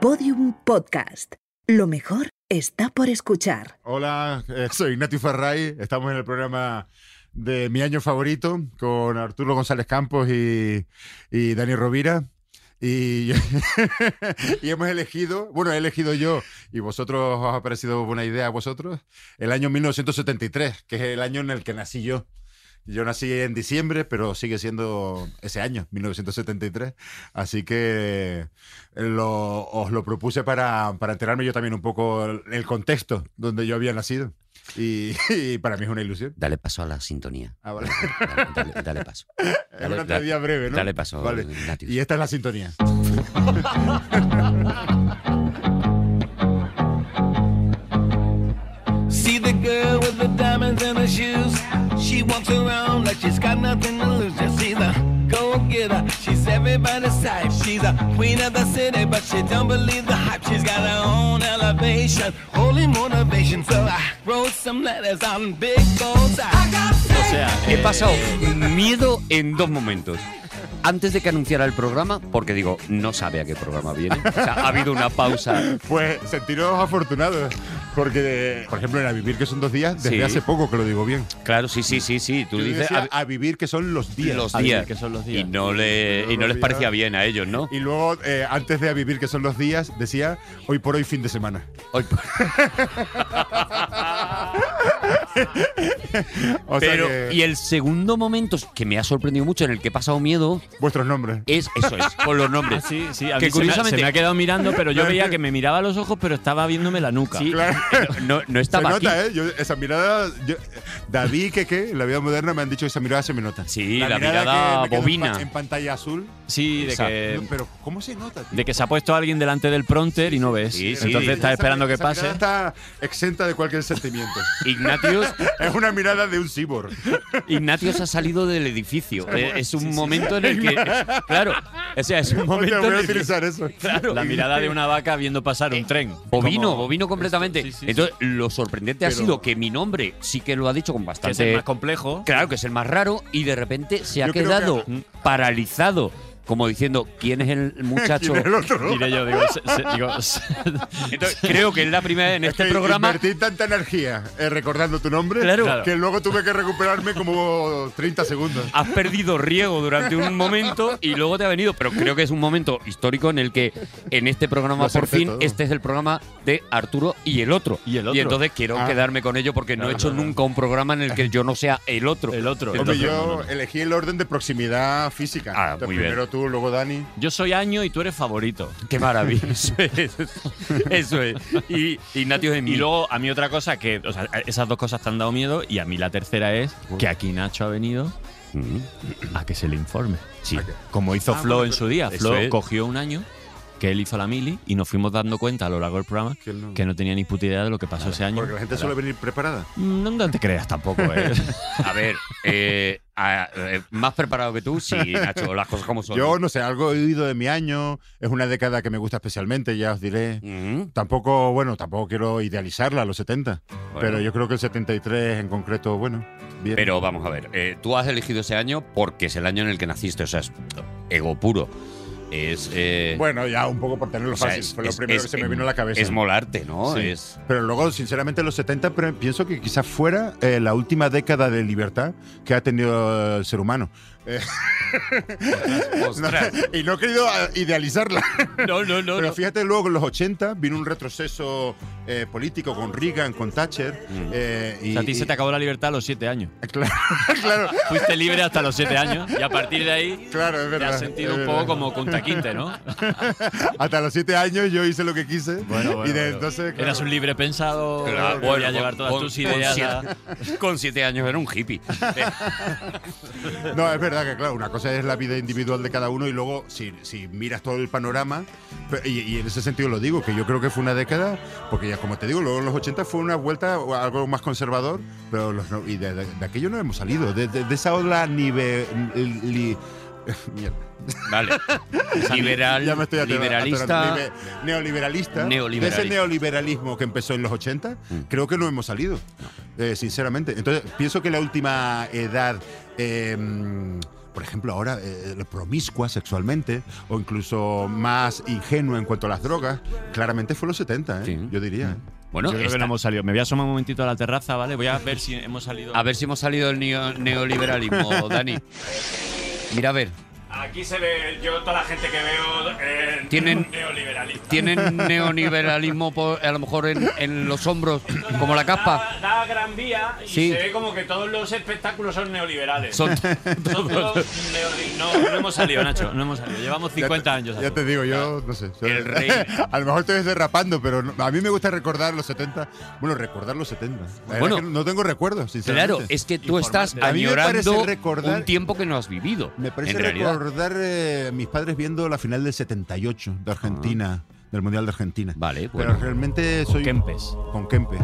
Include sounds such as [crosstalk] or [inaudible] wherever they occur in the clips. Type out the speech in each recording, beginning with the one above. Podium Podcast. Lo mejor está por escuchar. Hola, eh, soy Ignacio Ferray. Estamos en el programa de mi año favorito con Arturo González Campos y, y Dani Rovira. Y, [laughs] y hemos elegido, bueno, he elegido yo y vosotros os ha parecido buena idea a vosotros, el año 1973, que es el año en el que nací yo. Yo nací en diciembre, pero sigue siendo ese año, 1973. Así que eh, lo- os lo propuse para, para enterarme yo también un poco el, el contexto donde yo había nacido. Y, [laughs] y para mí es una ilusión. Dale paso a la sintonía. Ah, vale. Dale, dale- dale paso. Es [laughs] una teoría breve, ¿no? Dale paso, Vale. Ignatius. Y esta es la sintonía. See the girl with the diamonds in her shoes. She walks around like she's got nothing to lose. Just she's a go getter. She's everybody's type. She's a queen of the city, but she don't believe the hype. She's got her own elevation, holy motivation. So I wrote some letters on big bold I got O sea, he pasado miedo en dos momentos. Antes de que anunciara el programa, porque digo, no sabe a qué programa viene. O sea, ha habido una pausa. Pues sentiros afortunados. Porque, por ejemplo, en A Vivir, que son dos días, desde Sí. hace poco que lo digo bien. Claro, sí, sí, sí, sí. Tú Yo dices decía, "Ah, a- a, Vivir, que son los días. los a ver, días. ¿qué son los días? Y no, le, y no les parecía bien a ellos, ¿no? Y [laughs] luego, eh, antes de A Vivir, que son los días, decía hoy por hoy fin de semana. Hoy- O sea Pero, que- y el segundo momento que me ha sorprendido mucho, en el que he pasado miedo, Vuestros nombres. es eso, es con los nombres. Ah, Sí, sí, a mí se me ha- Que se, me, curiosamente- ha quedado mirando, pero yo veía que me miraba a los ojos, pero estaba viéndome la nuca. Sí, [laughs] Claro. no, no Se estaba aquí. nota, ¿eh? Yo- esa mirada. yo- David, que qué, en la vida moderna me han dicho que esa mirada se me nota. Sí, la mirada que me queda en bobina. pa- En, pantalla azul. Sí, de Exacto. que, No, pero, ¿cómo se nota, tío? de que se ha puesto alguien delante del pronter y no ves. sí, sí. Entonces estás Esa- esperando que esa pase. mirada Está exenta de cualquier [laughs] sentimiento. Ignatius, es una mirada de un [laughs] cyborg. Ignatius ha salido del edificio. Eh, Es un momento en el que. Claro. O sea, es un Hostia, momento voy en a el que. utilizar eso. La mirada de una vaca viendo pasar un tren. Bovino, Como- bovino completamente. Sí, sí, sí. Entonces, lo sorprendente ha Pero- sido que mi nombre sí que lo ha dicho con Que es el bastante. más complejo. Claro, que es el más raro y de repente se ha Yo creo quedado paralizado, como diciendo, ¿quién es [laughs] el muchacho? ¿Quién es el otro? Diré yo, digo, se- se- digo, [laughs] se- Entonces, creo que es la primera vez en Es este que programa Invertí tanta energía eh, recordando tu nombre Claro. Ah, que luego tuve que recuperarme como 30 segundos. has perdido riego durante un momento y luego te ha venido. Pero creo que es un momento histórico en el que en este Lo programa, acerté por fin, todo. este es el programa de Arturo y el otro. Y el otro. entonces quiero Ah. quedarme con ello porque no he hecho nunca un programa en el que yo no sea el otro. el otro. Hombre, Entonces, yo no, no, no. elegí el orden de proximidad física. Ah, Entonces, muy bien. primero tú, luego Dani. Yo soy año y tú eres favorito. Qué maravilla. Eso [laughs] es. [laughs] Eso es. Y Ignatius de mí. Y Mm. luego a mí otra cosa que, o sea, esas dos cosas te han dado miedo y a mí la tercera es que aquí Nacho ha venido Mm, a que se le informe. sí. Como hizo Ah, Flo en su día. Eso Flo es. cogió un año que él hizo la mili y nos fuimos dando cuenta a lo largo del programa Que él no- que no tenía ni puta idea de lo que pasó ese año. Porque la gente suele venir preparada. Mm, No, no te creas tampoco, [laughs] ¿eh? A ver, eh, a- eh, más preparado que tú, sí, Nacho, las cosas como son. Yo no sé, algo he oído de mi año. Es una década que me gusta especialmente, ya os diré. Mm, Tampoco, bueno, tampoco quiero idealizarla, los 70. Pero yo creo que el 73 en concreto, bueno, bien. Pero vamos a ver, eh, tú has elegido ese año porque es el año en el que naciste, o sea, es ego puro. Es. eh, bueno, ya un poco por tenerlo o sea, fácil. es- fue lo es- primero es- que se me vino a la cabeza. Es molarte, ¿no? Sí. [laughs] Es. Pero luego, sinceramente, los 70 pero pienso que quizás fuera eh, la última década de libertad que ha tenido el ser humano. Ostras. [laughs] y no he querido eh, idealizarla. No, no, no. Pero no. fíjate, luego en los 80 vino un retroceso eh, político con Reagan, con Thatcher. Mm. eh, y, O sea, a ti se te acabó la libertad a los siete años. y- Claro, claro, Fuiste libre hasta los siete años y a partir de ahí claro, es te verdad. has sentido es un poco verdad. como Kunta Quinte, ¿no? [laughs] Hasta los 7 años yo hice lo que quise. Bueno, bueno, y de bueno. entonces. claro, Eras un libre pensado, Claro, voy a con- llevar todas con- tus ideas. a- Con siete, con siete años era un hippie. No, es verdad que, claro, una cosa es la vida individual de cada uno y luego, si, si miras todo el panorama, pe- y, y en ese sentido lo digo, que yo creo que fue una década, porque ya como te digo, luego en los 80 fue una vuelta a algo más conservador, pero los no- y de, de- de aquello no hemos salido, de, de- de esa ola nive, li- [laughs] mierda, Vale. [laughs] Liberal, ya me estoy atorando, liberalista. atorando, nive- neoliberalista, de ese Neoliberalista. neoliberalismo que empezó en los 80, Mm. creo que no hemos salido, eh, sinceramente. Entonces, pienso que la última edad, eh, por ejemplo, ahora eh, promiscua sexualmente o incluso más ingenua en cuanto a las drogas, claramente fue los 70, ¿eh? Sí. yo diría. ¿eh? Bueno, Yo creo esta- que no hemos salido. Me voy a asomar un momentito a la terraza, ¿vale? Voy a ver si hemos salido. a ver si hemos salido del neo- neoliberalismo, Dani. Mira, a ver. Aquí se ve yo toda la gente que veo eh, Tienen- neoliberalista. Tienen neoliberalismo por- a lo mejor en, en los hombros, como la capa. Da, da Gran Vía y Sí. se ve como que todos los espectáculos son neoliberales. [laughs] Son Son todos neoli- no, no hemos salido, Nacho. No hemos salido. Llevamos Ya te- 50 años. Ya te digo, yo no sé. soy- [laughs] El rey. a lo mejor te ves derrapando, pero no- a mí me gusta recordar los 70. Bueno, recordar los 70. La verdad Bueno. es que no tengo recuerdos, sinceramente. Claro, es que tú estás Informarte. A mí me parece añorando recordar- un tiempo que no has vivido. Me parece en realidad. recordar eh, a mis padres viendo la final del 78 de Argentina, del Mundial de Argentina. Ah. Vale, Pero bueno. realmente soy. Kempes. Con Kempes.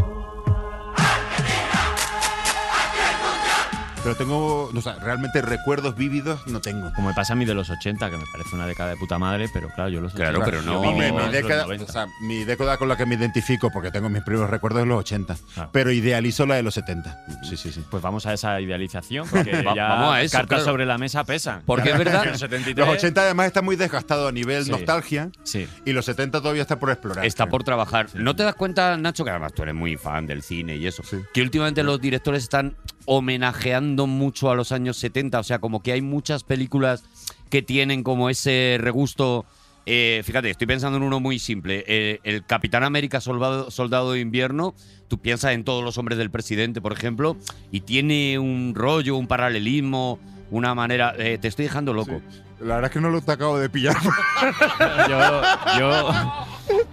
Pero tengo, o sea, realmente recuerdos vívidos no tengo. Como me pasa a mí de los 80, que me parece una década de puta madre, pero claro, yo los Claro, 80, pero no- yo viví Hombre, los mi años década, 90. o sea, mi década con la que me identifico, porque tengo mis primeros recuerdos de los 80, Ah. pero idealizo la de los 70. Sí, sí, sí. Pues vamos a esa idealización, [laughs] porque Va- ya vamos a eso, cartas claro. sobre la mesa pesan. Porque es [laughs] verdad- Los 73, Los 80 además está muy desgastado a nivel Sí. nostalgia Sí. y los 70 todavía está por explorar. Está por trabajar. ¿No te das cuenta, Nacho, que además tú eres muy fan del cine y eso, que últimamente los directores están homenajeando mucho a los años 70? O sea, como que hay muchas películas que tienen como ese regusto. Eh, fíjate, estoy pensando en uno muy simple. Eh, el Capitán América Soldado, Soldado de Invierno, tú piensas en todos los hombres del presidente, por ejemplo, y tiene un rollo, un paralelismo, una manera... eh, te estoy dejando loco. La verdad es que no lo te acabo de pillar, [laughs] pues, Yo, [laughs] yo,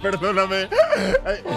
perdóname.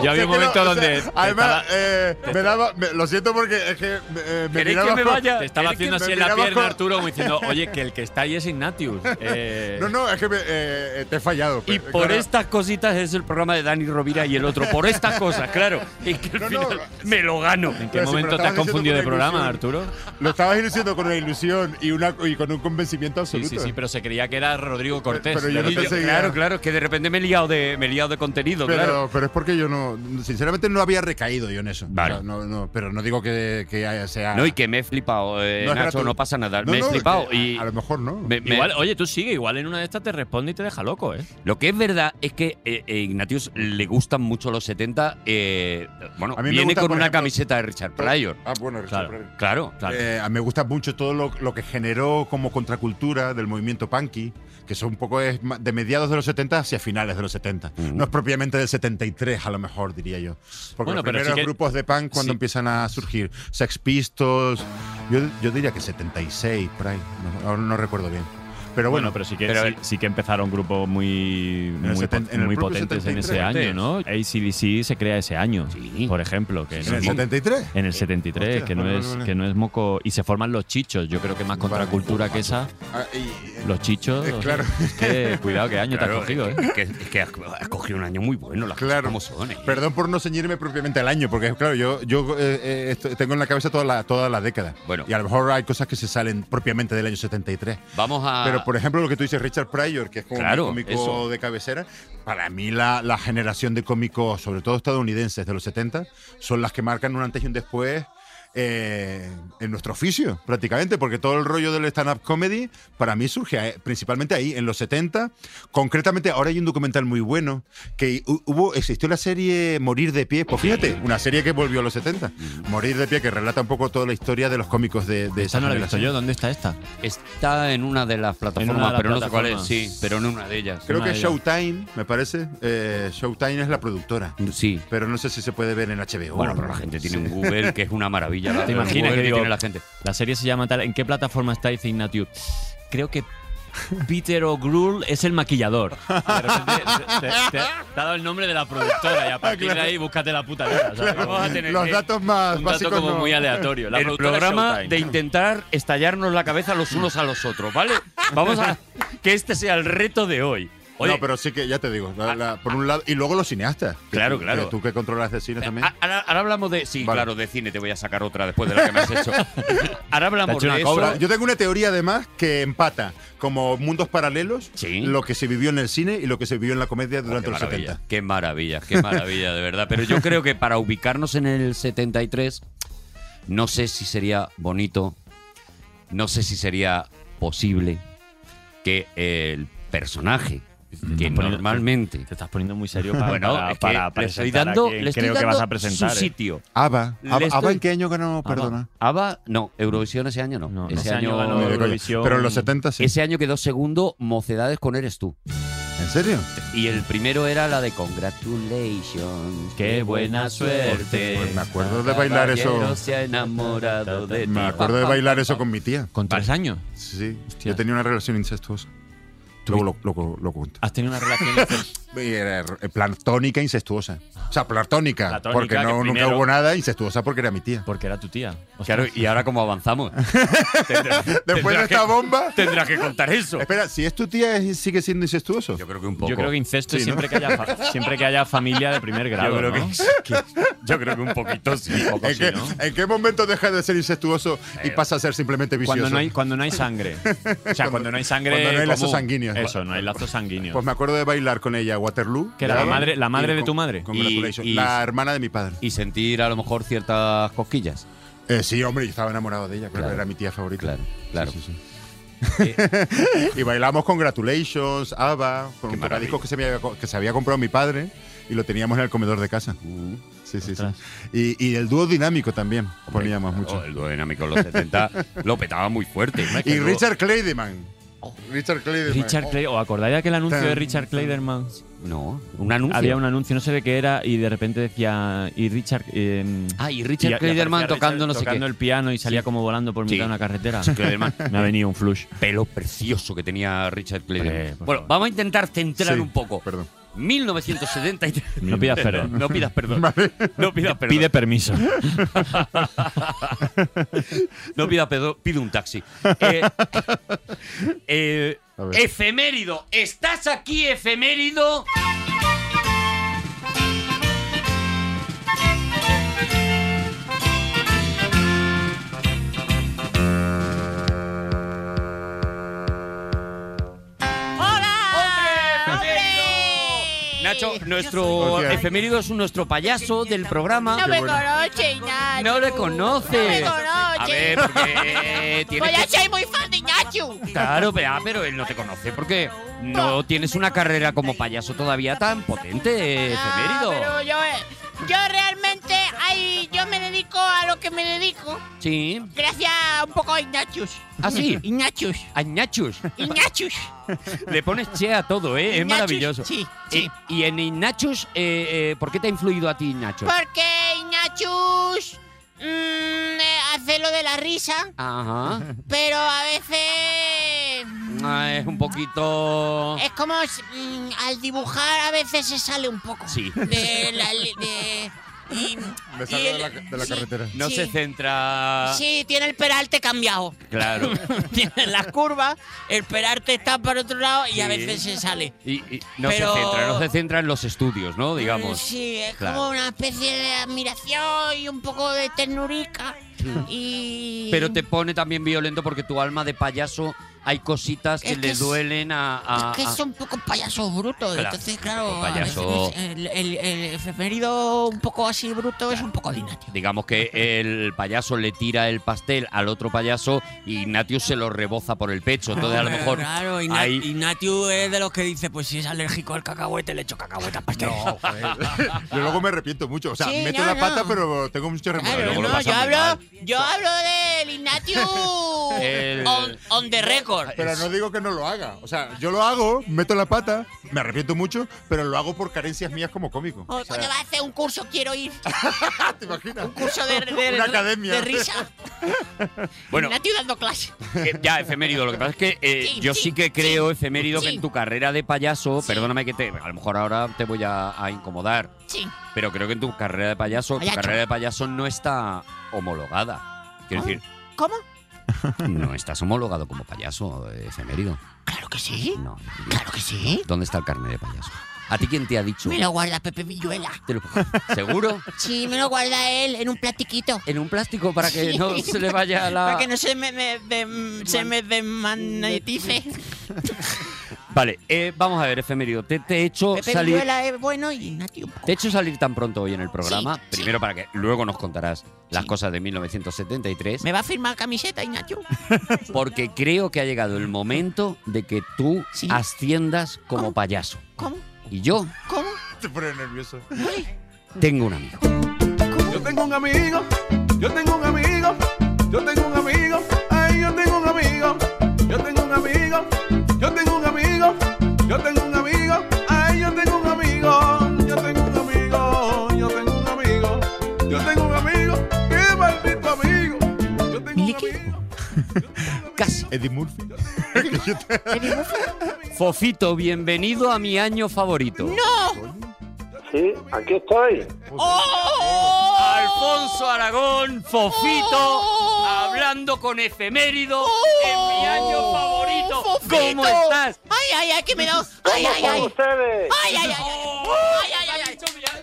yo había un momento donde. te además, estaba- eh, me daba, me- lo siento porque es que eh, me ¿Queréis que mirabas me con- vaya? te estaba es que haciendo me así en la mirabas pierna, con- Arturo, como diciendo, oye, que el que está ahí es Ignatius. Eh, [laughs] No, no, es que me, eh, eh, te he fallado. Y pero- por claro. estas cositas es el programa de Dani Rovira y el otro. Por estas cosas, claro. Y que al No, no. final me lo gano. ¿En qué pero si me lo momento te estabas has confundido diciendo de con programa, ilusión. Arturo? Lo estabas diciendo con una ilusión y, una, y con un convencimiento Sí, absoluto. sí, sí, pero se creía que era Rodrigo Cortés. pero yo no Y Y yo- pensé- claro, claro, es que de repente me he liado de, me he liado de contenido, Pero, claro. pero es porque yo no. Sinceramente no había recaído yo en eso. Vale. O sea, no, no, pero no digo que, que haya- sea. No, y que me he flipado, eh, Ah. no es Nacho, gratuito. no pasa nada. No, me he no, flipado. que Y a, a lo mejor no. me- me- Igual, oye, tú sigue, igual en una de estas te responde y te deja loco, ¿eh? lo que es verdad es que eh, eh, Ignatius le gustan mucho los 70. eh, bueno, A mí me viene gusta, con por una ejemplo, camiseta de Richard Pryor. Ah, bueno, Richard Pryor. Claro, claro. Eh, a- me gusta mucho todo lo, lo que generó como contracultura del movimiento punky, que son un poco es ma- de mediados de los 70 hacia finales de los 70. Ujú. No es propiamente del 73, a lo mejor, diría yo. Porque Bueno, los pero sí primeros que- grupos de punk cuando sí. empiezan a surgir, Sex Pistols, yo, yo diría que 76, por ahí, no, ahora no recuerdo bien. Pero bueno, Bueno, pero sí que, pero- sí, sí que empezaron grupos muy, el muy, seten- pot- en el muy propio potentes en 73, ese año, ¿no? ACDC se crea ese año, Sí. por ejemplo. Que en el no- 73. en el 73, Hostia, que, no vale, es, vale, vale. que no es moco. Y se forman los chichos. Yo creo que más contracultura que esa, Ah, y- los chichos. Eh, o sea, claro. es que, cuidado, qué año te Claro, has cogido, es ¿eh? que- es que has has cogido un año muy bueno, las Claro. cosas como son. ¿eh? Perdón por no ceñirme propiamente al año, porque claro, yo, yo eh, eh, esto- tengo en la cabeza toda la, toda la década. Bueno. Y a lo mejor hay cosas que se salen propiamente del año 73. Vamos a. Pero por ejemplo, lo que tú dices, Richard Pryor, que es como Claro, mi cómico eso. de cabecera, para mí la, la generación de cómicos, sobre todo estadounidenses de los 70, son las que marcan un antes y un después. eh, en nuestro oficio, prácticamente, porque todo el rollo del stand-up comedy para mí surge eh, principalmente ahí, en los 70. Concretamente, ahora hay un documental muy bueno que hu- hubo, existió la serie Morir de Pie, pues fíjate, una serie que volvió a los 70. Morir de Pie, que relata un poco toda la historia de los cómicos de, de esa Esa Mm. no la he visto generación. yo. ¿Dónde está esta? Está en una de las plataformas, las pero no sé cuál es. plataformas. Sí, pero en una de ellas. Creo Una que de Showtime, me parece. eh, Showtime es la productora. Sí. Pero no sé si se puede ver en HBO. Bueno, pero la gente tiene un Google que es una maravilla. la- ¿Te el imaginas Google que que digo- tiene la gente? La serie se llama tal. ¿En qué plataforma está? Dice Ignatius. Creo que Peter O'Grul es el [laughs] maquillador. Ah, De repente te, te- te ha dado el nombre de la productora y a partir de ahí búscate la puta vida. ¿sabes? Vamos a tener Los que- datos más un dato básicos como no. muy aleatorio. La el productora programa Showtime. de intentar estallarnos la cabeza los unos a los otros, ¿vale? Vamos a que este sea el reto de hoy. Oye, no, pero sí que ya te digo, la- la- por un lado, y luego los cineastas. que Claro, tú- claro. Eh, que tú que controlas de cine también. a- Ah, ahora, ahora hablamos de. Sí, Vale. claro, de cine te voy a sacar otra después de la que me has [laughs] hecho. ahora hablamos Te ha hecho de una cobra. eso. Ahora, yo tengo una teoría además que empata como mundos paralelos Sí. Ah, lo que se vivió en el cine y lo que se vivió en la comedia durante qué los maravilla, 70. Qué maravilla, qué maravilla, de verdad. Pero yo creo que para ubicarnos en el 73, no sé si sería bonito, no sé si sería posible que el personaje que poniendo- normalmente... Te estás poniendo muy serio para, Bueno, para, es que para le presentar estoy dando, a quien le estoy creo que dando vas a presentar. su ¿eh? sitio. ABBA. Le ABBA, estoy- ABBA en qué año ganó? Perdona. ABBA, no, Eurovisión ese año no. No, ese, ese año año, ganó Ni de coña. Eurovisión. Pero en los 70 sí. ese año quedó segundo Mocedades con Eres tú. ¿En serio? Y el primero era la de Congratulations. Qué buena suerte. Pues me acuerdo de bailar eso. Caballero se ha enamorado de ti. Me acuerdo de Pa, pa, bailar pa, eso pa. con mi tía. ¿Con tres años? Sí, sí. Hostia. Yo tenía una relación incestuosa. Luego lo, lo, lo cuento. ¿Has tenido una [laughs] relación Y Era eh, platónica incestuosa. O sea, platónica. Platónica, porque que no, nunca primero- hubo nada. Incestuosa porque era mi tía. porque era tu tía? Ostras. Claro, y ahora [laughs] cómo avanzamos. Después de Tendrás que- esta bomba. Tendrás que contar eso. Espera, si es tu tía, es- sigue siendo incestuoso. Yo creo que un poco. Yo creo que incesto es Sí, ¿no? siempre, que haya [laughs] fa- siempre que haya familia de primer grado. creo ¿no? yo creo que un poquito sí. Un poco ¿En, sí, qué, ¿no? Eh, ¿En qué momento deja de ser incestuoso y pasa a ser simplemente vicioso? Cuando no, hay, cuando no hay sangre. O sea, cuando no hay sangre. [laughs] Cuando no hay lazos común. sanguíneos. Eso, no hay lazos sanguíneos. Pues me acuerdo de bailar con ella Waterloo. Que era de la Ava, madre- la madre y de con- tu madre. Congratulations. Y- y- la hermana de mi padre. Y sentir a lo mejor ciertas cosquillas. Eh, sí, hombre, yo estaba enamorado de ella, claro, Claro. era mi tía favorita. Claro, claro. Sí, sí, sí. [laughs] y bailamos Congratulations, ABBA, con un tocadiscos que se, me había, co- que se había comprado mi padre y lo teníamos en el comedor de casa. Sí, sí, sí. Ostras. Y, y el dúo dinámico también poníamos Claro, mucho. El dúo dinámico en los 70 lo petaba muy fuerte. ¿no? Es [laughs] que Y oh, el dúo- Richard Claydeman. Richard Claydeman. Richard Oh, Clay, ¿os acordáis de aquel anuncio Tan, de Richard Clayderman? No, un anuncio. Había un anuncio, no sé de qué era, y de repente decía. Y Richard. eh, Ah, y y- y Richard aparecía Clayderman Richard tocando no sé tocando qué. el piano y salía como volando por Sí. mitad de una carretera. Clayderman. Me ha venido un flush. Pelo precioso que tenía Richard Clayderman. Hombre, por bueno, favor. vamos a intentar centrar Sí, un poco. Perdón. 1973. No pidas perdón. No pidas perdón. No pidas perdón. Pide permiso. [laughs] No pida pedo, pide un taxi. Eh, eh, A ver. efemérido, ¿estás aquí, efemérido? ¡Hola! Nacho, nuestro Hostia. efemérido es un- nuestro payaso del programa. No me bueno. conoce, Nacho. No le conoces. No me A ver, conoce. porque tienes Pues que- yo soy muy fan de Nacho. Claro, pero, ah, pero él no te conoce porque no tienes una carrera como payaso todavía tan potente, Ah, efemérido. pero yo, yo realmente, ay, yo me dedico a lo que me dedico. Sí. Gracias a un poco a Ignatius. Ah, sí. Ignatius. Añachus. Ignatius. Le pones che a todo, ¿eh? Es Ignatius, maravilloso. Sí, Eh, sí. Y, en Ignachus, eh, eh, ¿por qué te ha influido a ti Ignachus? Porque Ignatius mm, eh, hace lo de la risa, [laughs] Ajá. pero a veces Ah, Es un poquito... es como si, mm, al dibujar a veces se sale un poco. Sí. De la, li- de- y- Me y salgo de el- la, de la sí, carretera. No sí. se centra... Sí, tiene el peralte cambiado. Claro. [laughs] Tiene las curvas, el peralte está para otro lado y a veces se sale. Y, y no Pero- se centra, no se centra en los estudios, ¿no? Digamos. Sí, es Claro. como una especie de admiración y un poco de ternurica. Y... Pero te pone también violento porque tu alma de payaso hay cositas que, Es que le es- duelen a. a- Es que a- son un poco payasos brutos, Ah, Claro, entonces claro, a payaso. veces el, el, el efemérido un poco así bruto es un poco dinatio. Digamos que el payaso le tira el pastel al otro payaso y Ignatius se lo reboza por el pecho. Entonces, a Ah, lo mejor. Claro, y, ahí- Natiu es de los que dice, pues si es alérgico al cacahuete, le echo cacahuete al pastel. [laughs] No, joder. Yo luego me arrepiento mucho. O sea, Sí, meto no, la pata, no. pero tengo mucho recuerdo. Claro, luego lo no, yo pasan muy hablo, yo hablo del Ignatius [laughs] El- on, on the Ah, record. Pero no digo que no lo haga. O sea, yo lo hago, meto la pata, me arrepiento mucho, pero lo hago por carencias mías como cómico. Oh, O- O sea, Oh, Coño, va a hacer un curso, quiero ir. ¿Te imaginas? Un curso de, [laughs] de- Una academia. de risa. [laughs] Bueno, Ignatius dando clase. eh, ya, efemérido. Lo que pasa es que eh, Sí, yo sí, sí que creo, sí, efemérido, que sí. en tu carrera de payaso, Sí. perdóname que te. A lo mejor ahora te voy a, a incomodar, Sí. pero creo que en tu carrera de payaso, tu Payacho. carrera de payaso no está homologada. Quiero Ah. decir, ¿Cómo? no estás homologado como payaso, eh, efemérido. Claro que sí. No. Claro que sí. ¿Dónde está el carnet de payaso? ¿A ti quién te ha dicho? Me lo guarda Pepe Villuela. Te lo- ¿Seguro? Sí, me lo guarda él en un platiquito. ¿En un plástico para que Sí, no se le vaya la...? Para que no se me, me- de- se me desmagnetice. Vale, eh, vamos a ver, efemérido. Te, te he hecho Pepe salir. Villuela es bueno y Nati un poco. Oh, Te he hecho salir tan pronto hoy en el programa, Sí, sí. primero para que luego nos contarás las Sí. cosas de 1973, ¿Me va a firmar camiseta Ignacio? [laughs] porque creo que ha llegado el momento de que tú Sí. asciendas como ¿Cómo? payaso. ¿Cómo? Y yo ¿Cómo? Te pone nervioso. tengo un amigo. Yo tengo un amigo, yo tengo un amigo, yo tengo un amigo, ay, yo tengo un amigo, yo tengo un amigo, yo tengo un amigo, yo tengo un amigo, ay, yo tengo un amigo, yo tengo un amigo, yo tengo un amigo, yo tengo un amigo, qué maldito amigo, yo tengo un Miliki. amigo. Casi. Eddie Murphy. Fofito, bienvenido a mi año favorito. Sí, aquí estoy. Alfonso Aragón, Fofito, hablando con efemérido en mi año favorito. ¿Cómo estás? ¡Ay, ay, ay! ¡Que me he dado! ¡Ay, ay, Con ay! ustedes. ¡Ay, ay, ay! ¡Ay, ay, ay! ¡Ay,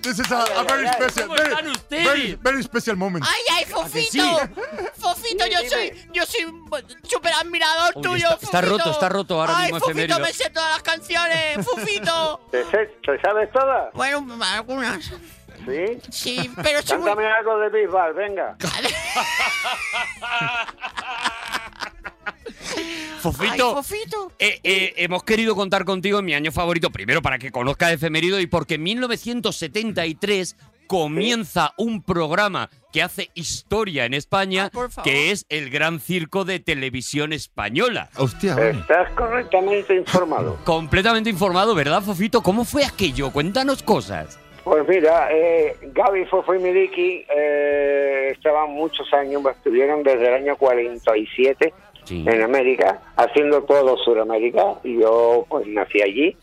This is a, a very special, ¿Cómo very, están ustedes? very, very special moment. ay, Ah, ay Fofito! Fofito, yo soy, yo soy un súper admirador Oye, tuyo. está- está Fofito. roto, está roto ahora ay, mismo Fofito, efemérido. me sé todas las [laughs] canciones, Fofito. ¿Te, sé- te sabes todas? Bueno, algunas. Sí. Sí, pero soy muy. [laughs] Cántame algo de Bisbal, venga. Ay, Fofito. Fofito. eh, eh, hemos querido contar contigo en mi año favorito, primero para que conozcas efemérido y porque en 1973 comienza un programa que hace historia en España, por favor. que es el Gran Circo de Televisión Española. Hostia, vale. Estás correctamente informado. Completamente informado, ¿verdad, Fofito? ¿Cómo fue aquello? Cuéntanos cosas. Pues mira, eh, Gaby Fofo y Miliki eh, estaban muchos años, estuvieron desde el año 47 Sí. en América, haciendo todo Sudamérica. y Yo pues nací allí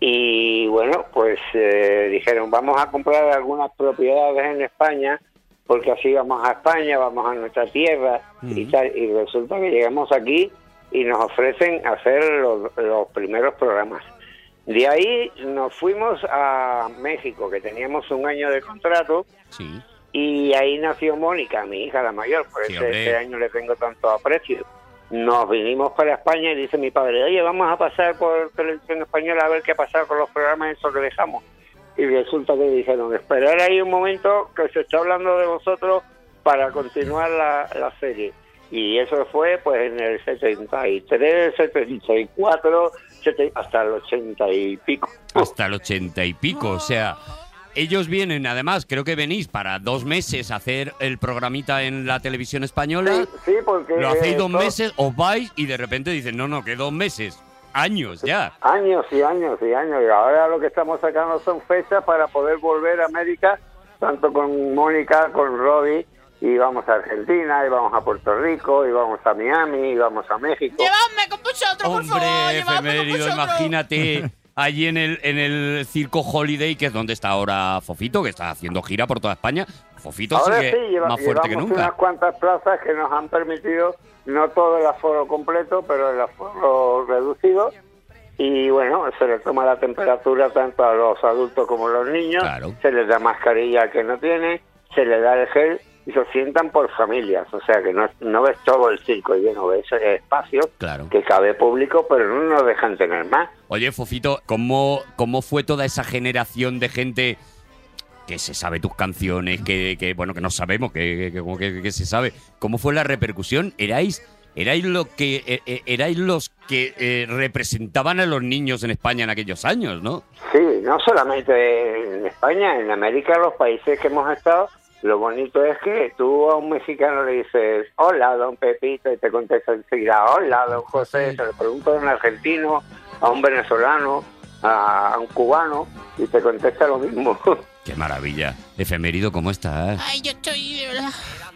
y bueno, pues eh, dijeron, vamos a comprar algunas propiedades en España porque así vamos a España, vamos a nuestra tierra y tal. Y resulta que llegamos aquí y nos ofrecen hacer los, los primeros programas. De ahí nos fuimos a México, que teníamos un año de contrato, Sí. y ahí nació Mónica, mi hija la mayor, por Sí, eso hombre. este año le tengo tanto aprecio. Nos vinimos para España y dice mi padre, oye, vamos a pasar por televisión española a ver qué pasa con los programas esos que dejamos. Y resulta que dijeron, esperar ahí un momento que se está hablando de vosotros para continuar la, la serie. Y eso fue pues en el 73, 74, sete- hasta el 80 y pico. Hasta el ochenta y pico, o sea... Ellos vienen, además, creo que venís para dos meses a hacer el programita en la televisión española. Sí, sí, porque... Lo hacéis dos eh, to- meses, os vais y de repente dicen, no, no, que dos meses, años ya. Años y años y años. Y ahora lo que estamos sacando son fechas para poder volver a América, tanto con Mónica, con Robbie, y vamos a Argentina, y vamos a Puerto Rico, y vamos a Miami, y vamos a México. Llevadme con vosotros, por Hombre, favor. llevadme con efemérido, vosotros. imagínate. Allí en el, en el circo Holiday, que es donde está ahora Fofito, que está haciendo gira por toda España. Fofito Ahora sigue sí, lleva- más fuerte que llevamos nunca. unas cuantas plazas que nos han permitido, no todo el aforo completo, pero el aforo reducido. Y bueno, se le toma la temperatura tanto a los adultos como a los niños, Claro. se les da mascarilla al que no tiene, se le da el gel y se sientan por familias. O sea que no, no ves todo el circo lleno, ves eh, espacios Claro. que cabe público, pero no nos dejan tener más. Oye, Fofito, ¿cómo, ¿cómo fue toda esa generación de gente que se sabe tus canciones, que, que, bueno, que no sabemos, que, que- que- que- que se sabe? ¿Cómo fue la repercusión? ¿Erais, erais, lo que, e- e- erais los que eh, representaban a los niños en España en aquellos años, no? Sí, no solamente en España, en América, los países que hemos estado, lo bonito es que tú a un mexicano le dices, hola, don Pepito, y te contesta enseguida, hola, don José, se lo pregunto a un argentino, a un venezolano, a, a un cubano, y te contesta lo mismo. [laughs] ¡Qué maravilla! Efemérido, ¿cómo estás? Ay, yo estoy de verdad.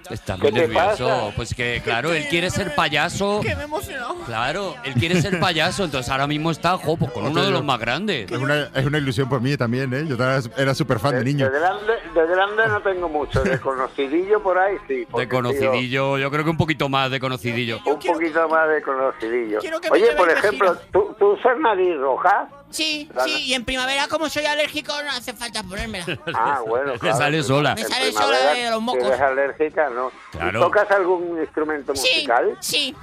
Estás ¿Qué muy te nervioso. pasa? Pues que, claro, él quiere ser payaso. Que me he emocionado. Claro, él quiere ser payaso, entonces ahora mismo está, jo, pues con uno de los más grandes. Es una, es una ilusión para mí también, ¿eh? Yo era- era súper fan de De, niño. de grande, de grande no tengo mucho, de conocidillo por ahí sí. porque, De tío, conocidillo, yo creo que un poquito más de conocidillo. Un poquito más de conocidillo. quiero que me Oye, lleven por de ejemplo, gira. ¿tú, tú usas nariz roja. Sí, Claro. sí, y en primavera, como soy alérgico, no hace falta ponérmela. [laughs] Ah, bueno. Le claro. sale sola. Me En sale sola primavera, de los si mocos. eres alérgica, ¿no? ¿Y Claro. ¿Tocas algún instrumento Sí, musical? sí.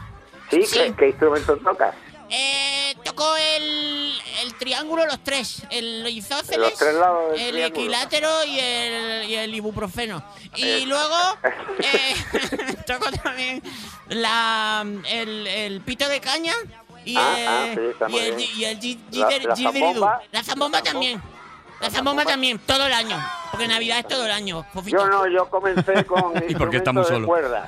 Sí, sí. ¿Qué, qué instrumento tocas? Eh, toco poco el, el triángulo, los tres. El isósceles, Los tres lados del el triángulo. equilátero y el, y el ibuprofeno. Y [laughs] luego eh, [laughs] toco también la, el, el pito de caña y, Ah, ah, eh, sí, está y muy el, bien. gi- y el gi- La- gider- la gideridú. zambomba. La zambomba La zambomba. también. La La zambomba zambomba. también, todo el año. Porque Navidad es todo el año. Fofito. Yo no, [laughs] yo comencé con ¿Y por qué estamos instrumentos de solos? cuerda.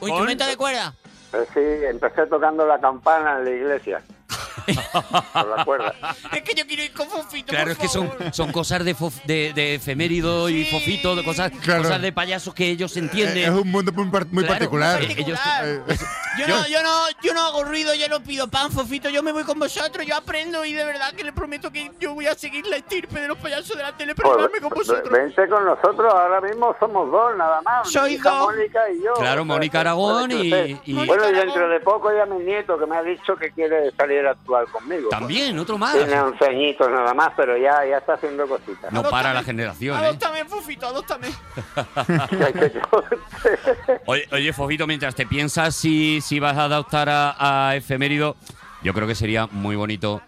Un instrumento de cuerda. Eh, Sí, empecé tocando la campana en la iglesia. Con la cuerda. [laughs] Es que yo quiero ir con Fofito. Claro, por es que son, favor. son cosas de, fof- de, de efemérido y Sí. fofito, de cosas, Claro. Eh, cosas de payasos que ellos Es entienden. un mundo muy, par- muy Claro, particular. muy Particular. Eh, Yo, no, yo no, yo no hago ruido, yo no pido pan, Fofito, yo me voy con vosotros, yo aprendo y de verdad que les prometo que yo voy a seguir la estirpe de los payasos de la tele, [laughs] pero Pues, llevarme con vosotros. vente con nosotros, ahora mismo somos dos nada más. Soy mi hija dos. Mónica y yo. Claro, O sea, Mónica Aragón puede y- ser. y- Bueno, y dentro de poco ya mi nieto que me ha dicho que quiere salir a actuar conmigo. También, otro más. [laughs] Tiene 11 añitos nada más, pero ya, ya está haciendo cositas. No para la generación, ¿eh? Adóptame, Fofito, adóptame. ¿eh? Oye, oye, Fofito, mientras te piensas si, si vas a adaptar a, a Efemérido, yo creo que sería muy bonito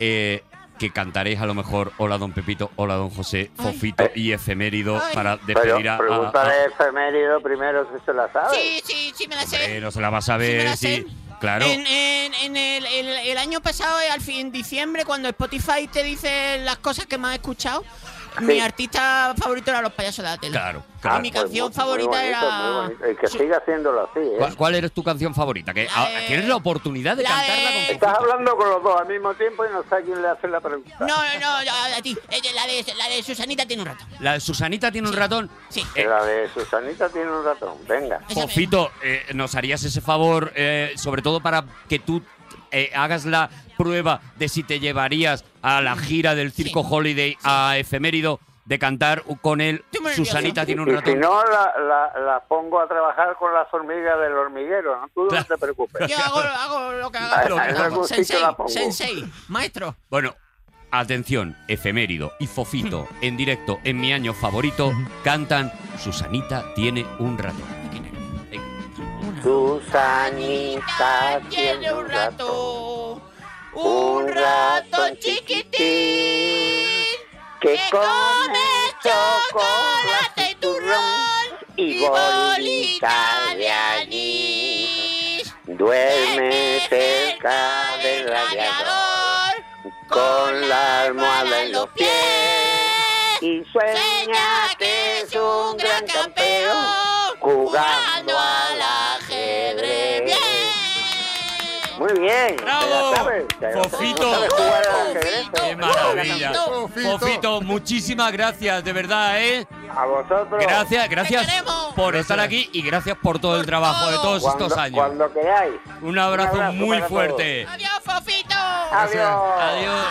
eh, que cantaréis a lo mejor Hola Don Pepito, Hola Don José, Ay. Fofito y Efemérido Ay. para Pero despedir a- a... pregúntale efemérido primero si se la sabe. Sí, sí, sí me la sé. Eh, no se la vas a Sí me ver, la sí. sé. Claro. En, en- en el, el- el año pasado, eh, al fin en diciembre, cuando Spotify te dice las cosas que más he escuchado, mi artista favorito era Los Payasos de la Tele. Claro, Ah, claro. mi pues canción muy- muy favorita bonito, era- muy bonito. Y que Sí. siga haciéndolo así, ¿eh? ¿Cuál, cuál eres tu canción favorita? Que La de- ah, tienes la oportunidad de la cantarla de- con Estás Fofito. hablando con los dos al mismo tiempo y no sé a quién le hace la pregunta. No, no, no, a, a ti. Eh, La de, la de Susanita tiene un rato. La de Susanita tiene un ratón. Sí. Eh, La de Susanita tiene un ratón, venga. Esa me- Fofito, eh, nos harías ese favor, eh, sobre todo para que tú eh, hagas la prueba de si te llevarías a la gira del Circo Sí. Holiday a Efemérido de cantar con él. Estoy muy Susanita nerviosa. tiene un Y si ratón. no, la, la, la pongo a trabajar con las hormigas del hormiguero, ¿no? Tú no te [laughs] preocupes. Yo hago, hago lo que haga. Lo que haga. Sensei, La pongo. sensei, maestro. Bueno, atención, Efemérido y Fofito en directo en mi año favorito cantan Susanita tiene un ratón. Susanita tiene un ratón, un rato chiquitín, que come chocolate y turrón y bolita de allí. Duerme cerca del radiador con la almohada en los pies y sueña que es un gran campeón. jugando al ajedrez. ¡Bien! Muy bien. ¡Bravo! ¿Te la sabes? ¿Te la- Fofito. ¿No sabes jugar al ajedrez? ¿eh? ¡Qué maravilla! Fofito. Fofito, muchísimas gracias, de verdad, ¿eh? A vosotros. Gracias, gracias Te queremos. por estar aquí y gracias por todo el trabajo de todos Cuando, estos años. cuando queráis. Un abrazo, Un abrazo muy para fuerte. Adiós, Fofito. Adiós. Adiós.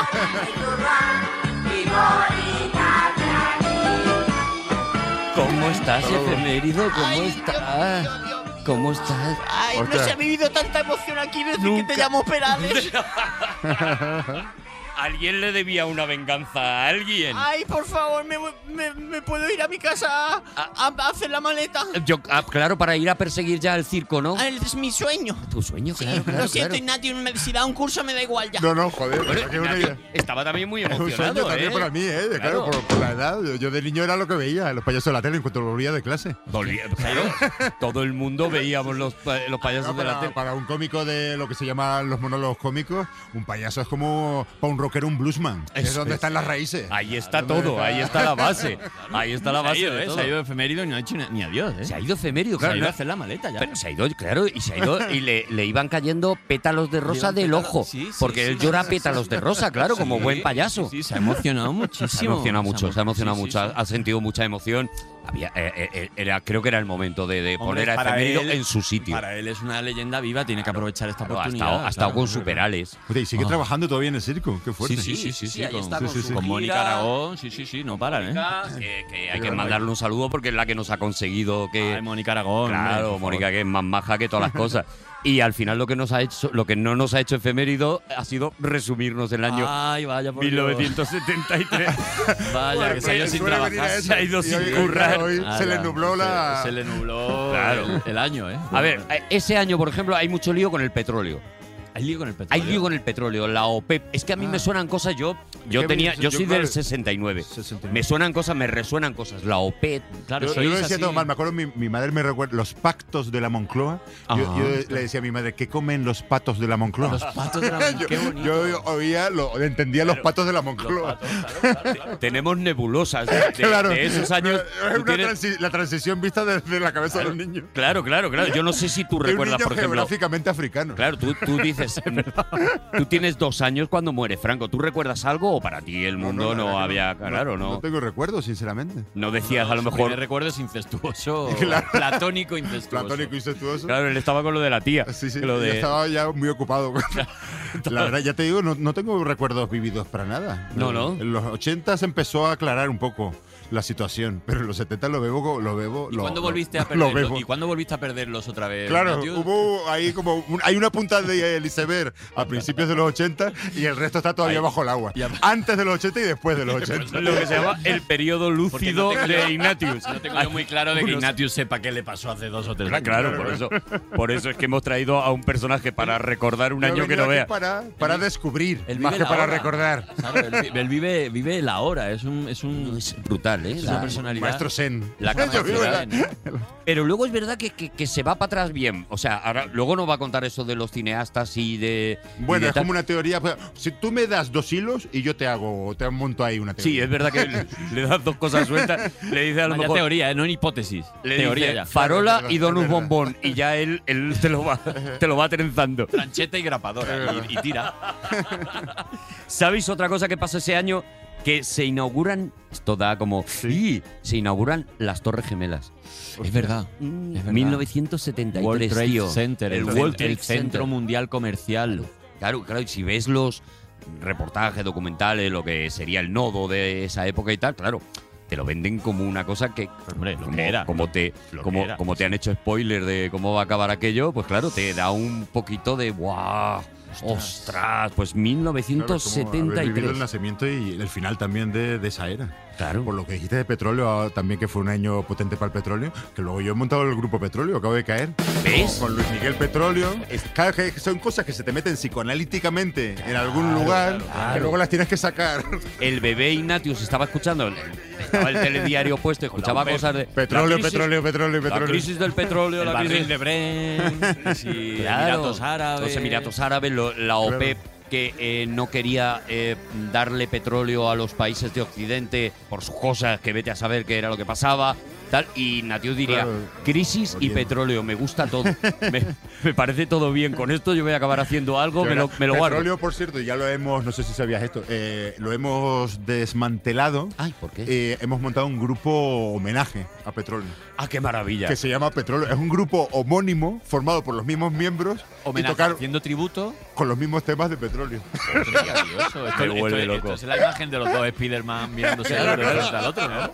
¿Cómo estás, efemérido? ¿Cómo Ay, estás? Dios, Dios, Dios. ¿Cómo estás? Ay, no Ostras. se ha vivido tanta emoción aquí desde que Nunca. te llamo [laughs] Perales. Alguien le debía una venganza a alguien. Ay, por favor, me, voy- me- me puedo ir a mi casa a, Ah. a hacer la maleta. Yo, ah, claro, para ir a perseguir ya al circo, ¿no? Ah, Es mi sueño. Tu sueño, Sí, claro, claro, lo siento, claro. Ignatius, me- si da un curso me da igual ya. No, no, joder. Bueno, es que es una Ignacio idea. [laughs] estaba también [laughs] muy Es un sueño emocionado, también ¿eh? para mí, ¿eh? Claro, Claro. Por, por la edad. Yo- Yo de niño era lo que veía, los payasos de la tele, en cuanto volvía de clase. Volvía- [laughs] claro, todo el mundo veíamos los, pa- Ah, los payasos No, de la para, tele. para un cómico de lo que se llaman los monólogos cómicos, un payaso es como para un rockero un bluesman. que Es, Eso donde es. están las raíces. Ahí está todo, ahí está la base. Ahí está la Se ha base. ido, de ¿eh? todo. Se ha ido efemérido y no ha dicho ni, ni adiós, ¿eh? Se ha ido efemérido, Se ha claro. ido a ¿no? hacer la maleta ya. Pero se ha ido, claro, y se ha ido y le, le iban cayendo pétalos de rosa iban del pétalos, ojo. sí, sí, porque sí, él sí, llora sí, pétalos de rosa, claro, como Sí, buen payaso. Sí, se ha emocionado muchísimo. [laughs] Se ha emocionado mucho, se ha emocionado sí, sí, mucho, sí. ha, ha sentido mucha emoción. Había, eh, eh, era, creo que era el momento de, de Hombre, poner a para efemérido él- en su sitio. Para él es una leyenda viva, tiene que aprovechar esta Claro, ha oportunidad. estado, ha estado claro. con superales. Oye, y sigue Ah. trabajando todavía en el circo. Qué fuerte. Sí, sí, sí, sí, Sí, sí, ahí con, está sí, con sí, su sí. con Mónica gira. Aragón, sí, sí, sí, no paran, ¿eh? Que, que hay que mandarle un saludo porque es la que nos ha conseguido que. Ay, Mónica Aragón. Ah, hombre, Eh, Claro, por Mónica, que es más maja [laughs] que todas las cosas. Y al final lo que nos ha hecho, lo que no nos ha hecho efemérido ha sido resumirnos el favor. año Ay, vaya Ah, por Dios. [laughs] 1973. Vaya, que se ha ido Suele pues, sin venir a trabajar. eso. Se ha ido Y sin hoy- currar. hoy Ah, se le Ala, nubló la- Se, se le nubló Claro. el, el año, ¿eh? A ver, eh, ese año, por ejemplo, hay mucho lío con el petróleo. Hay lío con el petróleo. Hay lío con el petróleo, la OPEP. Es que a mí me suenan cosas, yo, yo Ah. que tenía, me- yo yo soy creo del que- 69. 69. Me suenan cosas, me resuenan cosas. La E OPEP. [laughs] Claro, Yo, yo sois lo decía así. todo mal. Me acuerdo, mi, mi madre me recuerda los pactos de la Moncloa. Yo- Ajá. Yo, le decía a mi madre, ¿qué comen los patos de la Moncloa? Los [laughs] patos de la yo, Qué bonito. yo oía, lo, entendía los patos de la Moncloa. Tenemos nebulosas de, de- claro. de esos años. Es tú [laughs] una tienes- transi- la transición vista desde la cabeza de un niño. Claro, claro, claro. Yo no sé si De [laughs] tú un recuerdas, niño por ejemplo. geográficamente africano. Claro, tú, tú [laughs] dices, tú tienes dos años cuando muere Franco. ¿Tú recuerdas algo o para ti el mundo la no, verdad que había, no- claro, no, No no, tengo recuerdos, sinceramente. decías a lo Su mejor, [laughs] primer recuerdo es incestuoso. [laughs] Claro. Platónico incestuoso. Platónico incestuoso. claro, él estaba con lo de la tía, Sí, sí, lo yo de- estaba ya muy ocupado. [laughs] La verdad, ya te digo, no, no tengo recuerdos vividos para nada. No, no. En los 80 se empezó a aclarar un poco la situación, pero en los 70 lo bebo, co- lo bebo. ¿Y lo- [laughs] cuándo lo- volviste a Lo perderlos? bebo. ¿Y cuándo volviste a perderlos otra vez? Claro, Natius? hubo ahí como un- hay una punta de el iceberg a principios de los 80 y el resto está todavía bajo el agua. Antes de los 80 y después de los 80. Pues lo que se llama el periodo Porque lúcido no tengo yo- de Ignatius. No tengo yo muy claro de que Ignatius sepa qué le pasó hace dos o tres Claro, claro, años. por eso, por eso es que hemos traído a un personaje para recordar un Yo he año que venido no aquí vea. Para, para descubrir, Él más vive que la para hora. recordar. Claro, él, vi- él vive, vive la hora, es un. Es un Es brutal, ¿eh? es La- una personalidad. Maestro Zen. La Yo capacidad, vivo en la- [laughs] ¿no? Pero luego es verdad que, que- que se va para atrás bien. O sea, ahora, luego nos va a contar eso de los cineastas y de. y Bueno, de es tal. como una teoría. pues, Si tú me das dos hilos y yo te hago, te monto ahí una Sí, teoría. es verdad que le, le das dos cosas sueltas. Le dices a lo Vaya mejor. teoría, eh, no en hipótesis. Le teoría dice, ya. Farola Claro, es y verdad, Donus es verdad. Bombón. Y ya él, él te, lo va, te lo va trenzando. Plancheta y grapadora. y- y tira. ¿Sabéis otra cosa que pasó ese año? Que se inauguran. Esto da como. ¡Ih! Se inauguran las Torres Gemelas. Es verdad. Mm, es verdad. 1973. World Trade tío. Center, el, el cen- World Trade el Center. centro mundial comercial. Claro, claro, y si ves los reportajes, documentales, lo que sería el nodo de esa época y tal, claro, te lo venden como una cosa que. Hombre, lo como, que era. como te, Lo que como, era. como te han hecho spoiler de cómo va a acabar aquello, pues claro, te da un poquito de. ¡Wow! ¡Ostras! pues Claro, es como haber vivido 1973. el nacimiento y el final también de, de esa era. Claro. Por lo que dijiste de petróleo, ah, también que fue un año potente para el petróleo, que luego yo he montado el grupo petróleo, acabo de caer. ¿Ves? Con Luis Miguel Petróleo. Claro que son cosas que se te meten psicoanalíticamente en algún lugar, que luego las tienes que sacar. El bebé Ignatius estaba escuchando. el- Estaba el telediario puesto, escuchaba cosas [laughs] de. Petróleo, la crisis- petróleo, petróleo, La petróleo. crisis del petróleo, El la crisis barril de Bren, sí, Claro. Emiratos Árabes. Los Emiratos Árabes, lo- la OPEP que eh, no quería eh, darle petróleo a los países de Occidente por sus cosas, que vete a saber qué era lo que pasaba. Tal, y Natiu diría, Claro. crisis y Oriente. petróleo, me [laughs] gusta todo. me, me parece todo bien. Con esto yo voy a acabar haciendo algo, me lo, me lo guardo. Petróleo, por cierto, ya lo hemos, no sé si sabías esto, eh, lo hemos desmantelado. Ay, ¿por qué? Eh, hemos montado un grupo homenaje a Petróleo, ah, qué maravilla. que se llama Petróleo. Es un grupo homónimo formado por los mismos miembros Homenaje, y tocar haciendo tributo. con los mismos temas de Petróleo. [laughs] Maravilloso. Esto, Me vuelve esto- loco. esto es la imagen de los dos Spiderman mirándose el uno frente al otro, ¿no?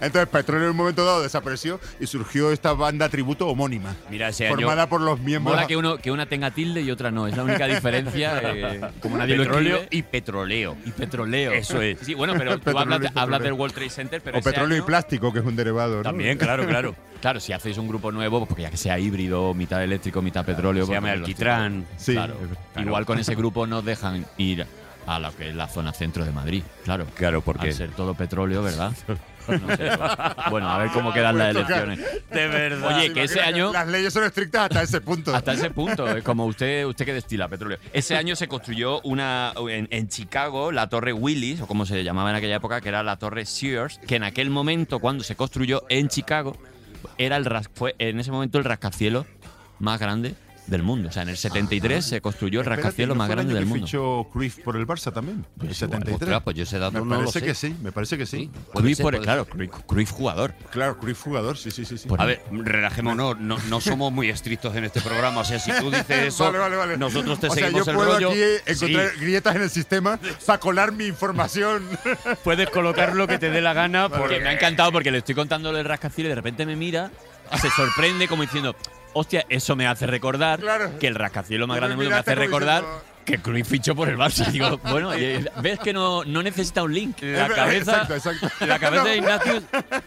Entonces Petróleo en un momento dado desapareció y surgió esta banda tributo homónima, Mira ese Este año. formada por los miembros. Mola que, uno, que una tenga tilde y otra no. Es la única diferencia. eh, como nadie lo petróleo escribe. y petroleo. Y petroleo. Eso es. Sí, bueno, [laughs] pero tú Petróleo hablas, y petróleo. hablas del World Trade Center, pero o ese Petróleo año- y Plástico, que es un derivado. ¿no? También, claro, claro. Claro, si hacéis un grupo nuevo, pues porque ya que sea híbrido, mitad eléctrico, mitad petróleo. Se llama porque los Alquitrán. tipos- Sí, claro. es verdad. Igual [laughs] con ese grupo nos dejan ir a lo que es la zona centro de Madrid. Claro. Claro, porque- Al ser todo [laughs] petróleo, ¿verdad? No sé. pues, bueno, a ver cómo quedan las Puede tocar. elecciones. Ah, De verdad. Oye, Sí, que ese imagina año- Las leyes son estrictas hasta ese punto. Hasta ese punto, es como usted, usted que destila petróleo. Ese año se construyó una en, en Chicago la torre Willis, o como se llamaba en aquella época, que era la torre Sears, que en aquel momento, cuando se construyó en Chicago, era el ras- fue en ese momento el rascacielos más grande del mundo. O sea, en el 73 se construyó el Ah. Espérate, rascacielos ¿no más fue el grande año del que mundo. Pues fichó Cruyff por el Barça también. el 73. Ostras, pues yo ese dato me no lo parece sé. que sí, me parece que sí. Sí. Puede Cruyff, ser, por- puede claro, ser. Cruyff- Cruyff jugador. Claro, Cruyff jugador, sí, sí, Ah, sí. sí. A ver, relajémonos, no, no somos muy estrictos en este programa. O sea, si tú dices eso, Vale, vale, vale. nosotros te o sea, seguimos yo el puedo rollo. aquí encontrar Sí, grietas en el sistema para colar mi información. puedes colocar lo que te dé la gana. Porque me ha encantado porque le estoy contando el rascacielos y de repente me mira, se sorprende como diciendo, hostia, eso me hace recordar Claro. que el rascacielos más Tú me grande del mundo me miraste hace como recordar diciendo, que Cruyff fichó por el Barça. [laughs] Digo, bueno, eh, ves que no, no necesita un link. La cabeza, Exacto, exacto. la cabeza de [laughs] No. Ignatius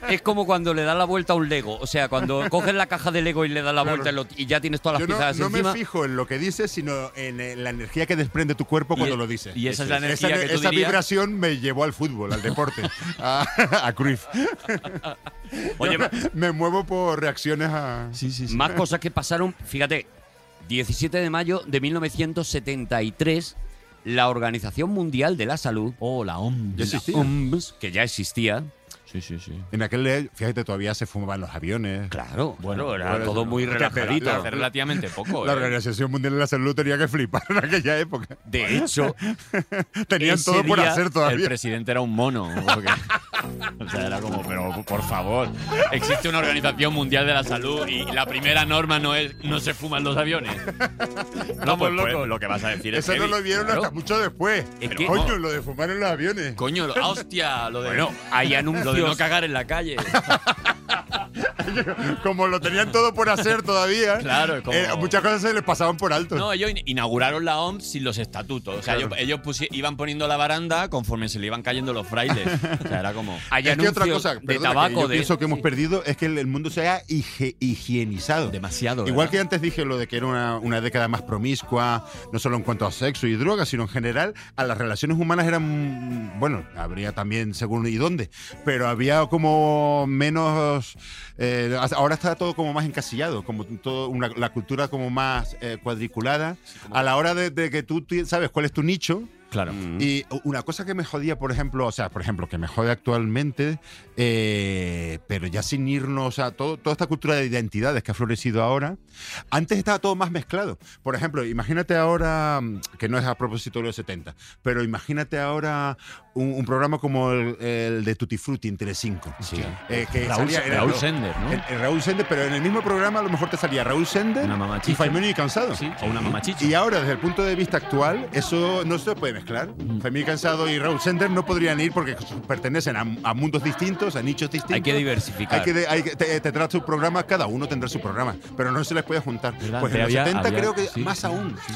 es como cuando le da la vuelta a un Lego. O sea, cuando coges la caja de Lego y le das la Claro. vuelta y, lo- y ya tienes todas las Yo no, piezas no me encima. fijo en lo que dices, sino en eh, la energía que desprende tu cuerpo cuando Y- lo dices. y esa es la Eso energía que tú esa dirías. vibración me llevó al fútbol, al deporte, a, a Cruyff. Oye, Yo me muevo por reacciones a. Sí, sí, Más cosas que pasaron, fíjate, 17 de mayo de 1973, la Organización Mundial de la Salud, Oh, la Yo OMS. existía. OMS, que ya existía, Sí, sí, sí. En aquel, eh, fíjate, todavía se fumaban los aviones. claro, bueno, era bueno, todo eso- muy relajadito. Claro. Hacer la- relativamente poco. La eh. Organización Mundial de la Salud tenía que flipar en aquella época. De hecho, Tenían Ese todo por día, hacer El todavía. presidente era un mono. [laughs] porque- o sea, era como, pero por favor. existe una Organización Mundial de la Salud y la primera norma no es no se fuman los [laughs] aviones. No, pues, Vamos, loco. pues, lo que vas a decir es Eso no heavy. lo vieron claro. hasta mucho después. Es Pero, que- coño, lo de fumar en los aviones. Coño, lo- ah, hostia, lo de, Bueno, hay lo de no anuncios. cagar en la calle. Como lo tenían todo por hacer todavía. Claro, es como- eh, muchas cosas se les pasaban por alto. No, ellos in- inauguraron la OMS sin los estatutos. O sea, Claro. ellos, ellos pusi- iban poniendo la baranda conforme se le iban cayendo los frailes. O sea, era [laughs] como. Hay es que otra anuncios cosa de perdona, que tabaco yo de. pienso que hemos perdido es que el, el mundo se ha hige- higienizado. Demasiado. Igual ¿verdad? que antes dije lo de que era una, una década más promiscua, no solo en cuanto a sexo y drogas, sino en general a las relaciones humanas eran, bueno, habría también según y dónde, pero había como menos, eh, hasta- ahora está todo como más encasillado, como todo una- la cultura como más eh, cuadriculada. a la hora de, de que tú ti- sabes cuál es tu nicho, Claro. y una cosa que me jodía, por ejemplo, o sea, por ejemplo, que me jode actualmente, eh, pero ya sin irnos, o sea, todo- toda esta cultura de identidades que ha florecido ahora, antes estaba todo más mezclado. Por ejemplo, imagínate ahora, mm, que no es a propósito de los 70, pero imagínate ahora un, un programa como el, el de Tutti Frutti en Telecinco. Sí. eh, que Raúl, salía- era- Raúl no, Sender, ¿no? el- el Raúl Sender, pero en el mismo programa a lo mejor te salía Raúl Sender Una mamá y chicha. Faimón y Cansado. Sí, o una mamachicha. Y ahora, desde el punto de vista actual, eso no se puede mezclar. Mm. Femil Cansado y Raúl Sender no podrían ir porque pertenecen a, a mundos distintos, a nichos distintos. Hay que diversificar. Hay que, de- hay que- te- tendrá su programa, cada uno tendrá su programa, pero no se les puede juntar. ¿Verdad? Pues en los Había- 70 había- creo que sí, más sí, aún. Se,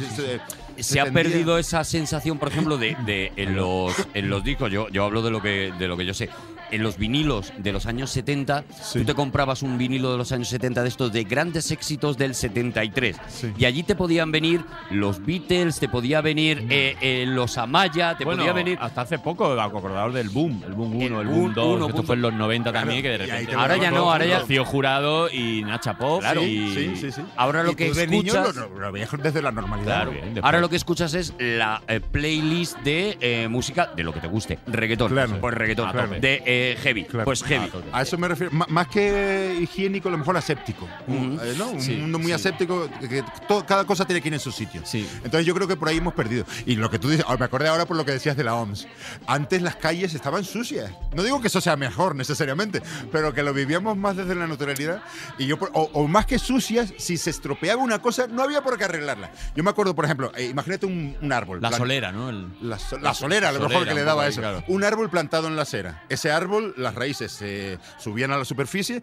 se- se ha tendía- perdido esa sensación, por ejemplo, de, de- en, los, en los discos. Yo, yo hablo de lo, que, de lo que yo sé. En los vinilos de los años 70, tú te comprabas un vinilo de los años 70 de estos de grandes éxitos del 73. Sí. Y allí te podían venir los Beatles, te podía venir eh, eh, los Amaya, te Bueno, podía venir. hasta hace poco, acordaos del boom, el boom 1, el, El boom boom 2, uno, que esto boom fue en los 90 Claro, también, que de y ahí repente... te Ahora lo- ya lo- no, ahora lo- ya- Rocío Jurado y Nacha Pop. Claro, y- sí, sí, sí. Ahora lo Y que tú de niño escuchas- lo, lo- lo veías desde la normalidad. Claro, bien, Ahora después- lo que escuchas es la eh, playlist de eh, música de lo que te guste. Reggaetón. Claro. Pues reggaetón. A tope. De eh, heavy. Claro. Ah, Pues heavy. A tope. A eso me refiero. M- más que higiénico, a lo mejor aséptico. Un- Ujú. eh, ¿no? Un Sí, mundo muy sí. aséptico, que, que todo- cada cosa tiene que ir en su sitio. Sí. Entonces yo creo que por ahí hemos perdido. Y lo que tú dices, ah, me acordé ahora por lo que decías de la OMS. Antes las calles estaban sucias. No digo que eso sea mejor necesariamente, pero que lo vivíamos más desde la naturalidad. Y yo, por- o, o más que sucias, si se estropeaba una cosa, no había por qué arreglarla. Yo me acuerdo, por ejemplo, eh, imagínate un, un árbol. La plan- solera, ¿no? El- la, so- la solera, a lo solera, mejor que le un daba poco ahí, eso. claro. Un árbol plantado en la acera. Ese árbol, las raíces se subían a la superficie,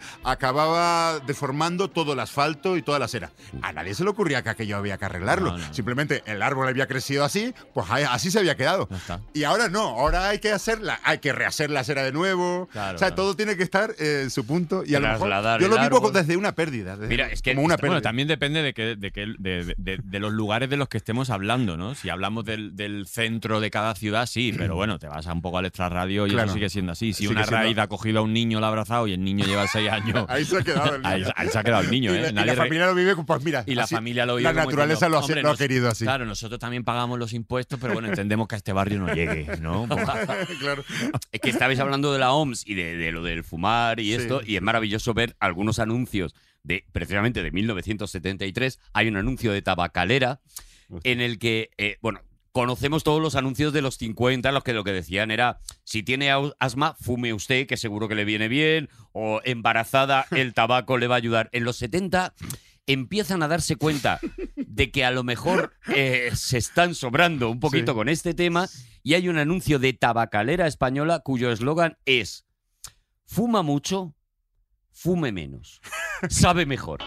acababa deformando todo el asfalto y toda la acera. A nadie se le ocurría que aquello había que arreglarlo. No, no. Simplemente el árbol había crecido así, pues ahí- así se había quedado. Ya está. Y ahora no, ahora hay que hacerla, hay que rehacer la acera de nuevo. Claro, o sea, claro. todo tiene que estar eh, en su punto. Y a lo mejor Trasladar yo lo el vivo árbol. desde una pérdida. desde- Mira, es que como una pérdida. está- Bueno, también depende de, que, de, que- de- de- de los lugares de los que estemos hablando, ¿no? Si hablamos del, del centro de cada ciudad, sí, [clears throat] pero bueno, te vas a un poco al extrarradio y Claro. eso sigue siendo así. Si Sigue una siendo- raíz ha cogido a un niño, lo ha abrazado y el niño lleva [laughs] seis años, Ahí se ha [laughs] quedado el niño. ahí, ahí se ha quedado el niño, [laughs] Y la, ¿eh? y Nadie la re- familia lo vive, pues mira. y la así- familia lo La vive como naturaleza lo, diciendo, hace- "Hombre, lo ha nos- querido así. Claro, nosotros también pagamos los impuestos, pero bueno, entendemos que a este barrio no llegue, [laughs] ¿no? Un poco. [laughs] claro. Es [laughs] que estabais hablando de la OMS y de, de lo del fumar y Sí. esto, y es maravilloso ver algunos anuncios de, precisamente de 1973, hay un anuncio de tabacalera en el que, eh, bueno, conocemos todos los anuncios de los 50, los que lo que decían era, si tiene au- asma, fume usted, que seguro que le viene bien, o embarazada, el tabaco le va a ayudar. En los 70 empiezan a darse cuenta de que a lo mejor eh, se están sobrando un poquito Sí. con este tema y hay un anuncio de tabacalera española cuyo eslogan es, fuma mucho, fume menos. sabe mejor.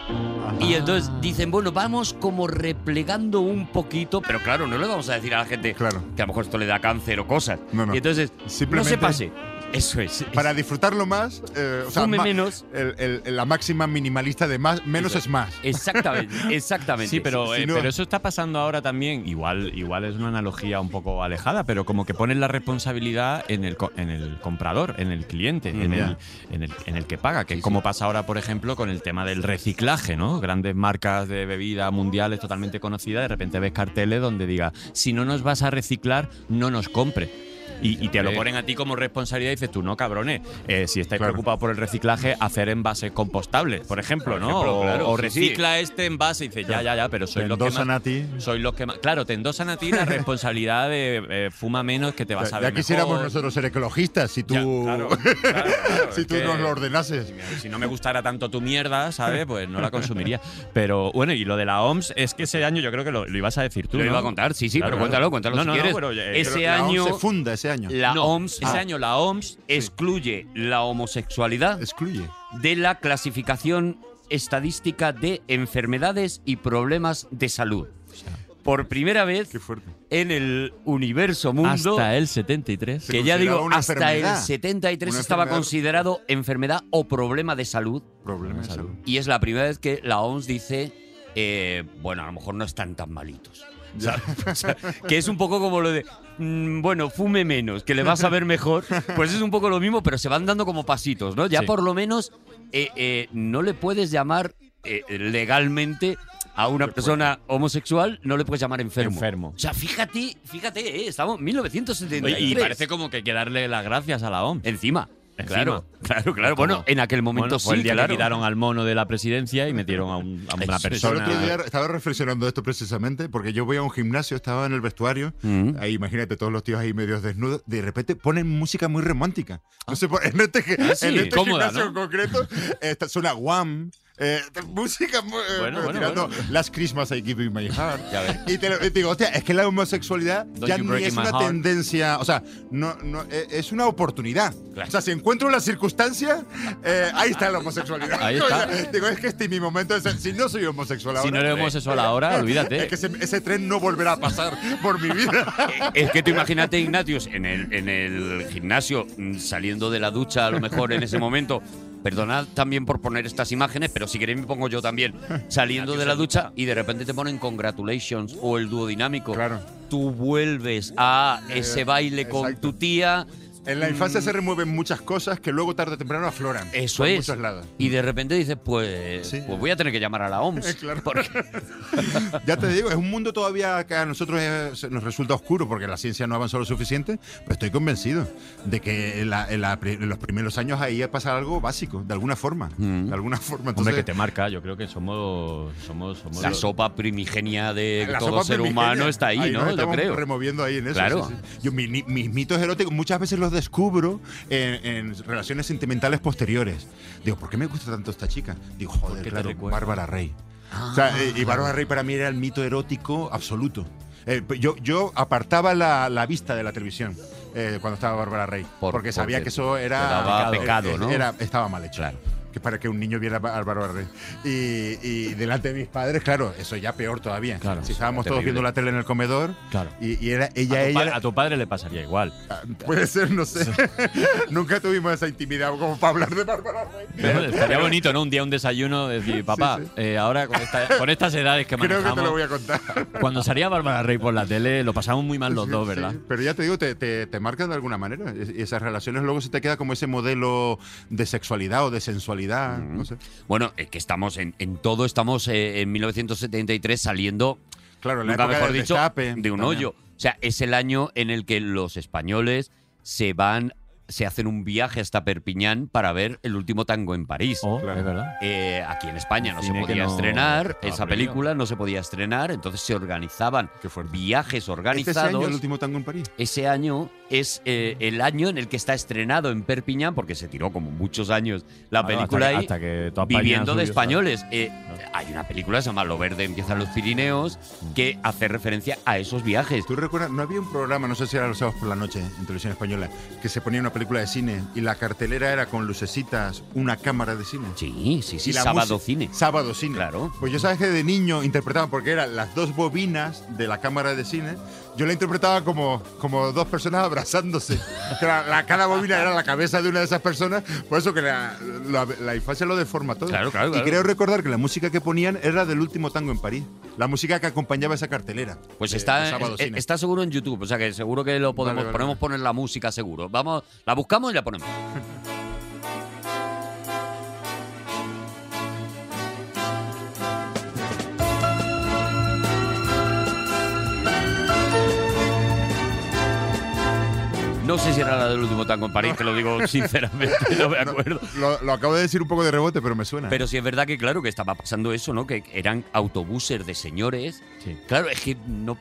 Y entonces dicen, bueno, vamos como replegando un poquito, pero claro, no le vamos a decir a la gente que a lo mejor esto le da cáncer o cosas. No, no. Y entonces, no Simplemente- se pase. Eso es. Para disfrutarlo más, eh, o sea, Fume ma- [laughs] menos. el- el- la máxima minimalista de más, menos es más. Exactamente, exactamente. Sí, pero, Si eh, no- pero eso está pasando ahora también. Igual, igual es una analogía un poco alejada, pero como que ponen la responsabilidad en el, co- en el comprador, en el cliente, Mm, en, ya. el, en, el, en el que paga. Que es como pasa ahora, por ejemplo, con el tema del reciclaje, ¿no? Grandes marcas de bebida mundiales totalmente conocidas, de repente ves carteles donde diga, si no nos vas a reciclar, no nos compre. Y, y te lo Sí. ponen a ti como responsabilidad y dices tú, no cabrones, eh, si estáis preocupados por el reciclaje, hacer envases compostables, por ejemplo, Por ¿no? ejemplo, o, claro, o sí, sí. recicla este envase y dices, ya, ya, ya, pero sois los que más- Endosan a ti. sois los que más. Claro, te endosan a [laughs] ti la responsabilidad de eh, fuma menos que te vas a Ya, ver. ya quisiéramos mejor. nosotros ser ecologistas si tú, [laughs] si es tú que- nos lo ordenases. Si no me gustara tanto tu mierda, ¿sabes? Pues no la consumiría. Pero bueno, y lo de la OMS es que ese año yo creo que lo, lo ibas a decir tú. Lo ¿no? iba a contar, sí, sí, Claro, pero claro. cuéntalo, cuéntalo No, si no, no, quieres. pero, eh, ese pero la año se funda ese año. la No, ah. OMS ese año la OMS excluye la homosexualidad Excluye. de la clasificación estadística de enfermedades y problemas de salud. Por primera vez Qué fuerte. en el universo mundo, hasta el 73. Se que ya digo, consideraba una hasta enfermedad. el 73 Una estaba enfermedad. considerado enfermedad o problema de salud, Problema de salud. y es la primera vez que la OMS dice, eh, bueno, a lo mejor no están tan malitos. ¿sabes? [laughs] O sea, que es un poco como lo de, mm, bueno, fume menos, que le vas a [laughs] ver mejor. Pues es un poco lo mismo, pero se van dando como pasitos, ¿no? Ya Sí. por lo menos eh, eh, no le puedes llamar eh, legalmente a una persona homosexual, no le puedes llamar enfermo. Enfermo. O sea, fíjate, fíjate, eh, estamos en Oye, 1973. y parece como que hay que darle las gracias a la OMS. Encima. Encima. Claro, claro, claro. Bueno, Como- en aquel momento Bueno, fue sí, el día claro. que quitaron al mono de la presidencia y metieron a, un- a una Eso es. Yo el persona. otro día estaba reflexionando esto precisamente, porque yo voy a un gimnasio, estaba en el vestuario, Mm. ahí imagínate todos los tíos ahí medios desnudos, de repente ponen música muy romántica. No sé, por- en este, gi- Ah, sí, en este cómoda, gimnasio ¿no? en concreto, esta suena Wham. eh, de música muy- eh, Bueno, pero bueno, tirando bueno. Las Christmas I Give You My Heart. Ya ves. Y te, lo- y te digo, hostia, es que la homosexualidad ya you ni break es my una heart. tendencia, o sea, no, no, eh, es una oportunidad. O sea, si encuentro la circunstancia, eh, ahí está la homosexualidad. Ahí [laughs] está. Digo, es que este es mi momento de ser- si no soy homosexual ahora. eh, Si no eres homosexual ahora, Es olvídate. que ese, ese tren no volverá a pasar por mi vida. Es que tú imagínate, Ignatius, en el, en el gimnasio, mm, saliendo de la ducha a lo mejor en ese momento. Perdonad también por poner estas imágenes, pero si queréis me pongo yo también. Saliendo de la ducha y de repente te ponen congratulations o el duodinámico. Claro. Tú vuelves a ese baile con exacto. tu tía. En la infancia se remueven muchas cosas que luego tarde o temprano afloran. Eso por es. muchos lados. Y de repente dices, pues, Sí. pues voy a tener que llamar a la [laughs] OMS. Claro. porque- Ya te digo, es un mundo todavía que a nosotros eh, se- nos resulta oscuro porque la ciencia no ha avanzado lo suficiente, pero estoy convencido de que en, la- en la pri- en los primeros años ahí pasa algo básico, de alguna forma. De alguna forma. Mm. Hombre, que Entonces, te marca, yo creo que somos. somos, somos la los- sopa primigenia de la todo sopa ser primigenia, humano está ahí, nos ¿no? Yo estamos creo. removiendo ahí en eso. Claro. sí, sí. Yo, mi- ni- mis mitos eróticos muchas veces los descubro en, en relaciones sentimentales posteriores. Digo, ¿por qué me gusta tanto esta chica? Digo, joder, te claro, recuerda. Bárbara Rey. Ah, O sea, eh, y Bárbara Rey para mí era el mito erótico absoluto. Eh, yo, yo apartaba la, la vista de la televisión eh, cuando estaba Bárbara Rey, Por- porque sabía porque que eso era te daba pecado, eh, ¿no? era- estaba mal hecho. Que para que un niño viera a Bárbara Rey. Y, y delante de mis padres, claro, eso ya peor todavía. Claro, si estábamos terrible. todos viendo la tele en el comedor Claro. y, y era a, ella, tu pa- ella. a tu padre le pasaría igual. Puede ser, no sé. [laughs] Nunca tuvimos esa intimidad como para hablar de Bárbara Rey. Pero Estaría bonito, ¿no? Un día un desayuno, decir, papá, Sí, sí. eh, ahora con, esta- con estas edades [laughs] que Creo que te lo manejamos. voy a contar. Cuando salía Bárbara Rey por la tele, lo pasamos muy mal los Sí, dos, sí. ¿verdad? Pero ya te digo, te, te, te marcan de alguna manera. Es- Y esas relaciones luego se te queda como ese modelo de sexualidad o de sensualidad. No sé. Bueno, es que estamos en, en todo, estamos eh, en 1973 saliendo, Claro, la nunca época mejor del dicho, destape de un también. hoyo. O sea, es el año en el que los españoles se van, se hacen un viaje hasta Perpiñán para ver el último tango en París. Oh, es verdad. Eh, aquí en España Un no se cine que podía no- estrenar, que estaba esa prohibido. película no se podía estrenar, entonces se organizaban Qué fuerte. viajes ¿Este es el año, organizados. el último tango en París? Ese año es eh, el año en el que está estrenado en Perpiñán, porque se tiró como muchos años la Claro, película Ah, hasta que- ahí, hasta que toda España viviendo de subió, españoles. Eh, Hay una película que se llama Lo Verde empiezan los Pirineos, que hace referencia a esos viajes. ¿Tú recuerdas? No había un programa, no sé si era los sábados por la noche en televisión española, que se ponía una película de cine y la cartelera era con lucecitas, una cámara de cine. Sí, sí, sí, Y la sábado música- cine. Sábado cine. Claro. Pues yo sabes que de niño interpretaba, porque eran las dos bobinas de la cámara de cine, yo la interpretaba como, como dos personas abrazándose. Que la, la- cada bobina era la cabeza de una de esas personas, por eso que la, la- la infancia lo deforma todo. Claro, claro, Y claro. creo recordar que la música que ponían era del último tango en París, la música que acompañaba esa cartelera. Pues de- de está, sábado es- cine. está seguro en YouTube, o sea que seguro que lo podemos, Vale, vale, podemos vale. poner la música seguro. Vamos, la buscamos y la ponemos. No sé si era la del último tango en París, te [laughs] lo digo sinceramente, no me acuerdo. Lo, lo acabo de decir un poco de rebote, pero me Ah. suena. Pero sí es verdad que, claro, que estaba pasando eso, ¿no? Que eran autobuses de señores. Sí. Claro, es que no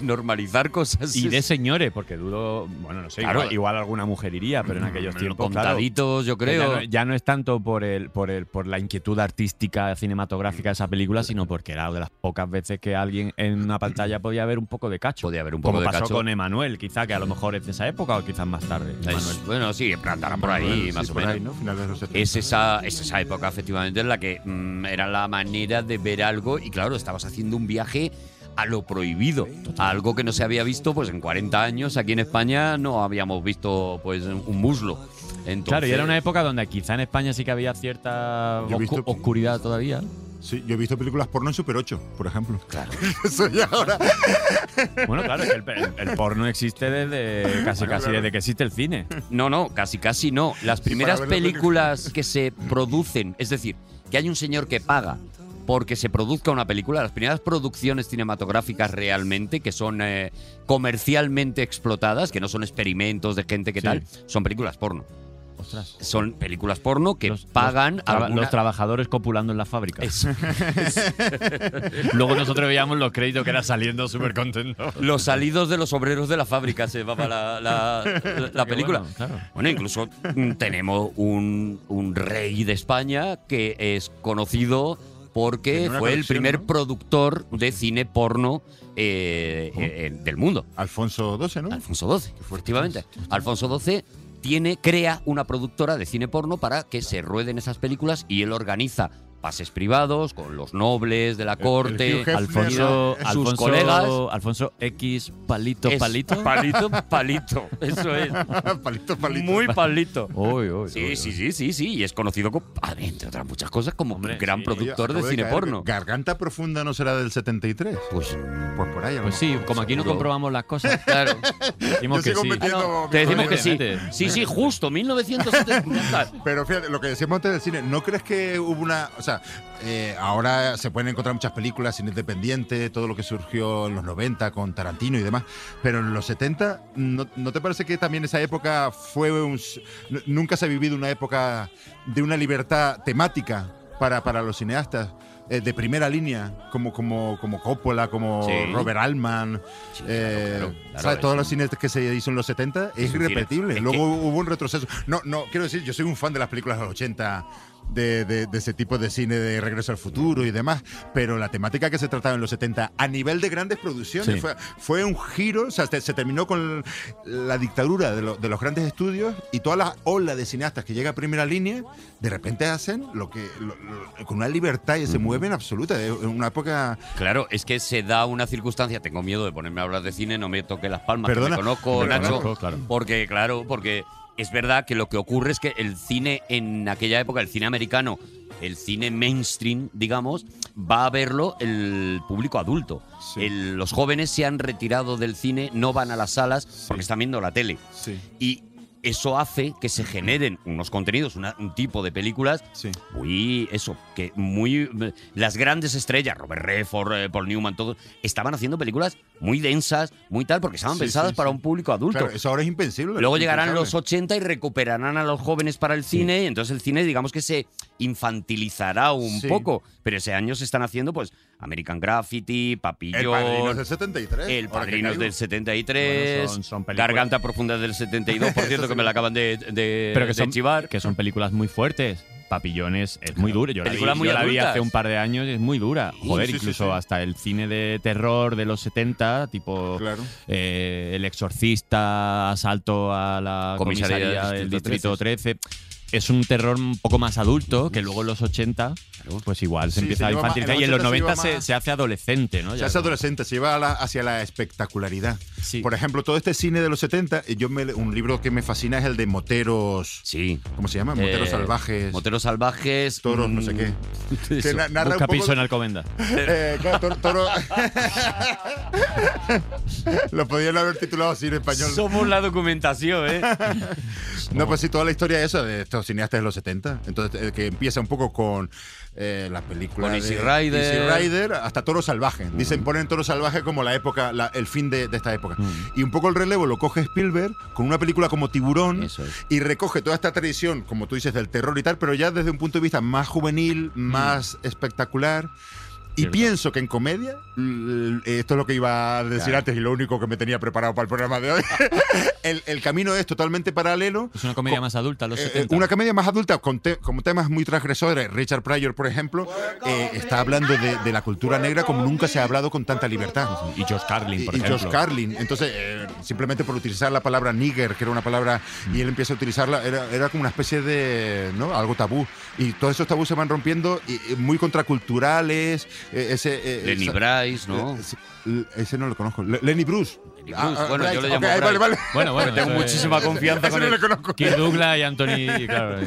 normalizar cosas. Y es- de señores, porque dudo, bueno, no sé, Claro. igual, igual alguna mujer iría, pero en aquellos Mm, tiempos, claro, contaditos, yo que Ya creo. no, ya no es tanto por el, por el, por la inquietud artística cinematográfica de esa película, sino porque era de las pocas veces que alguien en una pantalla podía ver un poco de cacho. Podía haber un poco Como de pasó cacho. con Emanuel, quizá, que a lo mejor es de esa época o quizás más tarde. Es- Emanuel. bueno, sí, andarán por ahí, Bueno, sí, más o por menos. ahí, ¿no? Finales de los 70. Es esa, es esa época, efectivamente, en la que mm, era la manera de ver algo y, claro, estabas haciendo un viaje a lo prohibido, a algo que no se había visto, pues en 40 años aquí en España no habíamos visto pues un muslo. Entonces, Claro, y era una época donde quizá en España sí que había cierta Yo he oscu- visto- oscuridad todavía. Sí, yo he visto películas porno en Super 8, por ejemplo. [laughs] Claro. Eso ya ahora. Bueno, claro, es que el, pe- el porno existe desde casi Bueno, casi claro. desde que existe el cine. No, no, casi casi no. Las primeras para ver la películas que se producen, es decir, que hay un señor que paga porque se produzca una película, las primeras producciones cinematográficas realmente, que son eh, comercialmente explotadas, que no son experimentos de gente que Sí. tal, son películas porno. Ostras. Son películas porno que Los- los pagan traba- alguna- [laughs] los trabajadores copulando en la fábrica. [laughs] Eso. Luego nosotros veíamos los créditos que era saliendo súper contento. Los salidos de los obreros de la fábrica se va para la, la- la- [laughs] la película. Bueno, claro. [laughs] Bueno, incluso mm, tenemos un, un rey de España que es conocido porque Tenía una fue el conexión, primer ¿no? productor de cine porno eh, eh, eh, del mundo. Alfonso XII, ¿no? Alfonso XII, Oh. Qué fuerte. efectivamente. Alfonso XII tiene, crea una productora de cine porno para que se rueden esas películas y él organiza pases privados con los nobles de la corte. Hugh Hefner, Alfonso, Sus Alfonso, colegas. Alfonso X palito Es- palito. Palito, palito. [laughs] Eso es. [laughs] palito, palito. Muy palito. Uy, uy, Sí, uy, sí, uy. sí, sí, sí. Y es conocido, como, a ver, entre otras muchas cosas, como Hombre, gran sí. productor Oye, de acabo cine caer. porno. Garganta profunda no será del 73. Pues Pues por ahí, a lo Pues mejor. sí, como aquí no Seguro. comprobamos las [laughs] cosas, claro. decimos Yo que sigo sí. Ah, metiendo- Te decimos Mete, que sí. mete. Sí, sí, justo, 1970. Pero fíjate, lo que decíamos antes del cine, ¿no crees que hubo una. O sea, eh, ahora se pueden encontrar muchas películas, cine independiente, todo lo que surgió en los 90 con Tarantino y demás, pero en los 70, ¿no, no te parece que también esa época fue un. s- n- Nunca se ha vivido una época de una libertad temática para, para los cineastas? eh, de primera línea, como, como, como Coppola, como Sí. Robert Altman, Sí, eh, claro, claro, claro, ¿sabes? es Todos un- los cines que se hizo en los 70 es Es un cine. irrepetible. Es Luego que- hubo un retroceso. No, no, quiero decir, yo soy un fan de las películas de los 80, de, de- de ese tipo de cine de Regreso al Futuro y demás, pero la temática que se trataba en los 70 a nivel de grandes producciones Sí. fue, fue un giro, o sea, se, se terminó con la dictadura de, lo- de los grandes estudios y toda la ola de cineastas que llega a primera línea, de repente hacen lo que lo- lo- con una libertad Mm. y se mueven absoluta. Es una época... Claro, es que se da una circunstancia. Tengo miedo de ponerme a hablar de cine, no me toque las palmas. que Perdona, me conozco, me Nacho. conozco, claro. Porque, claro, porque es verdad que lo que ocurre es que el cine en aquella época, el cine americano, el cine mainstream, digamos, va a verlo el público adulto. El- los jóvenes se han retirado del cine, no van a las salas porque están viendo la tele. Sí, Y eso hace que se generen unos contenidos, una- un tipo de películas sí. muy eso, que muy las grandes estrellas, Robert Redford, eh, Paul Newman, todos estaban haciendo películas muy densas, muy tal, porque estaban Sí, pensadas sí, para sí. un público adulto. Claro, eso ahora es impensible. Luego llegarán los impensable. 80 y recuperarán a los jóvenes para el cine, y entonces el cine, digamos que se infantilizará un Sí. poco. Pero ese año se están haciendo, pues, American Graffiti, Papillón. El padrino es del 73. El ahora que Padrino es caigo. del 73, Bueno, son- son películas. Garganta Profunda es del 72, por cierto, que me la acaban de, de- Pero que de son, chivar. que son películas muy fuertes. Papillones es muy duro. Yo, la vi, Películas muy yo la vi adultas. hace un par de años y es muy dura. Sí, Joder, sí, sí, incluso sí. hasta el cine de terror de los 70, tipo Claro. eh, El Exorcista, Asalto a la Comisaría Comisaría, del del Distrito Distrito 13. Es un terror un poco más adulto que luego en los 80, pues igual se Sí, empieza se a lleva más- en infantilizar los y en los 80 se lleva 90 se, más- se hace adolescente, ¿no? Se Ya hace como- adolescente, se lleva a la- hacia la espectacularidad. Sí. Por ejemplo, todo este cine de los 70, y yo me, un libro que me fascina es el de Moteros. Sí. ¿Cómo se llama? Moteros Eh, Salvajes. Moteros salvajes. toros, no sé qué. mm, Que eso. na- narra un Busca poco- piso en Alcobenda. [laughs] Eh, claro, tor- toro- [laughs] Lo podían haber titulado así en español. Somos la documentación, ¿eh? No, pues sí, toda la historia esa de estos cineastas de los 70. Entonces, eh, que empieza un poco con eh, la película. Con de Easy Rider. Mm. Easy Rider hasta Toro Salvaje. Dicen, ponen Toro Salvaje como la época, la- el fin de, de esta época. Mm. Y un poco el relevo lo coge Spielberg con una película como Tiburón Eso es. y recoge toda esta tradición, como tú dices, del terror y tal, pero ya desde un punto de vista más juvenil, Mm. más espectacular. Y Cierto. pienso que en comedia, l- esto es lo que iba a decir Claro. antes y lo único que me tenía preparado para el programa de hoy, [laughs] el, el camino es totalmente paralelo. Es una comedia más adulta, los Eh, eh, 70. una comedia más adulta, con, te- como temas muy transgresores. Richard Pryor, por ejemplo, eh, está hablando de, de la cultura negra como nunca se ha hablado con tanta libertad. y George Carlin, por Y- y ejemplo. Josh Carlin. Entonces, eh, simplemente por utilizar la palabra nigger, que era una palabra, y él empieza a utilizarla, era, era como una especie de, ¿no? Algo tabú. Y todos esos tabús se van rompiendo, y, y muy contraculturales. eh, ese, eh, Lenny esa- Bryce, ¿no? eh, ese- l- Ese no lo conozco. Le- Lenny Bruce. Lenny Bruce, bueno, yo lo ah, ok, llamo ahí, Bryce. vale, vale. [laughs] Bueno, bueno, Tengo eso es- muchísima confianza ese con no él. le conozco. Kirk Douglas [laughs] y Anthony, claro. eh,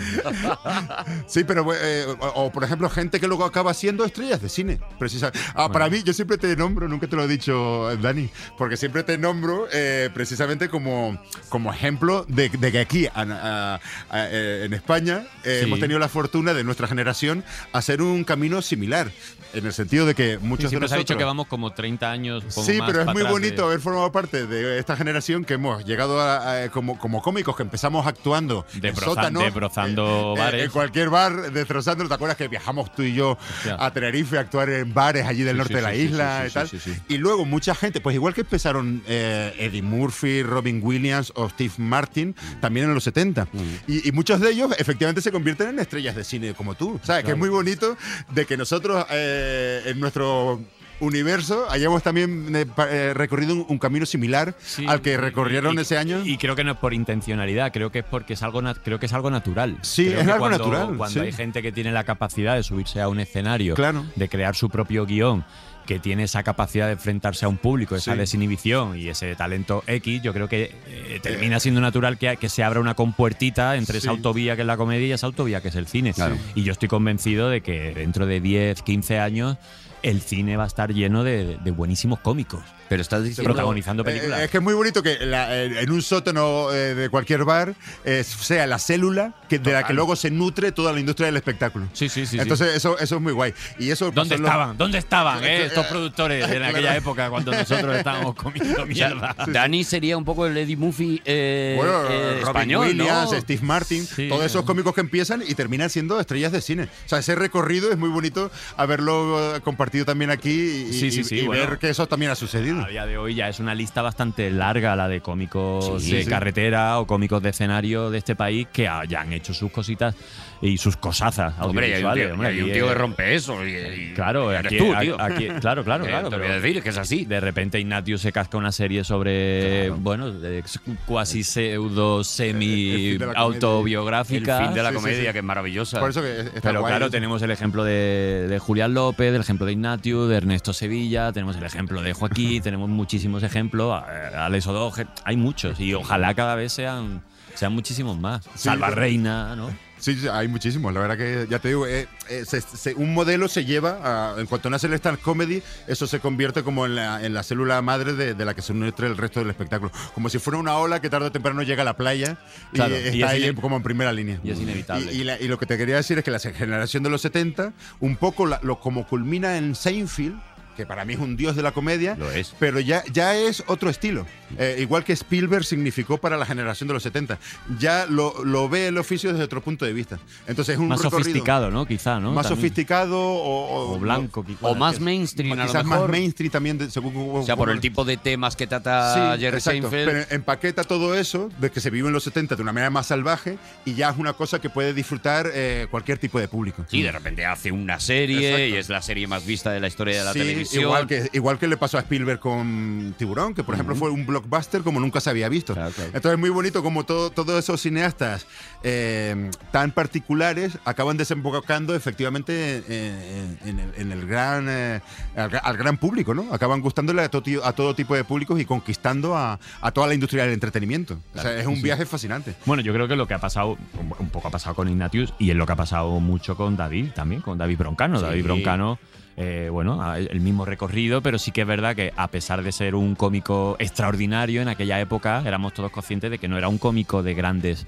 Sí, pero eh, o, o, por ejemplo gente que luego acaba siendo estrellas de cine. Precisa. Ah, Para mí yo siempre te nombro, nunca te lo he dicho Dani, porque siempre te nombro eh, precisamente como, como ejemplo de, de que aquí a- a- a- eh, en España eh, Sí. hemos tenido la fortuna de nuestra generación hacer un camino similar en el sentido de que muchos de Siempre se ha nosotros dicho que vamos como 30 años. un poco Sí, más pero es para muy atrás de- bonito eh, haber formado parte de esta generación que hemos llegado a, a- como, como cómicos, que empezamos actuando en Desbroza- sótanos, desbrozando eh, eh, bares. En cualquier bar, destrozando. ¿Te acuerdas que viajamos tú y yo Hostia. a Tenerife a actuar en bares allí del Sí, norte sí, de la sí, isla sí, sí, y sí, tal? sí, sí. Y luego mucha gente, pues igual que empezaron eh, Eddie Murphy, Robin Williams o Steve Martin, Mm. también en los 70. Y, y muchos de ellos efectivamente se convierten en estrellas de cine como tú. O sea, que es muy bonito de que nosotros eh, en nuestro universo hayamos también eh, pa- eh, recorrido un, un camino similar Sí, al que y- recorrieron y- ese año. Y creo que no es por intencionalidad, creo que es porque es algo, nat- creo que es algo natural. Sí, Creo es que algo cuando- natural, Cuando sí. hay gente que tiene la capacidad de subirse a un escenario, Claro. de crear su propio guión, que tiene esa capacidad de enfrentarse a un público, esa Sí. desinhibición y ese talento X, yo creo que eh, termina siendo natural que, que se abra una compuertita entre Sí. esa autovía que es la comedia y esa autovía que es el cine. Y yo estoy convencido de que dentro de 10, 15 años el cine va a estar lleno de, de buenísimos cómicos. Pero estás diciendo. protagonizando Eh, películas. es que es muy bonito que la- eh, en un sótano eh, de cualquier bar eh, sea la célula que, de la que luego se nutre toda la industria del espectáculo. Sí, sí, sí. sí. Entonces pues, eso, eso es muy guay. Y eso ¿Dónde pasó en los- estaban? ¿Dónde estaban eh, Claro, estos claro. productores en [laughs] Claro. aquella época cuando nosotros estábamos [laughs] comiendo mierda? Dani sería un poco el Eddie Murphy eh, Bueno, eh, Robin español, Williams, ¿no? Steve Martin, Sí. todos esos cómicos que empiezan y terminan siendo estrellas de cine. O sea, ese recorrido es muy bonito haberlo eh, compartido también aquí y, Sí, sí, sí, y- y bueno. ver que eso también ha sucedido. A día de hoy ya es una lista bastante larga la de cómicos Sí, de sí. carretera o cómicos de escenario de este país que ah, ya han hecho sus cositas y sus cosazas Hombre, y hay un tío, audiovisuales. hombre, y hay un aquí, tío que eh, rompe eso. y- y- Claro, eres aquí, tú, tío. aquí- [laughs] claro, claro, Que claro. Te voy pero- a decir que es así. De repente Ignatio se casca una serie sobre, bueno, de ex- cuasi pseudo fin semi de la comedia. El autobiográfica. fin de la Sí, sí, comedia, sí. que es maravillosa. Por eso que está Ah, Pero guay. claro, tenemos el ejemplo de, de Julián López, el ejemplo de Ignatio, de Ernesto Sevilla, tenemos el ejemplo [laughs] de Joaquín, tenemos muchísimos ejemplos, eh, Alex Odoge, hay muchos y ojalá cada vez sean, sean muchísimos más. Sí, Salva pero- Reina, ¿no? Sí, sí, hay muchísimos. La verdad que, ya te digo, eh, eh, se- se- un modelo se lleva, a- en cuanto nace el stand comedy, eso se convierte como en la, en la célula madre de, de la que se nutre el resto del espectáculo. Como si fuera una ola que tarde o temprano llega a la playa y Claro, está y es ahí ine- como en primera línea. y es inevitable. Y, y la- y lo que te quería decir es que la generación de los 70, un poco la- lo como culmina en Seinfeld, que para mí es un dios de la comedia, pero ya, ya es otro estilo. Eh, igual que Spielberg significó para la generación de los 70. Ya lo, lo ve el oficio desde otro punto de vista. Entonces es un Más recorrido sofisticado, ¿no? Quizá, ¿no? Más También. sofisticado o, O blanco, quizá. O más mainstream, a lo Quizás más mejor. mainstream también, de- según O sea, por el tipo de temas que trata Sí, Jerry exacto. Seinfeld. Pero empaqueta todo eso de que se vive en los 70 de una manera más salvaje y ya es una cosa que puede disfrutar eh, cualquier tipo de público. Sí, de repente hace una serie Exacto. y es la serie más vista de la historia de la Sí, televisión. Igual que, igual que le pasó a Spielberg con Tiburón, que por ejemplo fue un blockbuster como nunca se había visto. Entonces, muy bonito como todo- todos esos cineastas eh, tan particulares acaban desembocando efectivamente eh, en, el, en el gran, eh, al, gra- al gran público, ¿no? Acaban gustándole a todo, ti- a todo tipo de públicos y conquistando a, a toda la industria del entretenimiento. o sea, es un sí. viaje fascinante. Bueno, yo creo que lo que ha pasado, un- un poco ha pasado con Ignatius y es lo que ha pasado mucho con David también, con David Broncano. Sí. David Broncano, eh, bueno, ha- el mismo recorrido, pero sí que es verdad que a pesar de ser un cómico extraordinario en aquella época, éramos todos conscientes de que no era un cómico de grandes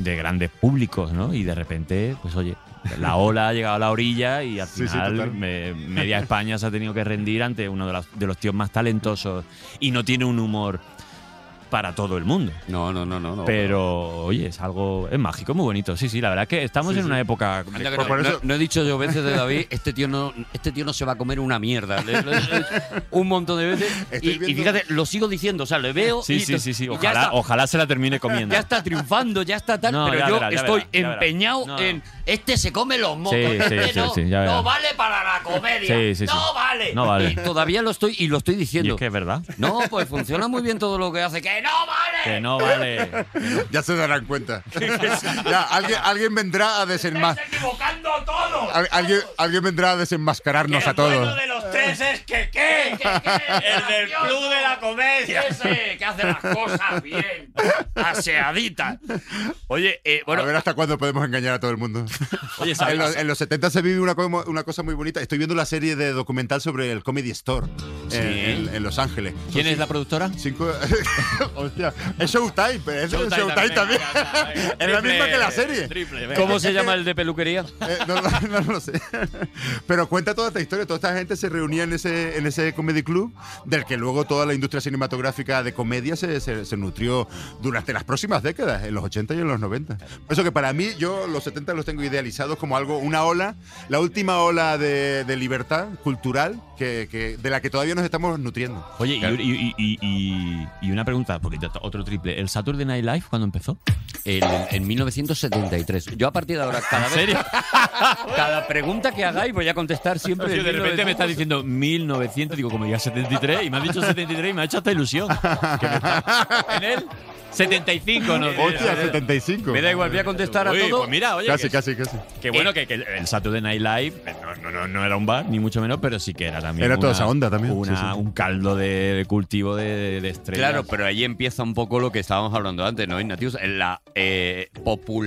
de grandes públicos, ¿no? Y de repente, pues oye, la ola ha llegado a la orilla y al Sí, sí, final total. me- media España se ha tenido que rendir ante uno de, las- de los tíos más talentosos y no tiene un humor para todo el mundo. No, no, no, no. no. Pero, oye, es algo. Es mágico, muy bonito. Sí, sí, la verdad es que estamos en una época. Anda que Por- no, por no- eso- no he dicho yo veces de David, este tío no, este tío no se va a comer una mierda. Le- le- le- un montón de veces. Estoy Y, y viendo- fíjate, lo sigo diciendo, o sea, le veo. Sí, y sí, to- sí, sí. y ya Ojalá, está. ojalá se la termine comiendo. [laughs] Ya está triunfando, ya está tal, No, pero ya yo verás, ya estoy verás, ya verás. empeñado No. en este se come los mocos, Sí, sí, este sí, no, sí, ya verás. no vale para la comedia, Sí, sí, sí. no vale. No vale. Y todavía lo estoy y lo estoy Y diciendo. es que [laughs] es verdad. No, pues funciona muy bien todo lo que hace, que no vale. Que no vale. Ya se darán [laughs] cuenta. Ya, alguien, alguien vendrá a desenmascarar. equivocando todo! Alguien, alguien vendrá a desenmascararnos a todos. de los tres es que qué. El del club de la comedia. Ese que hace las cosas bien, aseadita. Oye, eh, bueno, a ver hasta cuándo podemos engañar a todo el mundo. Oye, en, los, ¿sabes? en los 70 se vive una, co- una cosa muy bonita. Estoy viendo la serie de documental sobre el Comedy Store eh, en, en- en Los Ángeles. Son ¿Quién es la productora? Cinco... [laughs] Hostia, es Showtime, pero es Showtime, también. [laughs] es la misma que la serie. ¿cómo se llama el de peluquería? Eh, no, [laughs] lo- no lo sé. Pero cuenta toda esta historia. Toda esta gente se reunía en ese, en ese comedy club, del que luego toda la industria cinematográfica de comedia se, se- se nutrió durante las próximas décadas, en los 80 y en los 90. Por eso que para mí, yo los 70 los tengo idealizados como algo, una ola, la última ola de, de libertad cultural que, que- de la que todavía nos estamos nutriendo. Oye, y- y, y- y- y una pregunta, porque t- otro triple. ¿El Saturday Night Live cuándo empezó? El- en 1973. Yo a partir de ahora, cada vez- cada pregunta que hagáis voy a contestar siempre. Tío, del de repente 1900. me está diciendo 1900, digo, como diga 73, y me ha dicho 73 y me ha hecho hasta ilusión. Que [laughs] me está- En él, 75, ¿no? Hostia, 75. Me da igual, voy a contestar a Uy, todo. pues mira, oye, Casi, que- casi, casi. Que bueno, que, que el Saturday Night Live eh, no, no- no- no era un bar, ni mucho menos, pero sí que era también. Era toda una- esa onda también, sí, una- sí. Un caldo de, de cultivo de, de- de estrellas. Claro, pero ahí empieza un poco lo que estábamos hablando antes, ¿no, Ignatius? En la eh,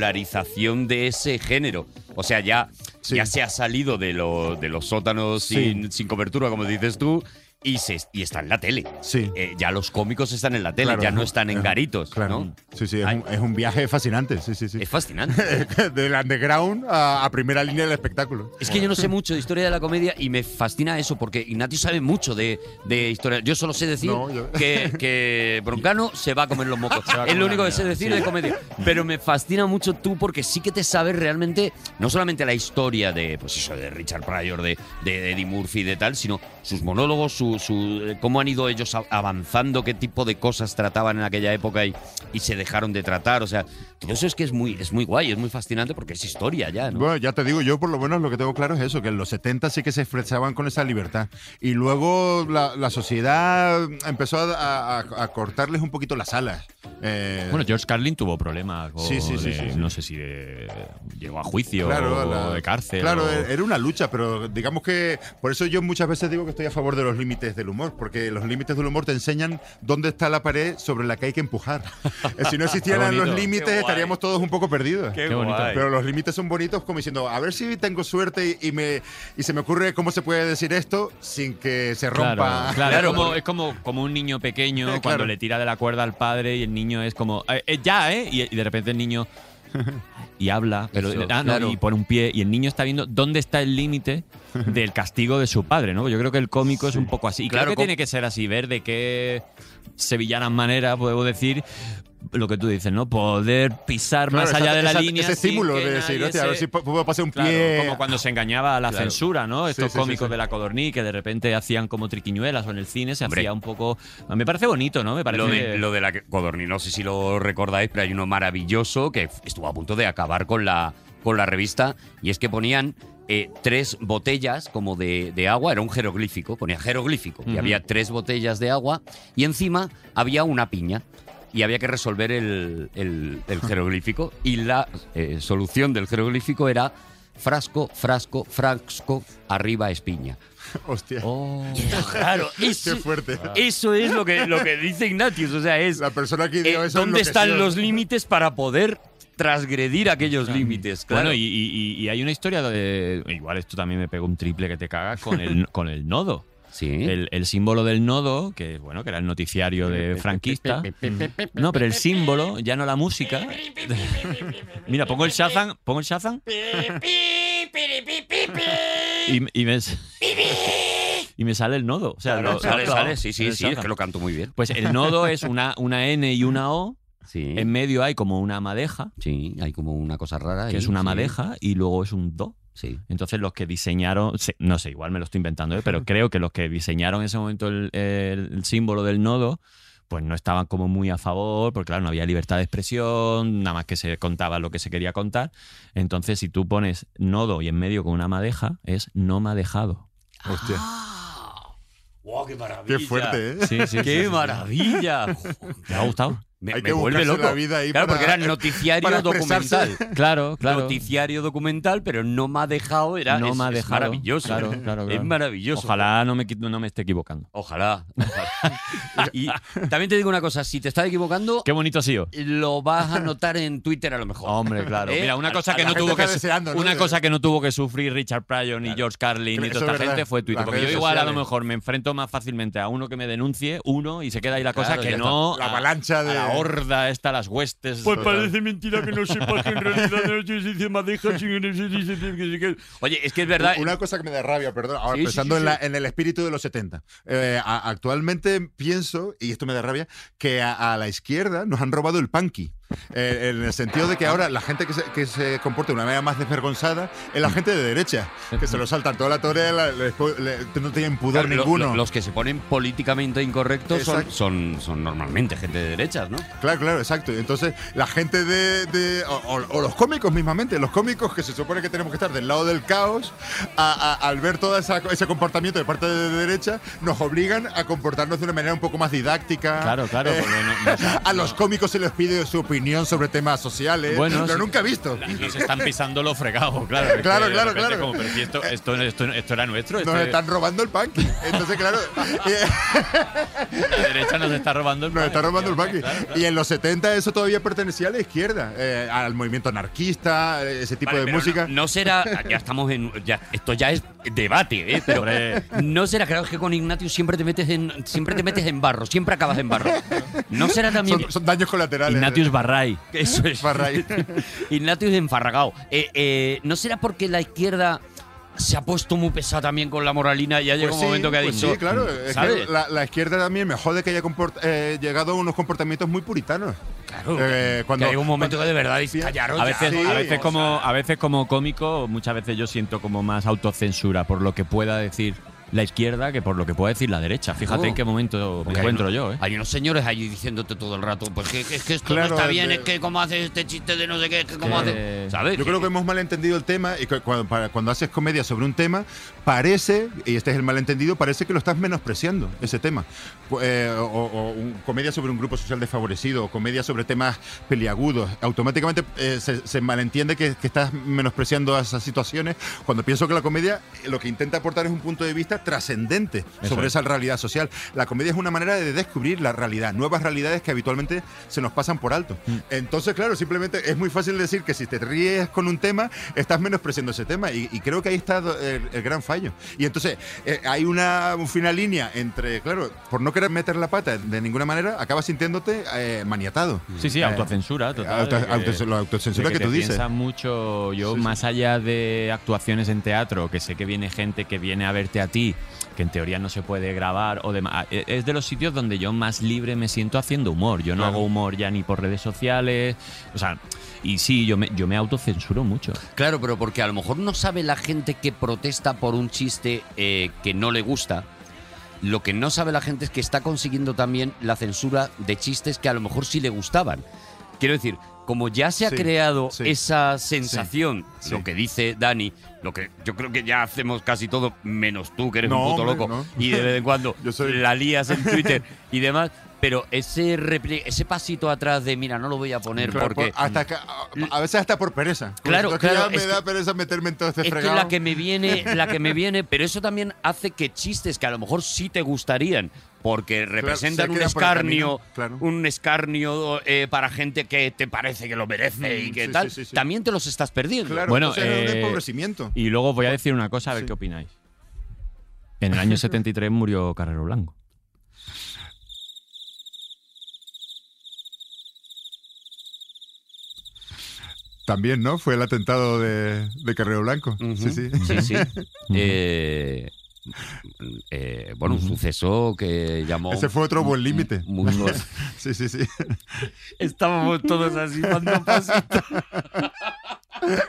popularización de ese género. O sea, ya, Sí. ya se ha salido de, lo- de los sótanos Sí. sin, sin cobertura, como dices tú, y, se, y está en la tele. Sí. Eh, ya los cómicos están en la tele, Claro, ya no es- están en es- garitos, Claro. ¿no? Sí, sí, es Ay. un, es un viaje fascinante. Sí, sí, sí. Es fascinante. [laughs] del underground a, a primera línea del espectáculo. Es que yo no sé mucho de historia de la comedia y me fascina eso porque Ignatius sabe mucho de, de historia. Yo solo sé decir No, yo- que, que Broncano se va a comer los mocos. Es lo único que sé decir de comedia. Pero me fascina mucho tú porque sí que te sabes realmente, no solamente la historia de, pues eso, de Richard Pryor, de, de, Eddie Murphy, de tal, sino sus monólogos, su, su- eh, cómo han ido ellos a- avanzando, qué tipo de cosas trataban en aquella época y, y se dejaron de tratar. O sea, todo eso es que es muy, es muy guay, es muy fascinante porque es historia ya, ¿no? Bueno, ya te digo, yo por lo menos lo que tengo claro es eso, que en los 70 sí que se expresaban con esa libertad. Y luego la, la sociedad empezó a, a- a cortarles un poquito las alas. Eh, Bueno, George Carlin tuvo problemas. con- Sí, sí, sí, de- sí, sí. No sé si de- llegó a juicio claro, o la- de cárcel. Claro, eh, o- era una lucha, pero digamos que por eso yo muchas veces digo que estoy a favor de los límites del humor, porque los límites del humor te enseñan dónde está la pared sobre la que hay que [laughs] empujar. Eh, si no existieran los bonito. límites Qué guay. estaríamos todos un poco perdidos. Qué bonito. guay. Pero los límites son bonitos como diciendo, a ver si tengo suerte y, y me, y se me ocurre cómo se puede decir esto sin que se rompa. [laughs] Claro, claro, es como- es como, como un niño pequeño Eh, claro. cuando le tira de la cuerda al padre y el niño es como, "Eh, eh, ya, ¿eh? Y, y de repente el niño, y habla Eso, pero- ah, no, claro. y pone un pie y el niño está viendo dónde está el límite del castigo de su padre, ¿no? Yo creo que el cómico es un poco así. Y Claro, claro, que com- tiene que ser así, ver de qué sevillanas maneras puedo decir lo que tú dices, ¿no? Poder pisar Claro, más allá esa- de la esa- línea. Ese sin estímulo que de decir, nadie hostia, a ver se- si pu- puedo pasar un Claro, pie. como cuando se engañaba a la Claro. censura, ¿no? Sí, Estos sí, sí, cómicos sí. de la Codorní que de repente hacían como triquiñuelas o en el cine se Hombre. hacía un poco. Me parece bonito, ¿no? Me parece. Lo de, lo de la que- Codorní, no sé si lo recordáis, pero hay uno maravilloso que f- estuvo a punto de acabar con la, con la revista y es que ponían eh, tres botellas como de, de agua, era un jeroglífico, ponía jeroglífico y Ujú. había tres botellas de agua y encima había una piña. Y había que resolver el, el- el jeroglífico. Y la eh, solución del jeroglífico era frasco, frasco, frasco, arriba espiña. [laughs] Hostia. Oh, [laughs] Claro, eso, Qué fuerte. eso es lo que, lo que dice Ignatius. O sea, es La persona que eh, dio eso. ¿Dónde están enloqueció. los límites para poder transgredir aquellos límites? Claro. Bueno, y, y- y- y hay una historia de. Igual esto también me pegó un triple que te cagas con el, con el nodo. sí. El, el símbolo del nodo, que bueno, que era el noticiario de franquista. No, pero el símbolo, ya no la música. Mira, pongo el Shazam, pongo el Shazam y, y me, y me sale el nodo. O sea, Claro, lo- sale, lo- sale, sí, sí, el sí, es Shazam. que lo canto muy bien. Pues el nodo es una, una N y una O. Sí, En medio hay como una madeja, sí, hay como una cosa rara. que ahí, es una sí, madeja, y luego es un do. Sí. Entonces los que diseñaron, se- no sé, igual me lo estoy inventando, ¿eh? pero creo que los que diseñaron en ese momento el, el- el símbolo del nodo, pues no estaban como muy a favor, porque claro, no había libertad de expresión, nada más que se contaba lo que se quería contar. Entonces si tú pones nodo y en medio con una madeja, es no madejado. Hostia. Ah, ¡Wow, qué maravilla! Qué fuerte, ¿eh? Sí, sí, ¡Qué sí, sí. maravilla! [laughs] ¿Te ha gustado? Me, Hay me que vuelve buscarse loco. la vida ahí claro, para- porque era noticiario para expresarse. documental. [laughs] Claro, claro. Noticiario documental, pero no me ha dejado. Era, No es, me ha es dejado. maravilloso. Claro, claro, Es claro. maravilloso. Ojalá no me, equi- no me esté equivocando. Ojalá. [laughs] ojalá. y también te digo una cosa, si te estás equivocando, Qué bonito ha sido. lo vas a notar en Twitter a lo [laughs] mejor. Hombre, [laughs] claro. ¿Eh? Mira, una A- cosa a que la no gente tuvo está que su- deseando, ¿no? una De- cosa que no tuvo que sufrir Richard Pryor ni George Carlin ni Eso es toda esta verdad. gente fue Twitter, Las porque yo redes igual a lo sociales. mejor me enfrento más fácilmente a uno que me denuncie, uno y se queda ahí la cosa Claro, que ya no La a- avalancha de. Pues a la horda esta, las huestes. mentira que no sepa que en realidad no se dice madeja, sino que se dice que Oye, es que es verdad. Una cosa que me da rabia, perdón, ahora Sí, sí, pensando sí, en, la- en el espíritu de los 70. Eh, a- actualmente pienso, y esto me da rabia, que a, a la izquierda nos han robado el punky. Eh, en el sentido de que ahora la gente que se, que se comporta de una manera más desvergonzada es Mm. la gente de derecha, que se lo saltan toda la torre, la- le- le- no tienen pudor Claro, lo- ninguno. lo- los que se ponen políticamente incorrectos son, Exacto. son, son normalmente gente de derechas, ¿no? Claro, claro, exacto. Y Entonces, la gente de. de- o, o- o los cómicos mismamente, los cómicos que se supone que tenemos que estar del lado del caos, a- a- al ver todo esa- ese comportamiento de parte de derecha, nos obligan a comportarnos de una manera un poco más didáctica. Claro, claro, Eh, porque no- no- [laughs] a los cómicos se les pide su opinión sobre temas sociales. Bueno, pero sí. nunca he visto. Nos están pisando los fregados, claro. es Claro, que de claro, repente claro. como, pero si esto, esto, esto, esto era nuestro, esto Nos es- están robando el punk. Entonces, [laughs] claro. eh, la derecha nos está robando el Nos pan. está robando el banqui. Y en los 70 eso todavía pertenecía a la izquierda, eh, al movimiento anarquista, eh, ese tipo Vale, de pero música. No, no será. Ya estamos en. ya- esto ya es debate, ¿eh? Pero Hombre. no será. Claro, es que con Ignatius siempre te metes en, siempre te metes en barro, siempre acabas en [laughs] barro. No será también. son, son daños colaterales. Eh, Ignatius Barray. Eso es. Farray. [laughs] Ignatius de Enfarragao. Eh, eh, ¿No será porque la izquierda se ha puesto muy pesada también con la moralina y ha llegado Pues un momento que ha pues dicho. Sí, claro. es que ¿sabes? la, la izquierda también me jode que haya comport- eh, llegado a unos comportamientos muy puritanos. Claro. Eh, que cuando, hay un momento que de verdad Sí. dices, callaros A ya". veces, Sí. a veces como, a veces como cómico, muchas veces yo siento como más autocensura por lo que pueda decir la izquierda que por lo que pueda decir la derecha. Fíjate Oh. en qué momento me Porque hay encuentro uno- yo, ¿eh? Hay unos señores allí diciéndote todo el rato, pues que, que- es que esto Claro, no está bien, de- es que cómo haces este chiste de no sé qué, es que cómo Que- haces. ¿Sabes? Yo creo que hemos malentendido el tema y cu- cuando, para- cuando haces comedia sobre un tema, parece, y este es el malentendido, parece que lo estás menospreciando, ese tema. Cu- eh, o o un- comedia sobre un grupo social desfavorecido, o comedia sobre temas peliagudos. Automáticamente eh, se, se malentiende que, que estás menospreciando a esas situaciones, cuando pienso que la comedia eh, lo que intenta aportar es un punto de vista crítica trascendente sobre esa realidad social. La comedia es una manera de descubrir la realidad, nuevas realidades que habitualmente se nos pasan por alto. Mm. Entonces, claro, simplemente es muy fácil decir que si te ríes con un tema, estás menospreciando ese tema. Y, y creo que ahí está do- el, el gran fallo. Y entonces, eh, hay una un fina línea entre, claro, por no querer meter la pata de ninguna manera, acabas sintiéndote eh, maniatado. Sí, sí, Eh, autocensura, total. eh, auto- de que- auto- la autocensura de que te tú dices. piensas mucho, yo Sí, sí. más allá de actuaciones en teatro, que sé que viene gente que viene a verte a ti, que en teoría no se puede grabar o demás. e- Es de los sitios donde yo más libre me siento haciendo humor. Yo no hago humor ya ni por redes sociales, o sea, y sí, yo me, yo me autocensuro mucho. Claro, pero porque a lo mejor no sabe la gente que protesta por un chiste eh, que no le gusta. Lo que no sabe la gente es que está consiguiendo también la censura de chistes que a lo mejor sí le gustaban. Quiero decir, como ya se ha Sí, creado sí. esa sensación, Sí, sí. lo que dice Dani, lo que yo creo que ya hacemos casi todo, menos tú que eres No, un puto hombre, loco no. y de vez en cuando [laughs] Yo soy- la lías en [laughs] Twitter y demás. Pero ese repli- ese pasito atrás de mira, no lo voy a poner Claro, porque Mm. por- hasta que- a, a veces hasta por pereza. Como Claro, si es que claro, Ya me es da que- pereza meterme en todo este es que fregado. la que me viene, la que me viene, pero eso también hace que chistes que a lo mejor sí te gustarían porque representan se un quedan por el escarnio, camino, claro. un escarnio eh, para gente que te parece que lo merece y Mm, que sí, tal, sí, sí, sí. también te los estás perdiendo. Claro, Bueno, entonces es un eh, empobrecimiento. Y luego os voy a decir una cosa, a ver Sí. qué opináis. En [laughs] el año 73 murió Carrero Blanco. También, ¿no? Fue el atentado de, de Carrero Blanco. Ujú. Sí, sí. Sí, sí. Eh, eh, bueno, un suceso que llamó. Ese fue otro buen límite. [laughs] mucho- [laughs] Sí, sí, sí. Estábamos todos así dando pasitos.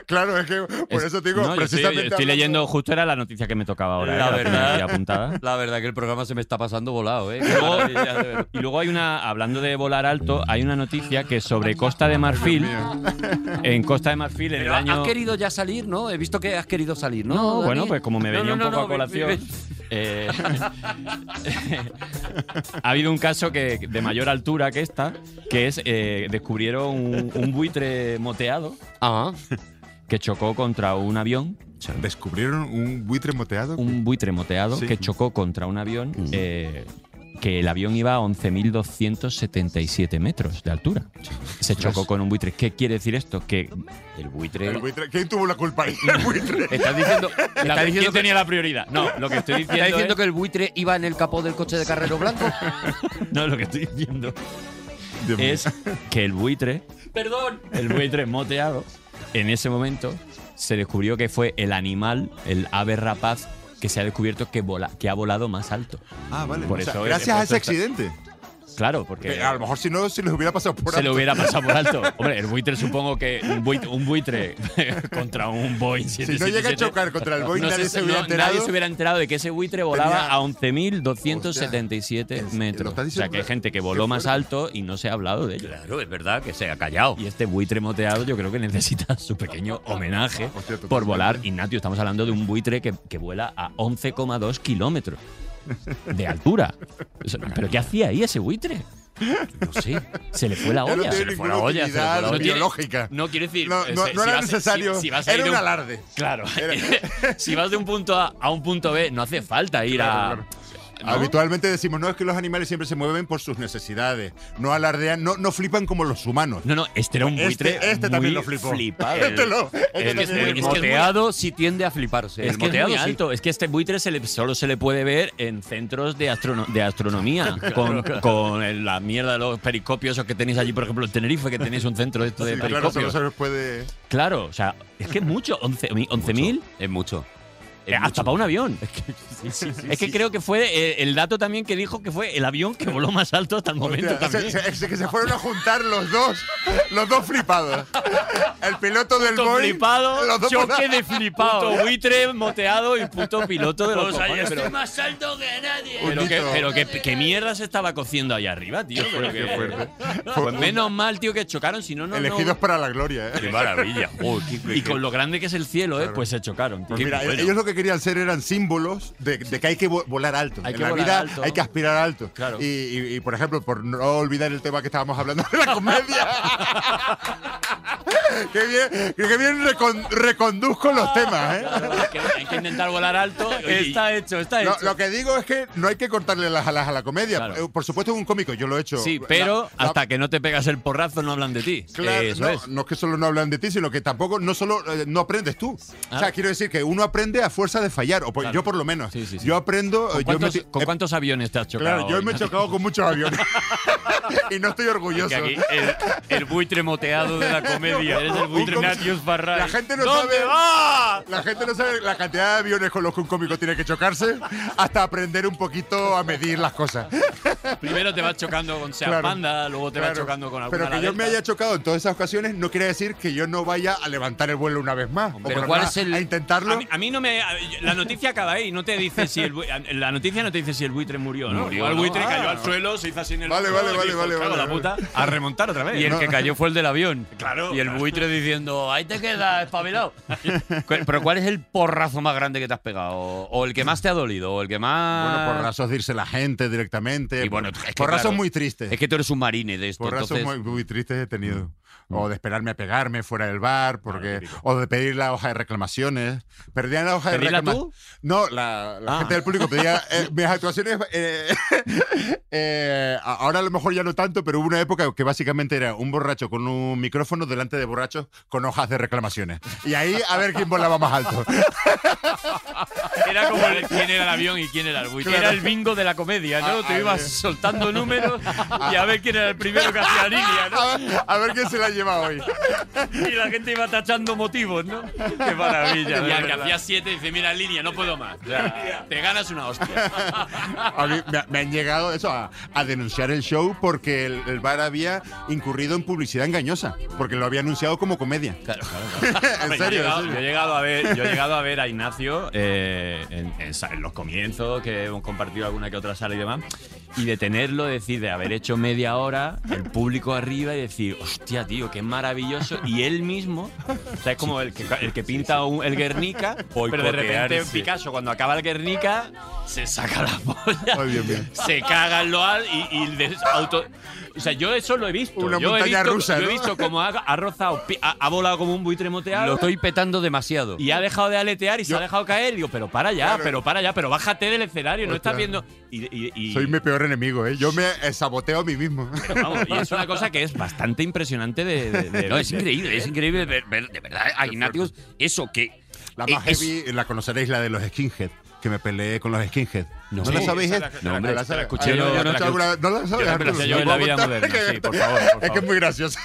Claro, es que por Es- eso te digo, no, yo estoy, precisamente. estoy hablando- leyendo, justo era la noticia que me tocaba ahora. La eh, tenía verdad. aquí apuntada. La verdad que el programa se me está pasando volado, ¿eh? Y luego- [laughs] y luego hay una, hablando de volar alto, hay una noticia que sobre Costa de Marfil, en Costa de Marfil en el Pero año... has querido ya salir, ¿no? He visto que has querido salir, ¿no? No, bueno, Dani? pues como me No, venía no, un no, poco a no, colación. ven, ven. eh, [laughs] ha habido un caso que de mayor altura que esta, que es eh, descubrieron un, un buitre moteado Ah, que chocó contra un avión. Descubrieron un buitre moteado. Un buitre moteado Sí. que chocó contra un avión. eh, que el avión iba a 11.277 metros de altura. Se chocó con un buitre. ¿Qué quiere decir esto? Que el buitre. El buitre- ¿Quién tuvo la culpa ahí? El [laughs] buitre. [laughs] Estás diciendo, estás diciendo que- tenía la prioridad. No, lo que estoy diciendo, ¿Está diciendo es- que el buitre iba en el capó del coche de Carrero Blanco? [laughs] no, lo que estoy diciendo Dios mío. es que el buitre, Perdón. el buitre moteado, en ese momento se descubrió que fue el animal, el ave rapaz que se ha descubierto que vola, que ha volado más alto. Ah, vale. por O sea, eso he gracias a puesto ese esta- accidente. Claro, Que porque a lo mejor si no, si les hubiera pasado por se le alto. [laughs] hubiera pasado por alto. Hombre, el buitre supongo que un buitre, un buitre [laughs] contra un Boeing Si no llega a 777, chocar contra el Boeing, no nadie sé, se hubiera no, enterado. nadie se hubiera enterado de que ese buitre volaba Tenía- a Hostia, 11.277 es- lo metros. estás O sea, diciendo- que hay gente qué que voló más fuerte. alto y no se ha hablado de ello. Claro, es verdad que se ha callado. Y este buitre moteado yo creo que necesita [laughs] su pequeño homenaje Hostia, totalmente. por volar. Ignacio, estamos hablando de un buitre que, que vuela a 11,2 kilómetros de altura. Eso- ¿Pero qué hacía ahí ese buitre? No sé. Se le fue la Ya [laughs] no olla. tiene se le fue la ninguna olla. se le fue utilidad la olla. No tiene- biológica. No quiere decir. No, eh, no- se- no si era vas a- si- necesario. si vas a ir era de un un- alarde. Claro. [laughs] Era- [laughs] si vas de un punto A a un punto B, no hace falta ir Claro, a. ¿no? Habitualmente decimos, no, es que los animales siempre se mueven por sus necesidades. No alardean, no, no flipan como los humanos. No, no, este era un Este- buitre. este muy también lo flipó. flipado. Este lo- este El- también el- lo El es que es flipó. muy- moteado sí tiende a fliparse. Es el que es moteado muy sí. alto. Es que este buitre se le- solo se le puede ver en centros de, astrono- de astronomía. con con el- la mierda de los periscopios esos que tenéis allí, por ejemplo, en Tenerife, que tenéis un centro de esto de Sí, claro, solo periscopios. Claro, se nos puede. o sea, es que es mucho. 11.000 11.000, Es mucho. eh, hasta para un avión. es que creo que fue eh, el dato también que dijo que fue el avión que voló más alto hasta el momento Hostia, también. se- se- se- que se fueron a juntar los dos, los dos flipados. El piloto del Puto Boeing. flipado, los dos choque por la- de flipado. Puto buitre moteado y puto piloto de los cojones, pero- más alto que nadie. Un Pero, qué, hito. pero qué, qué mierda se estaba cociendo ahí arriba, tío. Pero que- fuerte. Pues menos mal, tío, que chocaron, si no, no. no- Elegidos para la gloria, ¿eh? [laughs] [laughs] Qué maravilla. joder, qué- y con lo grande que es el cielo, eh, pues se chocaron. tío. Pues mira, Qué bueno. ellos lo que querían ser eran símbolos de, de que hay que vo- volar alto. Hay en que la volar vida alto. hay que aspirar alto. Claro. Y, y- [laughs] y, por ejemplo, por no olvidar el tema que estábamos hablando de la comedia. Qué bien, qué bien recon- reconduzco los temas, ¿eh? Hay que, hay que intentar volar alto. y- Está hecho, está Lo, hecho. lo que digo es que no hay que cortarle las alas a la comedia. Claro. Eh, Por supuesto, es un cómico, yo lo he hecho. Sí, La- pero la- hasta que no te pegas el porrazo no hablan de ti. Claro, Eso no, es. no es que solo no hablan de ti, sino que tampoco, no solo eh, no aprendes tú. O sea, Claro. quiero decir que uno aprende a fuerza de fallar, o por- Claro. yo por lo menos. Sí, sí, sí. Yo aprendo. ¿Con eh, yo me cuántos, ti- con eh, cuántos aviones te has chocado? claro, yo hoy? [laughs] me he chocado con muchos aviones. [laughs] y no estoy orgulloso. Que aquí el, el buitre moteado de [laughs] la comedia. Eres el buitre Un com- Ignatius Farray. La gente no ¿Dónde sabe. va? La gente no sabe la cantidad de aviones con los que un cómico tiene que chocarse hasta aprender un poquito a medir las cosas. Primero te vas chocando con Seat Claro. Panda, luego te vas Claro. chocando con alguna Pero que yo me ladera. haya chocado en todas esas ocasiones no quiere decir que yo no vaya a levantar el vuelo una vez más. o por Pero lo ¿cuál menos es el- A intentarlo. A mí, a mí no me. a- La noticia acaba ahí, no te dice si el. bu- La noticia no te dice si el buitre murió, ¿no? Murió, Igual el ¿no? buitre Ah. cayó al suelo, se hizo así en el. Vale, hombro vale, y vale, vale, "Cago en vale, la vale". puta. A remontar otra vez. Y el ¿no? que cayó fue el del avión. Claro. Y el buitre diciendo, ahí te quedas, [laughs] espabilado. Cu- Pero ¿cuál es el porrazo más grande que te has pegado? O el que más te ha dolido, o el que más. Bueno, porrazos de irse la gente directamente. Y bueno, es que porrazos claro, muy tristes. Es que tú eres un marine de esto. porrazos entonces, muy, muy tristes he tenido. O de esperarme a pegarme fuera del bar, porque Mm, Ah, típico. o de pedir la hoja de reclamaciones. Perdían la hoja de ¿Pedirla reclamaciones. tú? No, la, la Ah. gente del público pedía [laughs] eh, mis actuaciones. eh, [laughs] eh, a- ahora a lo mejor ya no tanto, pero hubo una época que básicamente era un borracho con un micrófono delante de borrachos con hojas de reclamaciones. Y ahí a ver quién volaba más [laughs] alto. Era como el- quién era el avión y quién era el buitre. Claro. Era el bingo de la comedia, ¿no? Ah, Te ah, ibas bien. soltando números y a ver quién era el primero que hacía línea, ¿no? [laughs] A ver, a ver quién se la lleva hoy. Y la gente iba tachando motivos, ¿no? Qué maravilla. Y al que hacía siete dice, mira, línea, no puedo más. O sea, te ganas una hostia. A mí me, me han llegado eso a, a denunciar el show porque el, el bar había incurrido en publicidad engañosa, porque lo había anunciado como comedia. [laughs] en Yo he, serio. en llegado, serio. yo he llegado a ver, yo he llegado a ver a Ignacio eh, en, en sa- en los comienzos, que hemos compartido alguna que otra sala y demás, y de tenerlo, decir, de haber hecho media hora, el público arriba y decir, hostia, tío, qué maravilloso, y él mismo, o sea, es como el que, el que pinta un- el Guernica, pero de repente Boicotearse. Picasso, cuando acaba el Guernica, se saca la polla, Ay, Dios mío. se caga en lo al y, y des- auto... O sea, yo eso lo he visto. Una yo he montaña visto, rusa, yo ¿no? he visto como ha, ha rozado, pi- ha, ha volado como un buitre [laughs] moteado. Lo estoy petando demasiado. Y ha dejado de aletear y se Yo- ha dejado caer. Digo, pero para ya, Claro. pero para ya, pero bájate del escenario, no estás Ostras. viendo. Y, y- y- Soy mi peor enemigo, ¿eh? Yo me eh, saboteo a mí [laughs] mismo. vamos, y es una cosa que es bastante impresionante de. de- de- No, es de- increíble, es increíble ver, ver, de verdad a Ignatius eso que. La eh, más es- heavy la conoceréis, la de los skinhead. Que me peleé con los skinhead. ¿No, Sí, la sabéis? esa eh? la- la- la- la- sabes. la escuché Ah, yo, no, la- no, la- segura- no la sabes. yo me la sé Arturo? yo en la vida Vamos a [laughs] moderna, contar. sí, por favor, por Es que es favor. muy gracioso.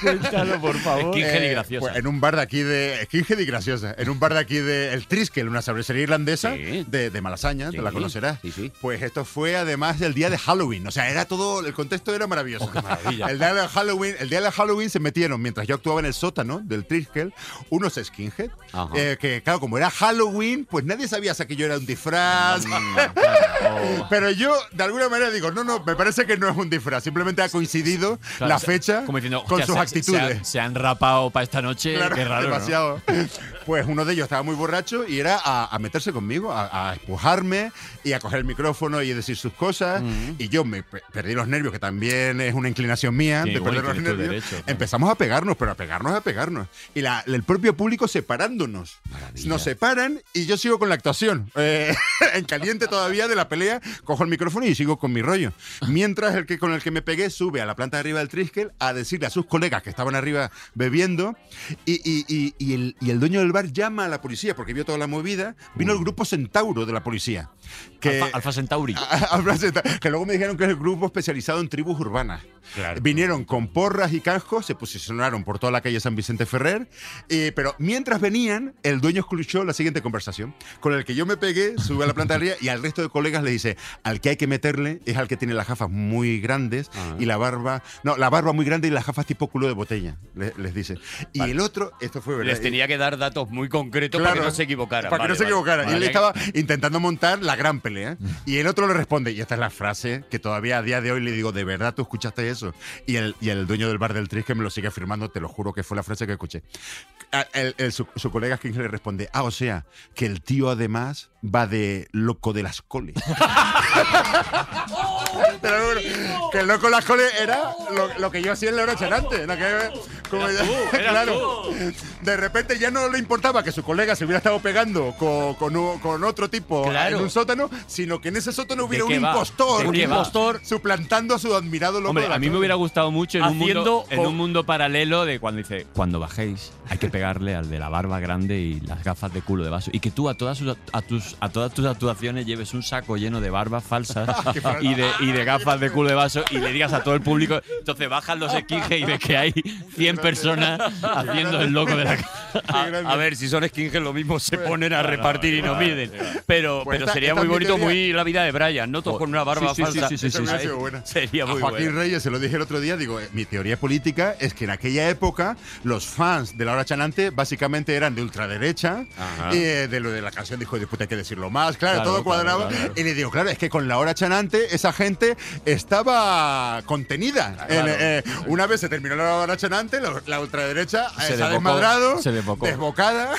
por favor. Eh, Skinhead y graciosa. pues en un bar de aquí de. Skinhead y graciosa. En un bar de aquí de El Triskel, una cervecería irlandesa Sí. de, de Malasaña, te la Sí, conocerás. sí, sí. Pues esto fue además el día de Halloween. O sea, era todo. El contexto era maravilloso. Oh, maravilla. el día de Halloween, el día de Halloween se metieron, mientras yo actuaba en el sótano del Triskel, unos skinhead. Ajá. eh, que claro, como era Halloween, pues nadie sabía hasta que yo era un disfraz. [laughs] Pero yo, de alguna manera, digo, no, no, me parece que no es un disfraz. Simplemente ha coincidido Claro, la se- fecha como diciendo, con hostia, sus se- actitudes. Se, han- se han rapado para esta noche. Claro, qué raro. ¿no? demasiado. Pues uno de ellos estaba muy borracho y era a, a meterse conmigo, a, a empujarme y a coger el micrófono y decir sus cosas. Y yo me pe- perdí los nervios, que también es una inclinación mía Sí, de bueno, perder los tienes tu nervios. derecho, claro. Empezamos a pegarnos, pero a pegarnos, a pegarnos. Y la- el propio público separándonos. Nos separan y yo sigo con la actuación. Eh, [laughs] en caliente todavía de la pelea, cojo el micrófono y sigo con mi rollo. Mientras el que con el que me pegué sube a la planta de arriba del Triskel a decirle a sus colegas que estaban arriba bebiendo y, y- y- y el, y el dueño del bar llama a la policía porque vio toda la movida. Vino el grupo Centauro de la policía. Que, Alfa, Alfa Centauri. [laughs] Alfa Centauro, que luego me dijeron que es el grupo especializado en tribus urbanas. Vinieron con porras y cascos, se posicionaron por toda la calle San Vicente Ferrer, eh, pero mientras venían, el dueño escuchó la siguiente conversación, con el que yo me pegué, subí a la planta de arriba y al resto de colegas le dice, al que hay que meterle es al que tiene las gafas muy grandes y la barba, no, la barba muy grande y las gafas tipo culo de botella, le- les, dice. Y el otro, esto fue verdad. Les tenía que dar datos muy concretos para que Claro. no se equivocaran. Para que no Vale, se vale. equivocara. y él Vale. estaba intentando montar la gran pelea. Y el otro le responde, y esta es la frase que todavía a día de hoy le digo, ¿de verdad tú escuchaste eso? Y el, y el dueño del bar del Tris que me lo sigue afirmando, te lo juro que fue la frase que escuché. A- el- el- su, su colega King le responde, ah, o sea, que el tío además va de loco de las coles. Te lo juro. Que el loco las coles era lo, lo que yo hacía en la hora chanante. la que- como ya- claro. De repente ya no le importaba que su colega se hubiera estado pegando con, con u- con otro tipo Claro. en un sótano, sino que en ese sótano hubiera un qué va? impostor. ¿De Un qué va? impostor suplantando a su admirado loco. Hombre, de la a mí me cole. hubiera gustado mucho en, un Haciendo mundo, en o- un mundo paralelo de cuando dice, cuando bajéis hay que pegarle al de la barba grande y las gafas de culo de vaso. Y que tú a todas, sus- a tus, a todas tus actuaciones lleves un saco lleno de [laughs] barbas falsas y, de, y de gafas de culo de vaso y le digas a todo el público, entonces bajan los esquijes y ves que hay 100 personas haciendo el loco de la A, a ver, si son skinheads lo mismo se ponen a repartir y nos vale, miden. Pero, Pues pero esta- sería esta muy es mi bonito, teoría. muy la vida de Brian, ¿no? Pues Todos con una barba Sí, sí, sí, falsa. sí, sí, Esa sí, hubiera sí. sido buena. Sería A muy Joaquín bueno. Reyes, se lo dije el otro día, digo, eh, mi teoría política es que en aquella época los fans de La Hora Chanante básicamente eran de ultraderecha, Ajá. eh, de lo de la canción dijo, de puta hay que decirlo más, claro, Claro, todo claro, cuadraba. claro. Y le digo, claro, es que con La Hora Chanante esa gente estaba contenida. En, eh, una vez se terminó La Hora Chanante, la, la ultraderecha eh, se, Se ha desbocó, desmadrado, se desbocó. desbocada.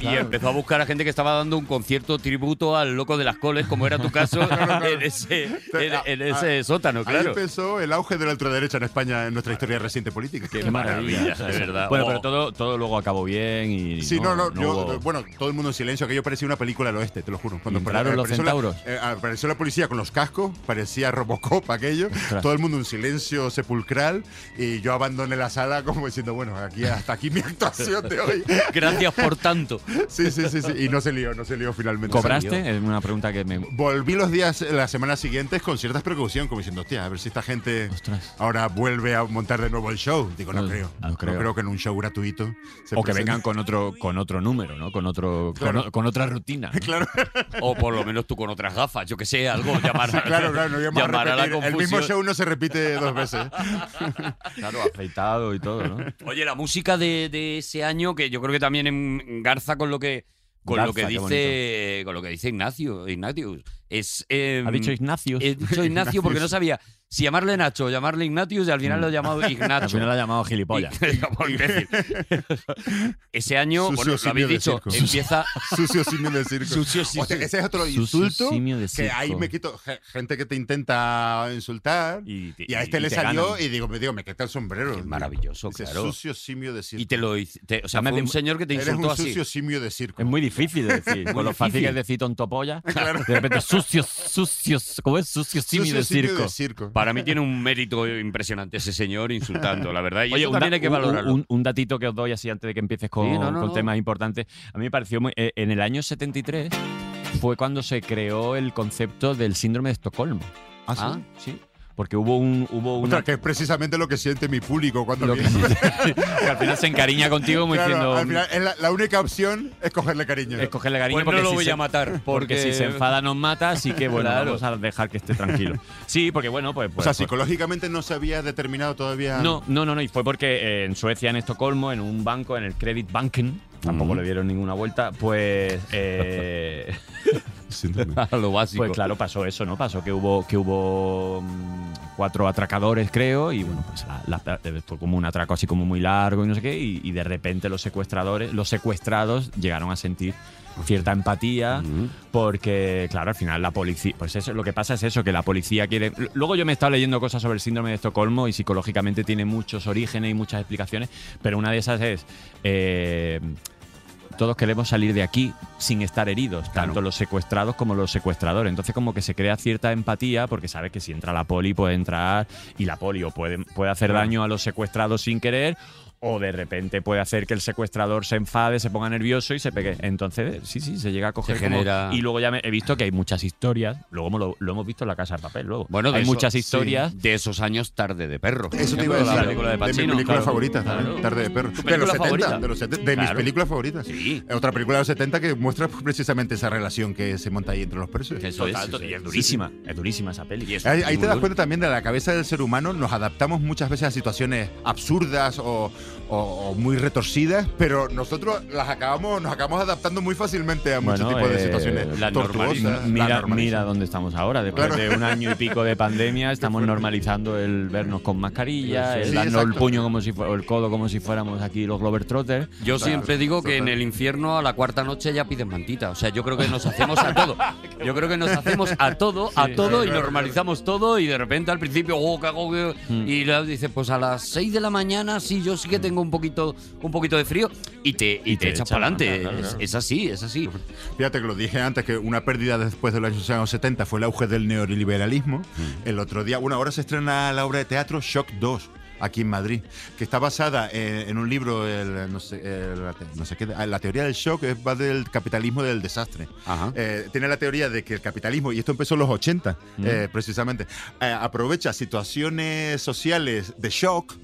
Y empezó a buscar a gente que estaba dando un concierto tributo al loco de las coles, como era [laughs] tu caso, en ese, en, en ese sótano, ah, Ahí claro. empezó el auge de la ultraderecha en España en nuestra historia reciente política. Qué maravilla, de verdad. Bueno, Oh. pero todo, todo luego acabó bien y. Sí, no, no, yo, hubo- bueno, todo el mundo en silencio, aquello parecía una película del oeste, te lo juro. Cuando ¿Entraron los apareció la- centauros? eh, apareció la policía con los cascos, parecía Robocop aquello, todo el mundo en silencio sepulcral y yo abandoné la sala como diciendo, bueno, aquí hasta aquí mi actuación de [laughs] hoy. Gracias por tanto. Sí, sí, sí, sí, y no se lió, no se lió finalmente. ¿Cobraste? Es una pregunta que me. Volví los días, eh, las semanas siguientes con cierta precaución, como diciendo, hostia, a ver si esta gente Ostras. ahora vuelve a montar de nuevo el show. Digo, no, No, creo, no no creo. creo. que en un show gratuito. se O que presente- vengan con otro, con otro número, ¿no? Con otro, con Claro. o- con, otra rutina. ¿no? Claro. O por lo menos tú con otras gafas, yo que sé, algo, llamar, Sí, claro, claro, no voy a más llamar a la repetir. El mismo confusión. show no se repite dos veces. ¿eh? [laughs] Claro, afeitado y todo, ¿no? Oye, la música de, de ese año, que yo creo que también en Garza con lo que con lo Garza, que qué dice con lo que dice Ignacio, Ignatius. Es eh, [laughs] Ha dicho Ignacio. he dicho Ignacio porque no sabía si llamarle Nacho o llamarle Ignatius y al final lo he llamado [laughs] Al Ignacho. final la ha llamado gilipollas. [laughs] Y- como imbécil. [laughs] Ese año, Sucio bueno, lo simio habéis de dicho, circo. empieza Sucio simio de circo. Sucio simio. Hostia, que ese es otro Sucio insulto simio de que ahí circo. me quito ge- gente que te intenta insultar y, [laughs] Y, te- a este y le te salió ganan. y digo, me digo, me quita el sombrero. Qué maravilloso, Dice, claro. Sucio simio de circo. y te lo hice- te- o sea, Me- fue un señor que te Eres insultó un así. sucio simio de circo. [laughs] Es muy difícil de decir. Con lo fácil que es decir tonto polla. De repente, sucios, sucios. ¿Cómo es? Sucios simio Sucio de simio circo. de circo. Para [laughs] mí tiene un mérito impresionante ese señor insultando, la verdad. Y Oye, eso un, también da- hay que un- valorarlo. un- un datito que os doy así antes de que empieces con, Sí, no, no, con no. temas importantes. A mí me pareció muy. eh, en el año 73 fue cuando se creó el concepto del síndrome de Estocolmo. Ah, sí. Ah, sí. Porque hubo un. Hubo una, Ostras, que es precisamente lo que siente mi público cuando lo que, [laughs] viene. que al final se encariña contigo como Claro, diciendo. al final, es la, la única opción es cogerle cariño. Escogerle cariño Pues no porque lo si voy se- a matar. Porque si se enfada nos mata, así que bueno, vamos a dejar que esté tranquilo. Sí, porque bueno, pues. o pues- sea, pues- psicológicamente no se había determinado todavía. no, no, no, no, y fue porque eh, en Suecia, en Estocolmo, en un banco, en el Credit Banken, tampoco le dieron ninguna vuelta, pues. eh, A [laughs] lo básico. pues claro, pasó eso, ¿no? Pasó que hubo, que hubo mm, cuatro atracadores, creo, y bueno, pues la- la- eh, fue como un atraco así como muy largo y no sé qué, y, y de repente los secuestradores, los secuestrados llegaron a sentir cierta empatía porque claro al final la policía pues eso lo que pasa es eso que la policía quiere L- luego yo me he estado leyendo cosas sobre el síndrome de Estocolmo y psicológicamente tiene muchos orígenes y muchas explicaciones pero una de esas es eh, todos queremos salir de aquí sin estar heridos, tanto los secuestrados como los secuestradores. Entonces como que se crea cierta empatía porque sabes que si entra la poli puede entrar y la poli o puede, puede hacer daño a los secuestrados sin querer o de repente puede hacer que el secuestrador se enfade, se ponga nervioso y se pegue. Entonces, sí, sí, se llega a coger Se como- genera- Y luego ya me- he visto que hay muchas historias, luego lo, lo hemos visto en la Casa de Papel, luego. Bueno, de hay eso- muchas sí, historias. de esos años tarde de perro. por Eso te iba ejemplo, a decir. La película de mi Pacino. película claro. favorita, Claro. Tarde de Perro. De película los 70, favorita? de, los 70, de mis Claro. películas favoritas. Sí. Eh, Otra película de los 70 que muestra [laughs] pues, precisamente esa relación que se monta ahí entre los persos. Que Eso es, Total, eso y es es. durísima, es durísima esa peli. Y eso Ahí, es ahí muy te das duro. cuenta también de la cabeza del ser humano, nos adaptamos muchas veces a situaciones absurdas o, o, o muy retorcidas, pero nosotros las acabamos, nos acabamos adaptando muy fácilmente a muchos Bueno, tipos de eh, situaciones la tortuosas. normaliza- La Mira, normaliza. mira dónde estamos ahora. Después Claro. de un año y pico [laughs] de pandemia, estamos normalizando el vernos con mascarilla, Sí, el sí, darnos el exacto. puño como si fuera, o el codo como si fuéramos aquí los Globetrotters. Yo siempre digo que en el infierno a la cuarta noche ya piden mantita. O sea, yo creo que nos hacemos [laughs] a todo. Yo creo que nos hacemos a todo, a Sí. todo y normalizamos todo y de repente al principio, oh, ¿qué hago? ¿Qué-?" Mm. Y luego dices, pues a las 6 de la mañana sí, yo sí que tengo un poquito, un poquito de frío y te, y te, echas para adelante. claro, claro. Es, es así, es así. Fíjate que lo dije antes, que una pérdida después de los años 70 fue el auge del neoliberalismo. El otro día, bueno, ahora se estrena la obra de teatro Shock 2 aquí en Madrid, que está basada eh, en, un libro, el, no sé, el- la te- no sé qué, ah, la teoría del shock es- va del capitalismo del desastre. Eh, tiene la teoría de que el capitalismo, y esto empezó en los 80 eh, precisamente, eh, aprovecha situaciones sociales de shock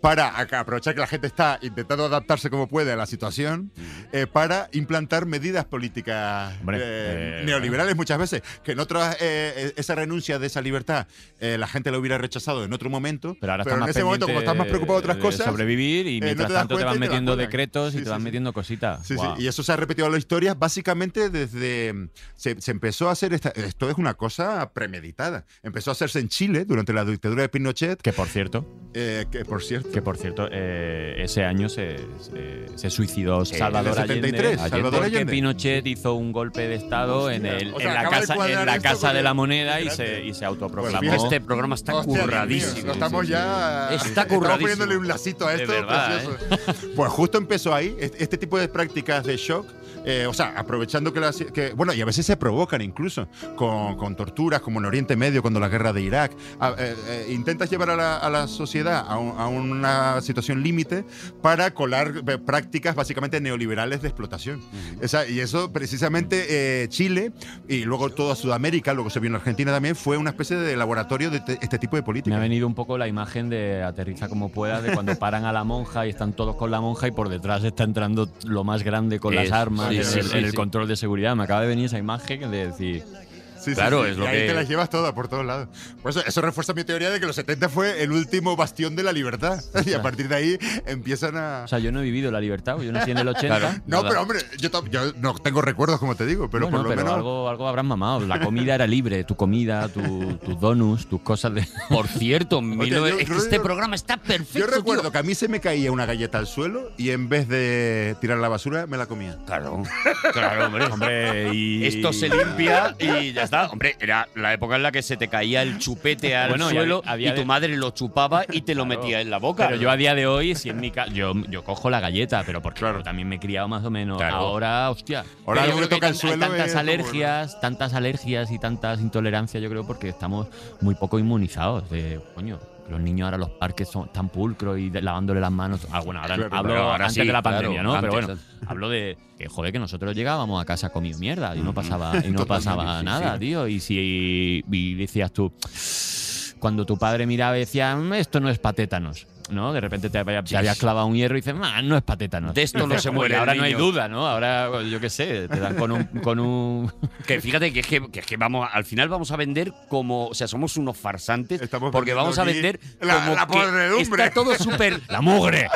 para ac- aprovechar que la gente está intentando adaptarse como puede a la situación, eh, para implantar medidas políticas Hombre, eh, eh, neoliberales muchas veces, que en otras, eh, eh, esa renuncia de esa libertad eh, la gente la hubiera rechazado en otro momento, Pero ahora pero en estás más ese momento como pendiente estás más preocupado de otras cosas, sobrevivir eh, y no mientras te das tanto te cuenta vas y te las metiendo cuelgan. decretos y Sí, te vas sí, sí. metiendo cositas. Sí, sí, Guau. Y eso se ha repetido en la historia básicamente desde... mm, Se, se empezó a hacer... Esta, esto es una cosa premeditada. Empezó a hacerse en Chile durante la dictadura de Pinochet, Que por cierto, eh, que por cierto... que por cierto, eh, ese año se, se- se suicidó Sí, en Salvador el Allende, 73, Salvador porque Allende. Pinochet hizo un golpe de estado en, el- O sea, en la acaba de casa, en cuadrar la esto casa con de el- la moneda y Fíjate. se, y se autoproclamó. Pues fíjate, Este programa está Hostia, Dios mío, curradísimo. no estamos ya. eh, Está Estamos curradísimo. ¿eh? poniéndole un lacito a De esto verdad, precioso. [laughs] Pues justo empezó ahí, est- este tipo de prácticas de shock. eh, o sea, aprovechando que, las, que- Bueno, y a veces se provocan incluso con, con torturas, como en Oriente Medio, cuando la guerra de Irak. A- eh, eh, intentas llevar a la, a la sociedad a, un- a una situación límite para colar eh, prácticas básicamente neoliberales de explotación. Esa- y eso precisamente eh, Chile y luego toda Sudamérica, luego se vio en Argentina también, fue una especie de laboratorio de te- este tipo de Me ha política. venido un poco la imagen de aterriza como puedas, de cuando paran a la monja y están todos con la monja y por detrás está entrando lo más grande con las Es- armas sí, en, sí, el, sí, en el sí. control de seguridad. Me acaba de venir esa imagen de decir, Sí, sí, Claro, sí. es Y lo ahí que- te las llevas todas por todos lados. Por eso, eso refuerza mi teoría de que los 70 fue el último bastión de la libertad. [laughs] Y a partir de ahí empiezan a. o sea, yo no he vivido la libertad, yo nací [laughs] en el 80. Claro. No, nada. pero hombre, yo, tam- yo no tengo recuerdos, como te digo, pero Bueno, por lo menos. algo, algo habrán mamado. La comida era libre, tu comida, tu- tus donuts, tus [laughs] cosas de. Por cierto, mil yo- nove- es que yo- este programa está perfecto. Yo recuerdo tío. que a mí se me caía una galleta al suelo y en vez de tirar la basura, me la comía. Claro, [laughs] claro, hombre. Hombre, y. Esto se limpia y ya está. Hombre, era la época en la que se te caía el chupete al Bueno, y suelo y, había- había de- tu madre lo chupaba y te lo metía en la boca. Pero yo a día de hoy, si en mi casa. Yo, yo cojo la galleta, pero porque yo también me he criado más o menos. Claro. Ahora, hostia. Ahora Pero algo yo que creo toca hay el tan- hay suelo tantas es como, alergias, tantas alergias y tantas intolerancias, yo creo, porque estamos muy poco inmunizados. De, coño, los niños ahora los parques son tan pulcros y de- lavándole las manos. Ah, bueno, ahora Claro, hablo pero ahora antes sí, de la claro, pandemia, ¿no? pero antes, bueno, hablo de que, joder, que nosotros llegábamos a casa comido mierda y [laughs] no pasaba, y no Totalmente, pasaba sí, nada, sí. tío. Y si y decías tú, cuando tu padre miraba y decía, "Mm, esto no es patétanos, ¿no? De repente te, había- te habías clavado un hierro y dices, "Ah, no es patétanos. De esto no se Bueno, muere. el Ahora no hay niño. duda, ¿no? Ahora, yo qué sé, te dan con un. Con un Que fíjate que es que, que es que vamos, al final vamos a vender como. O sea, somos unos farsantes. Estamos porque vamos a vendiendo vender aquí la- como la que podredumbre. Está todo súper. ¡La mugre!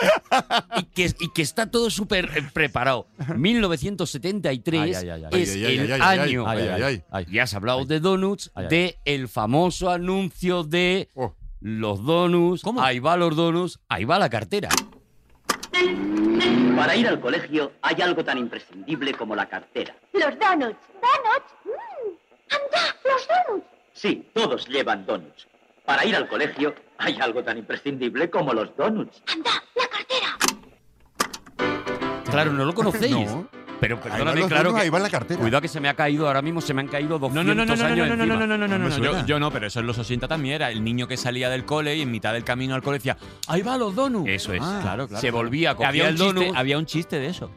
Y que, y que está todo súper eh, preparado. 1973 Ay, ay, ay, ay. es Ay, ay, ay, el ay, ay, año. Ay, ay, ay. Ya has hablado de donuts, Ay, ay. de el famoso anuncio de Oh. los donuts. Ahí va los donuts, ahí va la cartera. Para ir al colegio hay algo tan imprescindible como la cartera. Los donuts. ¿Donuts? Mm. ¡Anda! ¡Los donuts! Sí, todos llevan donuts. Para ir al colegio hay algo tan imprescindible como los donuts. ¡Anda! ¡La cartera! Claro, no lo conocéis. No. Pero Ahí van perdóname, los claro. donuts, que- ahí va la cartera. Cuidado que se me ha caído ahora mismo, se me han caído 200 años encima. no, no, no, Yo, no. yo no, pero eso en los 80 también era el niño que salía del cole y en mitad del camino al cole decía, ahí va los donuts. Eso es. Ah, claro, claro. Se volvía, cogía había un el chiste, donut. había un chiste de eso.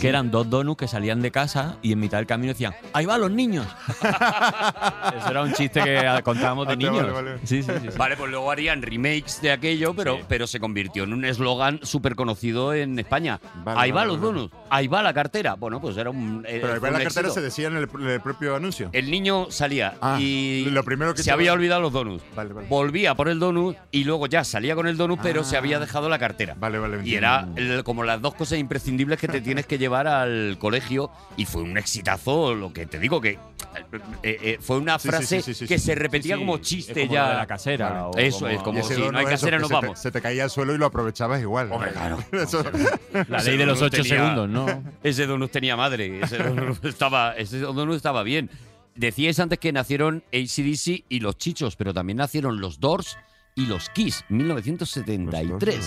Que eran dos donuts que salían de casa y en mitad del camino decían, ahí va los niños. [laughs] eso era un chiste que contábamos de Ah, te vale, niños. vale. Sí, sí, sí, sí. Vale, pues luego harían remakes de aquello, pero, Sí. pero se convirtió en un eslogan súper conocido en España. Vale, vale, ahí va los vale. donuts. ahí va la cartera. Bueno, pues era un. eh, Pero ahí fue va un la cartera éxito. Eh, se decía en el, en el propio anuncio. El niño salía Ah, y lo primero que se te- había olvidado los donuts. Vale, vale. Volvía por el donut y luego ya salía con el donut, pero Ah. se había dejado la cartera. Vale, vale. Y entiendo. era el- como las dos cosas imprescindibles que te tienes que llevar al colegio y fue un exitazo, lo que te digo que eh, eh, fue una Sí, sí, sí, frase sí, sí, que sí. se repetía Sí, sí, como es chiste como ya. lo de la casera Vale. o Eso como- es, como Y ese si no dono hay eso, casera que nos se te- vamos. se te caía al suelo y lo aprovechabas igual. [laughs] Hombre, [laughs] claro. [laughs] La ley de los donut ocho segundos, ¿no? Ese donut tenía madre, ese donut [laughs] estaba, ese donut estaba bien. Decíais antes que nacieron ACDC y los Chichos, pero también nacieron los Doors y los Kiss, 1973.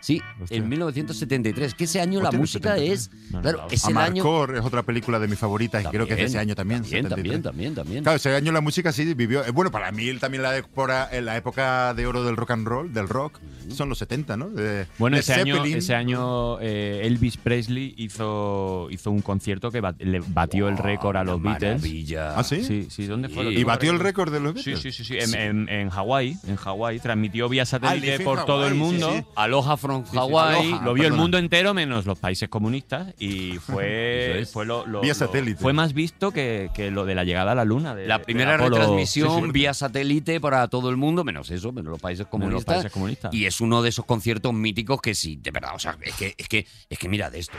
Sí, Hostia. en 1973, que ese año Hostia, la en el música 73. es, claro, es Ah, el año Amarcord es otra película de mis favoritas y creo que es de ese año también. También, 73. también, también, también. Claro, ese año la música sí vivió. eh, Bueno, para mí el- también la época, en la época de oro del rock and roll, del rock, son los 70, ¿no? De- Bueno, de ese año, Zeppelin. ese año eh, Elvis Presley hizo, hizo un concierto que bat- le batió el récord a los Beatles. maravilla. ¿Ah, sí? Sí, sí. ¿Dónde fue? ¿Y batió el récord de los Sí, Beatles? sí, sí. sí, En, en- en Hawái. En Hawái. Transmitió vía Ah, el satélite Leaf por en todo el Hawái, mundo. sí, sí. Aloha from Sí, sí, Hawaii. Aloha, Lo vio el mundo entero menos los países comunistas [laughs] y fue, Eso es. fue lo, lo- Vía lo- satélite. fue más visto que, que lo de la llegada a la luna. de- La de primera Eh, Apolo- retransmisión Sí, sí. vía satélite para todo el mundo, menos eso, menos los países Menos los comunistas. países comunistas. Y es uno de esos conciertos míticos que sí, de verdad, o sea, es que, es que, es que mirad esto.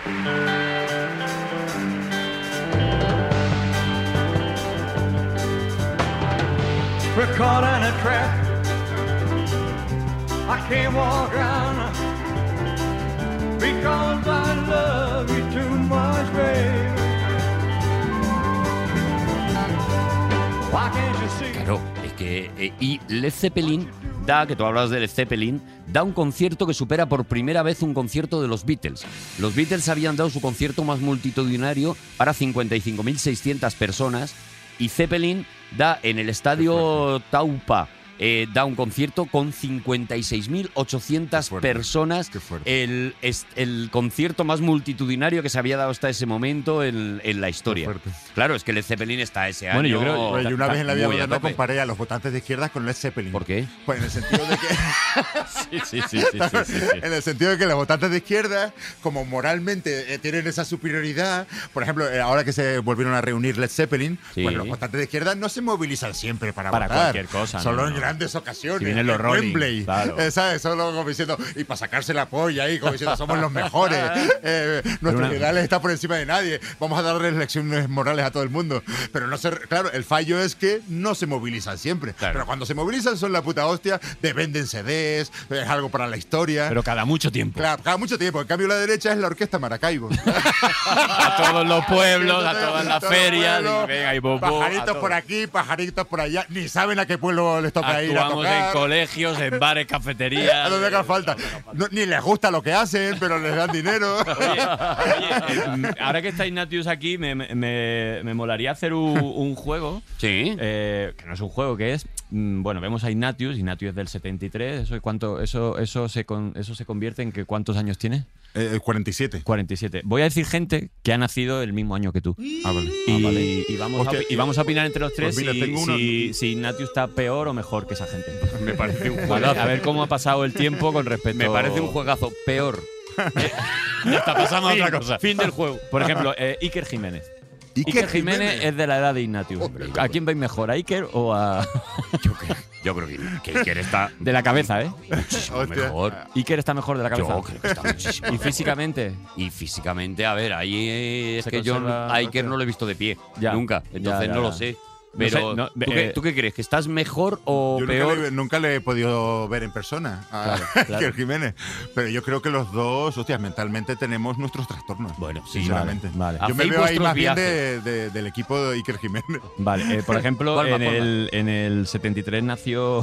We're caught in a trap. I can't walk around because I love you too much, baby. Why can't you see? Claro, es que. eh, y Led Zeppelin da, que tú hablas de Led Zeppelin, da un concierto que supera por primera vez un concierto de los Beatles. Los Beatles habían dado su concierto más multitudinario para 55.600 personas y Zeppelin da en el estadio Taupa. eh, da un concierto con 56.800 personas. El, es- el concierto más multitudinario que se había dado hasta ese momento en, en la historia. Claro, es que Led Zeppelin está ese año. Bueno, yo creo- Oye, yo una vez en la vida Oh, muy a moderna tope. comparé a los votantes de izquierdas con Led Zeppelin. ¿Por qué? Pues en el sentido de que. [laughs] sí, sí, sí, sí, sí, sí. [laughs] en el sentido de que los votantes de izquierda, como moralmente eh, tienen esa superioridad, por ejemplo, eh, ahora que se volvieron a reunir Led Zeppelin, Sí. pues los votantes de izquierda no se movilizan siempre para, Para votar. cualquier cosa, Solo no, en no. grandes ocasiones. Si vienen los en Rolling, Wembley, claro. eh, ¿sabes? Solo como diciendo, y para sacarse la polla ahí, como diciendo, somos los [laughs] mejores. eh, una- nuestros ideales están por encima de nadie. Vamos a darles lecciones morales a todo el mundo. Pero no se. Claro, el fallo es que no se movilizan siempre. Pero cuando se movilizan son la puta hostia, de venden CDs, es algo para la historia. Pero cada mucho tiempo. Claro, cada mucho tiempo. En cambio, la derecha es la orquesta Maracaibo. [laughs] A todos los pueblos, a todas las Todos los ferias. pueblos, y venga, y bo- bo, a Pajaritos todo. por aquí, pajaritos por allá. Ni saben a qué pueblo les [laughs] toca ir a Actuamos en tocar. colegios, en bares, A [laughs] cafeterías. donde haga falta. No, ni les gusta lo que hacen, pero les dan [laughs] dinero. Mm, Ahora que estáis Natius aquí, me, me- me- me molaría hacer un, un juego. Sí. Eh, que no es un juego, que es. mm, Bueno, vemos a Ignatius, Ignatius es del 73. ¿Eso, cuánto, eso, eso, se, con- eso se convierte en que cuántos años tiene? 47. 47. Voy a decir gente que ha nacido el mismo año que tú. Ah, vale. Y, y vamos, Hostia, a, y vamos a opinar entre los tres Pues mira, si, tengo una- si- si Ignatius está peor o mejor que esa gente. Me parece un Vale, juegazo. a ver cómo ha pasado el tiempo con respecto Me parece un juegazo peor. Ya está, pasamos Fin, a otra cosa. fin del juego. Por ejemplo, eh, Iker Jiménez. Iker Iker Jiménez, Jiménez. es de la edad de Ignatius. ¿A quién veis mejor, a Iker o a.? [laughs] Yo creo que, que Iker está De la cabeza, ¿eh? muchísimo mejor. Ah. Iker está mejor de la cabeza. Yo creo que está muchísimo [laughs] ¿Y mejor. físicamente? Y físicamente, a ver, ahí eh, es Se que yo conserva- no- a Iker no lo he visto de pie. Ya, nunca. ya, Entonces ya, no lo ya. sé. No Pero, sé, no, ¿tú, qué, eh, tú qué crees? ¿Que estás mejor o Yo peor? Nunca le, nunca le he podido ver en persona a [laughs] Claro, claro. Iker Jiménez. Pero yo creo que los dos, hostias, mentalmente tenemos nuestros trastornos. Bueno, sí, sinceramente. vale, vale. Yo me Hacéis veo ahí vuestros más bien de- de- del equipo de Iker Jiménez. Vale, eh, por [laughs] ejemplo, Juanma, en, Juanma. el, en el 73 nació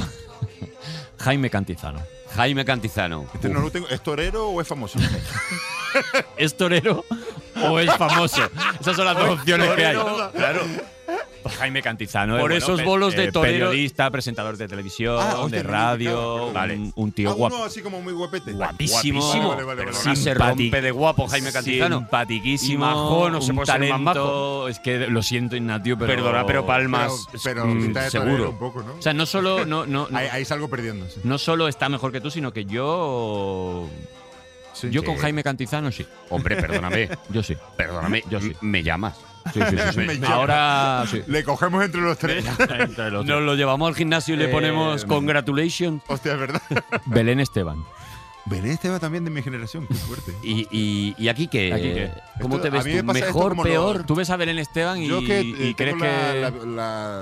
[laughs] Jaime Cantizano. Jaime Cantizano. Este no lo tengo- ¿Es torero o es famoso? ¿Es torero o es famoso? Esas son las dos opciones que hay. torero. Claro. Jaime Cantizano. eh, Por esos bolos de eh, torero. Periodista, presentador de televisión, Ah, hostia, de no, radio, un, un tío Ah, guapo. uno así como muy guapete. Guapísimo. Guapísimo. Vale, vale, vale, vale. Se rompe de guapo Jaime Cantizano. Simpatiquísimo. Y majo, no se un puede ser más talento. Es que lo siento, Ignatio, pero. Perdona, pero palmas, Pero- pero mm, pinta de torero seguro. un poco, ¿no? O sea, no solo. No, no, no- Ahí, ahí salgo perdiendo. sí. no solo está mejor que tú, sino que yo Sí. Yo con Jaime Cantizano sí. Hombre, perdóname. [laughs] Yo sí. Perdóname, yo sí. Me llamas. Sí, sí, sí, sí. Me llamas. Ahora sí. Le cogemos entre los tres. Entre los Nos tres. lo llevamos al gimnasio y le Eh, mm. [laughs] ponemos congratulations. Hostia, es verdad. Belén Esteban. Belén Esteba también de mi generación, qué fuerte. Y, y- y aquí que. Aquí que- ¿Cómo Eh, Esto- te a ves mí me tú? pasa esto ¿Mejor, como lo- peor? [laughs] Tú ves a Belén Esteban y, Yo que eh, y crees tengo la, la- que.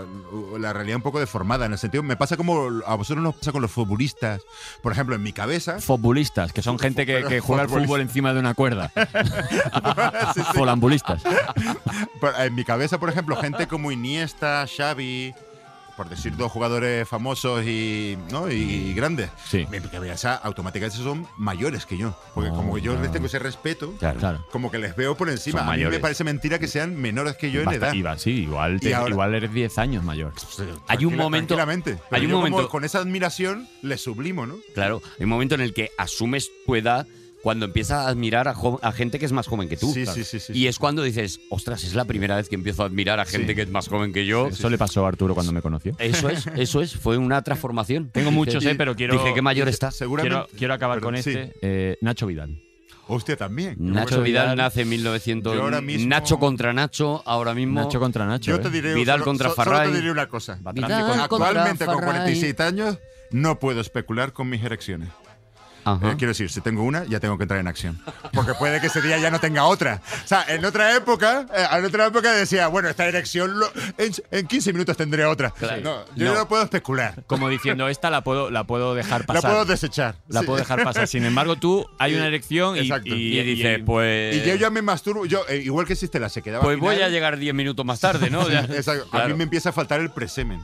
la- la realidad un poco deformada, en el sentido, me pasa como a vosotros nos pasa con los futbolistas. Por ejemplo, en mi [laughs] cabeza, [laughs] Futbolistas, que son gente que, Pero que juega al fútbol futbolista. encima de [laughs] una cuerda. Folambulistas. por- en mi cabeza, por ejemplo, gente como Iniesta, Xavi, por decir dos jugadores famosos y, ¿no? y, y grandes, Sí. mi cabeza automáticamente son mayores que yo. Porque Ah, como que yo claro. les tengo ese respeto, Claro. Claro. como que les veo por encima. Son A mí me mayores. parece mentira que sean menores que [laughs] yo en Basta- edad. iba- sí, igual, te- Y ahora- igual eres 10 años mayor. Hay un Tranquila- momento. tranquilamente. Pero Hay un yo como momento. con esa admiración le sublimo, ¿no? Claro, hay un momento en el que asumes tu edad cuando empiezas a admirar a, jo- a gente que es más joven que tú. Sí, sí, sí, sí, y es cuando dices, ostras, es la primera vez que empiezo a admirar a gente Sí. Eh, que es más joven que yo. Eso le pasó a Arturo cuando me conoció. Eso es, eso es, fue una transformación. Tengo Dije- muchos, eh, pero quiero- Dije, ¿qué mayor dije- está? Seguramente. Quiero, quiero acabar Perdón, con sí. este. eh, Nacho Vidal. Hostia, también. Nacho Nacho Vidal Vidal. nace en 1900. Yo ahora mismo- Nacho contra Nacho, ahora mismo. Nacho contra Nacho. Yo te eh. diré, Vidal solo- contra so- solo Farray. te diré una cosa. Batrán Vidal de con- contra Actualmente, con Farray. 47 años, no puedo especular con mis erecciones. Ajá. Eh, quiero decir, si tengo una, ya tengo que entrar en acción. Porque puede que ese día ya no tenga otra. O sea, en otra época, eh, en otra época decía, bueno, esta erección lo- en, en 15 minutos tendré otra. Claro. No, yo No. no. puedo especular. Como diciendo, esta la puedo, la puedo dejar La pasar. puedo desechar. La Sí. puedo dejar pasar. Sin embargo, tú hay una erección y, Exacto. Y, dices, y- pues. Y yo ya me masturbo. Yo, eh, igual que existe la sequedad Pues voy vaginal, a llegar 10 minutos más tarde, [laughs] [laughs] ¿no? Ya- Exacto. A mí Claro. Ah. me empieza a faltar el presemen.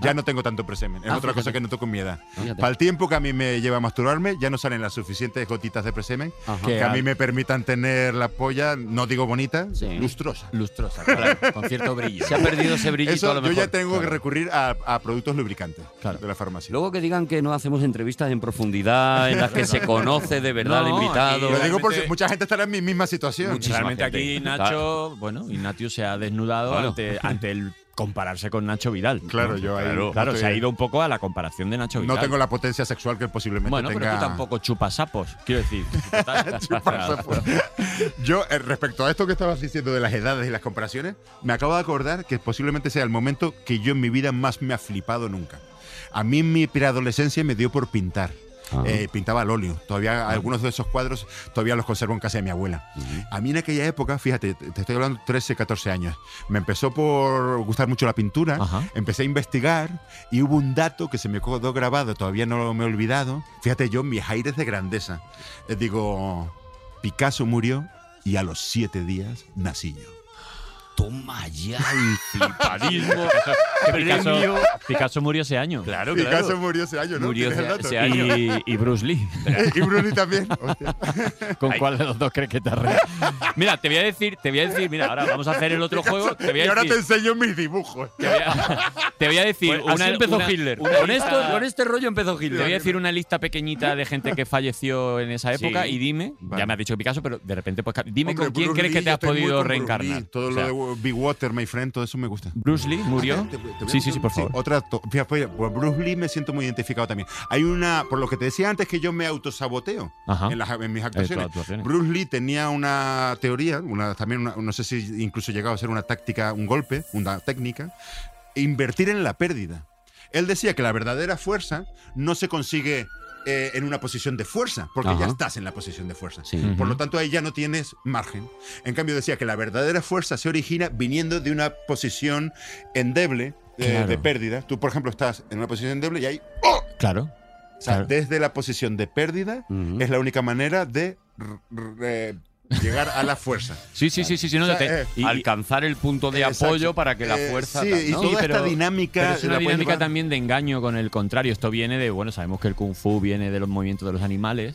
Ya no tengo tanto presemen. Es otra cosa que noto con mi edad. Fíjate. Para el tiempo que a mí me lleva a masturbarme, ya no salen las suficientes gotitas de presemen Ajá. que a Qué mí al- me permitan tener la polla, no digo bonita, Sí. lustrosa. Lustrosa, claro, con cierto brillo. Se ha perdido ese brillito Eso a lo yo mejor. ya tengo que Claro. recurrir a, a productos lubricantes de la farmacia. Luego que digan que no hacemos entrevistas en profundidad, en las que se conoce de verdad al No, invitado. aquí- Lo digo porque realmente- mucha gente estará en mi misma situación. Muchísima Realmente gente. aquí Nacho, bueno, Ignatius se ha desnudado Claro. ante, ante el compararse con Nacho Vidal. Claro, yo ahí Claro, no claro, estoy- se ha ido un poco a la comparación de Nacho Vidal. No tengo la potencia sexual que posiblemente Bueno, tenga. pero tú tampoco chupas sapos, quiero decir. Total. Yo, eh, respecto a esto que estabas diciendo de las edades y las comparaciones, me acabo de acordar que posiblemente sea el momento que yo en mi vida más me ha flipado nunca. A mí en mi preadolescencia me dio por pintar. Ajá. Eh, pintaba al óleo. Todavía Ah. algunos de esos cuadros todavía los conservo en casa de mi abuela. A mí en aquella época, fíjate, te te estoy hablando 13, 14 años, me empezó por gustar mucho la pintura, Ajá. empecé a investigar y hubo un dato que se me quedó grabado, todavía no lo me he olvidado. Fíjate yo, mis aires de grandeza. Eh, Digo, Picasso murió y a los siete días nací yo. Toma ya el flipadismo. Que Picasso, Picasso murió ese año. Claro, Picasso claro. murió ese año, ¿no? Murió ¿Tienes el ese- dato? ese año. Y, y Bruce Lee. [laughs] y Bruni también. [laughs] Hostia. [laughs] ¿Con cuál de los dos crees que te arreglas? Mira, te voy a decir, te voy a decir, mira, ahora vamos a hacer el otro juego. Te voy Y a ahora te decir, enseño mis dibujos. te voy a, te voy a decir. Pues así empezó Hitler. con, lista- esto- con este rollo empezó Te Hitler. voy a decir una lista pequeñita de gente que falleció en esa época Sí. y dime, Vale. ya me has dicho Picasso, pero de repente, pues dime Hombre, con quién Bruce crees que Lee, te has estoy muy podido con Bruce Lee. reencarnar. Todo O sea, lo de Big Water, my friend, todo eso me gusta. Bruce Lee [laughs] murió. Te- te voy a Sí, sí, decir- sí, por favor. otra to- fíjate, fíjate, por Bruce Lee me siento muy identificado también. Hay una, por lo que te decía antes, que yo me autosaboteo Ajá. en, las- en mis actuaciones. actuaciones. Bruce Lee tenía una teoría, una, también una- no sé si incluso llegaba a ser una táctica, un golpe, una técnica, invertir en la pérdida. Él decía que la verdadera fuerza no se consigue eh, en una posición de fuerza, porque Ajá. ya estás en la posición de fuerza. Sí. Por Ujú. lo tanto, ahí ya no tienes margen. En cambio, decía que la verdadera fuerza se origina viniendo de una posición endeble eh, Claro. de pérdida. Tú, por ejemplo, estás en una posición endeble y ahí. ¡oh! Claro. Eh, O sea, Claro. desde la posición de pérdida Ujú. es la única manera de r- r- eh, llegar a la fuerza. [laughs] Sí, sí, sí, sí, sí. No, O sea, te- eh, y- y- alcanzar el punto de Exacto. apoyo para que la Eh, fuerza. sí, tal, y ¿no? toda pero- esta dinámica. Pero es una la puedes dinámica llevar- también de engaño con el contrario. Esto viene de, bueno, sabemos que el kung fu viene de los movimientos de los animales.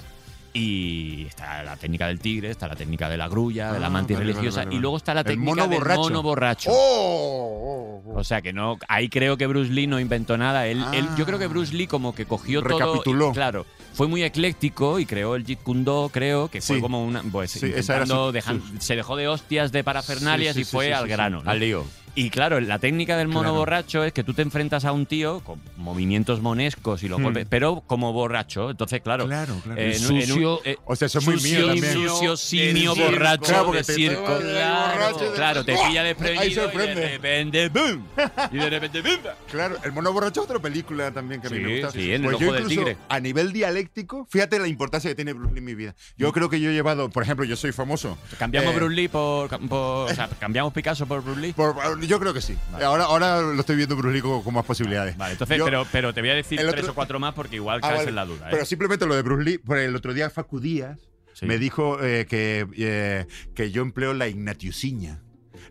Y está la técnica del tigre, está la técnica de la grulla, de Ah, la mantis vale, vale, religiosa. vale, Y vale. luego está la El técnica mono del borracho. mono borracho. ¡Oh! O sea que no, ahí creo que Bruce Lee no inventó nada. Él, él- yo creo que Bruce Lee como que cogió todo. Ah. Recapituló. y, claro, fue muy ecléctico y creó el Jeet Kune Do, creo, que fue Sí. como una. Pues Sí, esa era su- intentando dejar- se dejó de hostias de parafernalias Sí, sí, y sí, fue sí, al sí, grano. sí. ¿no? Al lío. Y claro, la técnica del mono Claro. borracho es que tú te enfrentas a un tío con movimientos monescos y los Hmm. golpes, pero como borracho. Entonces, claro. Claro, claro. eh, en un- en un- Sucio. eh, O sea, eso es muy mío sucio, también. Sucio, simio, El circo. borracho, Claro, porque de te- circo. te- Claro, borracho de- claro, te ¡Buah! pilla Ahí desprevenido y de sorprende. repente ¡boom! Y de repente ¡boom! Claro, El Mono Borracho es otra película también que a mí Sí, me gusta. sí, en El Pues Ojo yo del incluso, Tigre. A nivel dialéctico, fíjate la importancia que tiene Bruce Lee en mi vida. Yo Mm. creo que yo he llevado, por ejemplo, yo soy famoso. [laughs] Cambiamos Eh, Bruce Lee por, por- o sea, cambiamos Picasso por Bruce Lee. por- yo creo que sí. Ahora, ahora lo estoy viendo Bruce Lee con, con más posibilidades. Vale, entonces, Yo- pero, pero te voy a decir el otro- tres o cuatro más porque igual Ah, caes vale. en la duda. ¿eh? Pero simplemente lo de Bruce Lee, por el otro día Facu Díaz me dijo eh, que, eh, que yo empleo la ignatiusiña.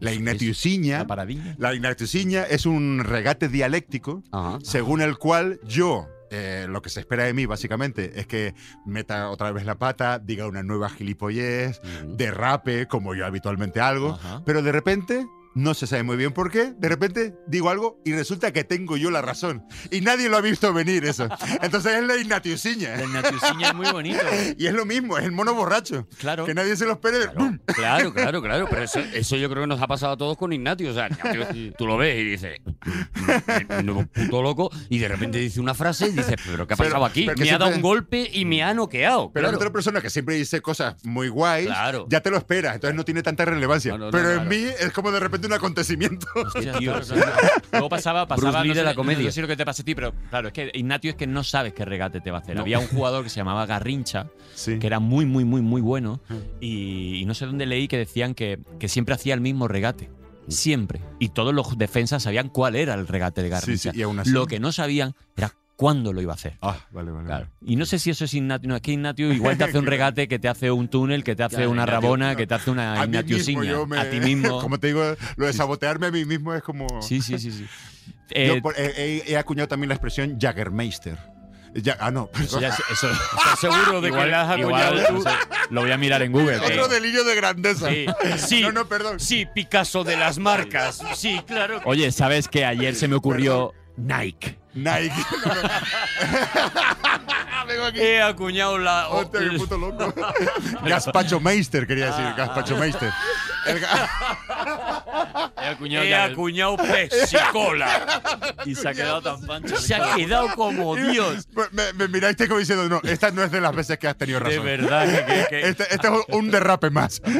La ignatiusiña. La paradilla. La ignatiusiña es un regate dialéctico según el cual yo. eh, lo que se espera de mí, básicamente, es que meta otra vez la pata, diga una nueva gilipollez, derrape, como yo habitualmente algo, pero de repente, no se sabe muy bien por qué, de repente digo algo y resulta que tengo yo la razón. Y nadie lo ha visto venir [laughs] eso. Entonces es la ignatiusiña. La ignatiusiña es muy [laughs] bonito. Y es lo mismo, es el mono borracho. Claro. Que nadie se lo espere. ¡Bum! Claro, claro, claro. Pero eso, eso yo creo que nos ha pasado a todos con [laughs] Ignatius. O sea, Ignatius, tú lo ves y dices, "Mm, "Un mm, puto loco, y de repente dice una frase y dices, pero ¿qué ha Pero- pasado aquí? pero que me ha dado siempre- un golpe y me ha noqueado. Pero es claro. otra persona que siempre dice cosas muy guays, Claro. ya te lo esperas, entonces no tiene tanta relevancia. no, pero claro. en mí es como de repente un acontecimiento. Hostia, claro, claro. Luego pasaba, Bruce pasaba Lee no de sé- la comedia. No sé lo que te pasa a ti, pero claro, es que Ignatio es que no sabes qué regate te va a hacer. Había un jugador que se llamaba Garrincha, que era muy, muy, muy, muy bueno. Y, y no sé dónde leí que decían que, que siempre hacía el mismo regate. Siempre. Y todos los defensas sabían cuál era el regate de Garrincha. sí, y aún así. Lo que no sabían era cuándo lo iba a hacer. Ah, vale, vale. Y no sé si eso es Ignatio. No, es que Ignatio igual te [laughs] hace un regate, que te hace un túnel, que te hace Ya, una Ignatius, rabona, no. que te hace una A mí mismo Ignatiusiña. yo me- A ti [laughs] mismo. Como te digo, lo de sabotearme a mí mismo es como. Sí, sí, sí, sí. Yo Eh, por- he, he- he acuñado también la expresión Jaggermeister. Ya- ah, no. Eso ya se- eso- ¿Estás seguro de Igual- que la has igual, acuñado tú? no sé, lo voy a mirar en [laughs] Google. eh. Otro delirio de grandeza. Sí, [laughs] sí, No, no, perdón. sí, Picasso de las marcas. Sí, claro. que- Oye, ¿sabes que ayer se me ocurrió Nike? Nike. [laughs] No, no. Vengo aquí. He acuñado Ah, la. Hostia, qué puto [laughs] loco. Gaspacho Meister, quería decir. Ah, Gaspacho ah. Meister. El ga- He acuñado, He acuñado [laughs] pepsicola. Y se ha quedado tan pancho. Se ha quedado como [laughs] Oh, Dios. Pues, Me, me miraste como diciendo, no, esta no es de las veces que has tenido razón. verdad que- que- [laughs] que- Este, este es un derrape más. [laughs] Aquí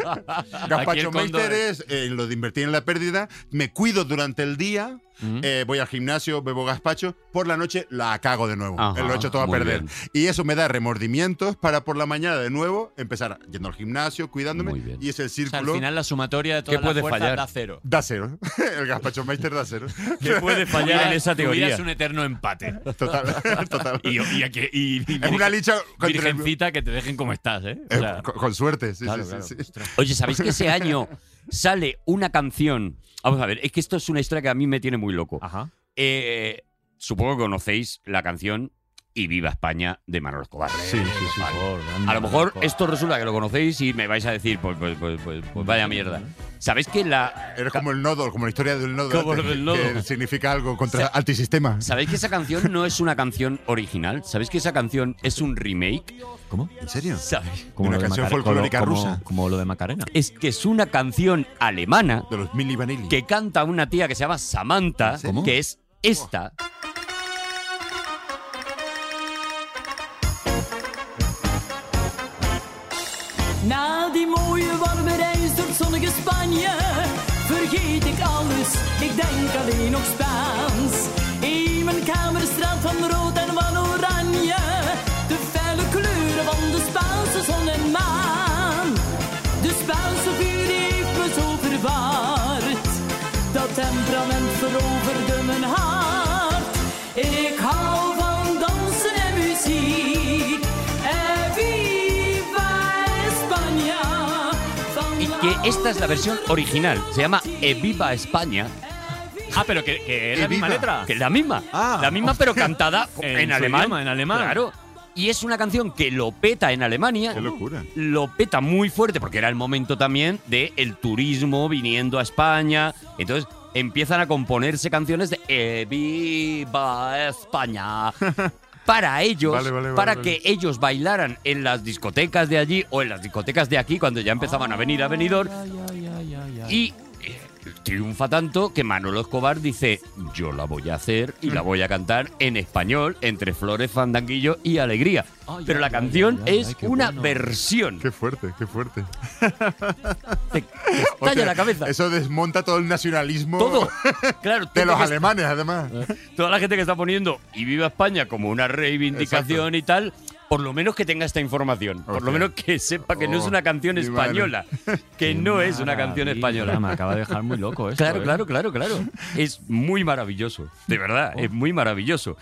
el Gaspacho cóndor Meister es- es eh, lo de invertir en la pérdida. Me cuido durante el día. Mm. eh, voy al gimnasio, bebo gazpacho, por la noche la cago de nuevo. Ajá, Eh, lo he hecho todo a muy perder. bien. Y eso me da remordimientos para por la mañana de nuevo empezar yendo al gimnasio, Muy cuidándome. bien. Y es el O sea, círculo. al final la sumatoria de ¿Qué todas las puede fuerzas fallar? da cero. Da cero. [laughs] El gazpacho Meister da [laughs] cero. ¿Qué puede fallar en esa Tu vida teoría? es un eterno empate. Total, [laughs] total. Y, y aquí- y- y- Es una licha contra el- virgencita que te dejen como estás, ¿eh? O Eh, sea, con, con suerte, sí, claro, sí, claro. sí, sí. Oye, ¿sabéis que ese año sale una canción? Vamos a ver, es que esto es una historia que a mí me tiene muy loco. Ajá. Eh, supongo que conocéis la canción Y Viva España de Manolo Escobar. Sí, sí, sí. Vale. A lo mejor esto resulta que lo conocéis y me vais a decir, pues, pues, pues, pues, pues vaya mierda. ¿Sabéis que la. Eres como el nodo, como la historia del nodo. Como antes, lo del nodo. Que significa algo contra O sea, antisistema. ¿Sabéis que esa canción no es una canción original? ¿Sabéis que esa canción es un remake? ¿Cómo? ¿En serio? ¿Sabéis? Como Una lo de canción Macarena- folclórica como- rusa. Como lo de Macarena. Es que es una canción alemana De los Milli Vanilli. que canta una tía que se llama Samantha, serio? que es esta. Na die mooie warme reis door het zonnige Spanje Vergeet ik alles, ik denk alleen nog Spaans In mijn kamerstraat van rood en van oranje De felle kleuren van de Spaanse zon en maan De Spaanse vuur die heeft me zo verwaard Dat temperament veroverde mijn hart Ik hou van dansen en muziek En viva España Van Y que esta es la versión original. Se llama Eviva España. Ah, pero que, que es la misma Eviva. letra. Que es la misma. la misma, pero cantada en, En su alemán. idioma, en alemán. Claro. Y es una canción que lo peta en Alemania. Qué locura. Lo peta muy fuerte, porque era el momento también del el turismo viniendo a España. Entonces, empiezan a componerse canciones de eh, [laughs] Viva España. Para ellos, Vale, vale, vale, para vale. que ellos bailaran en las discotecas de allí o en las discotecas de aquí, cuando ya empezaban a venir a Benidorm. Y eh, triunfa tanto que Manolo Escobar dice: Yo la voy a hacer y Mm. la voy a cantar en español, entre flores, fandanguillo y alegría. Pero la canción es una versión. Qué fuerte, qué fuerte. Te estalla la cabeza. Eso desmonta todo el nacionalismo Todo. eh, Claro, [laughs] de todo los que- alemanes, además. Toda la gente que está poniendo y viva España como una reivindicación y tal, por lo menos que tenga esta información. Por lo menos que sepa que no es Oh, una canción mi [laughs] madre. española. Que no es una canción española. Me acaba de dejar muy loco esto. Claro, ¿eh? claro, claro, claro. [laughs] Es muy maravilloso, de verdad, es muy maravilloso.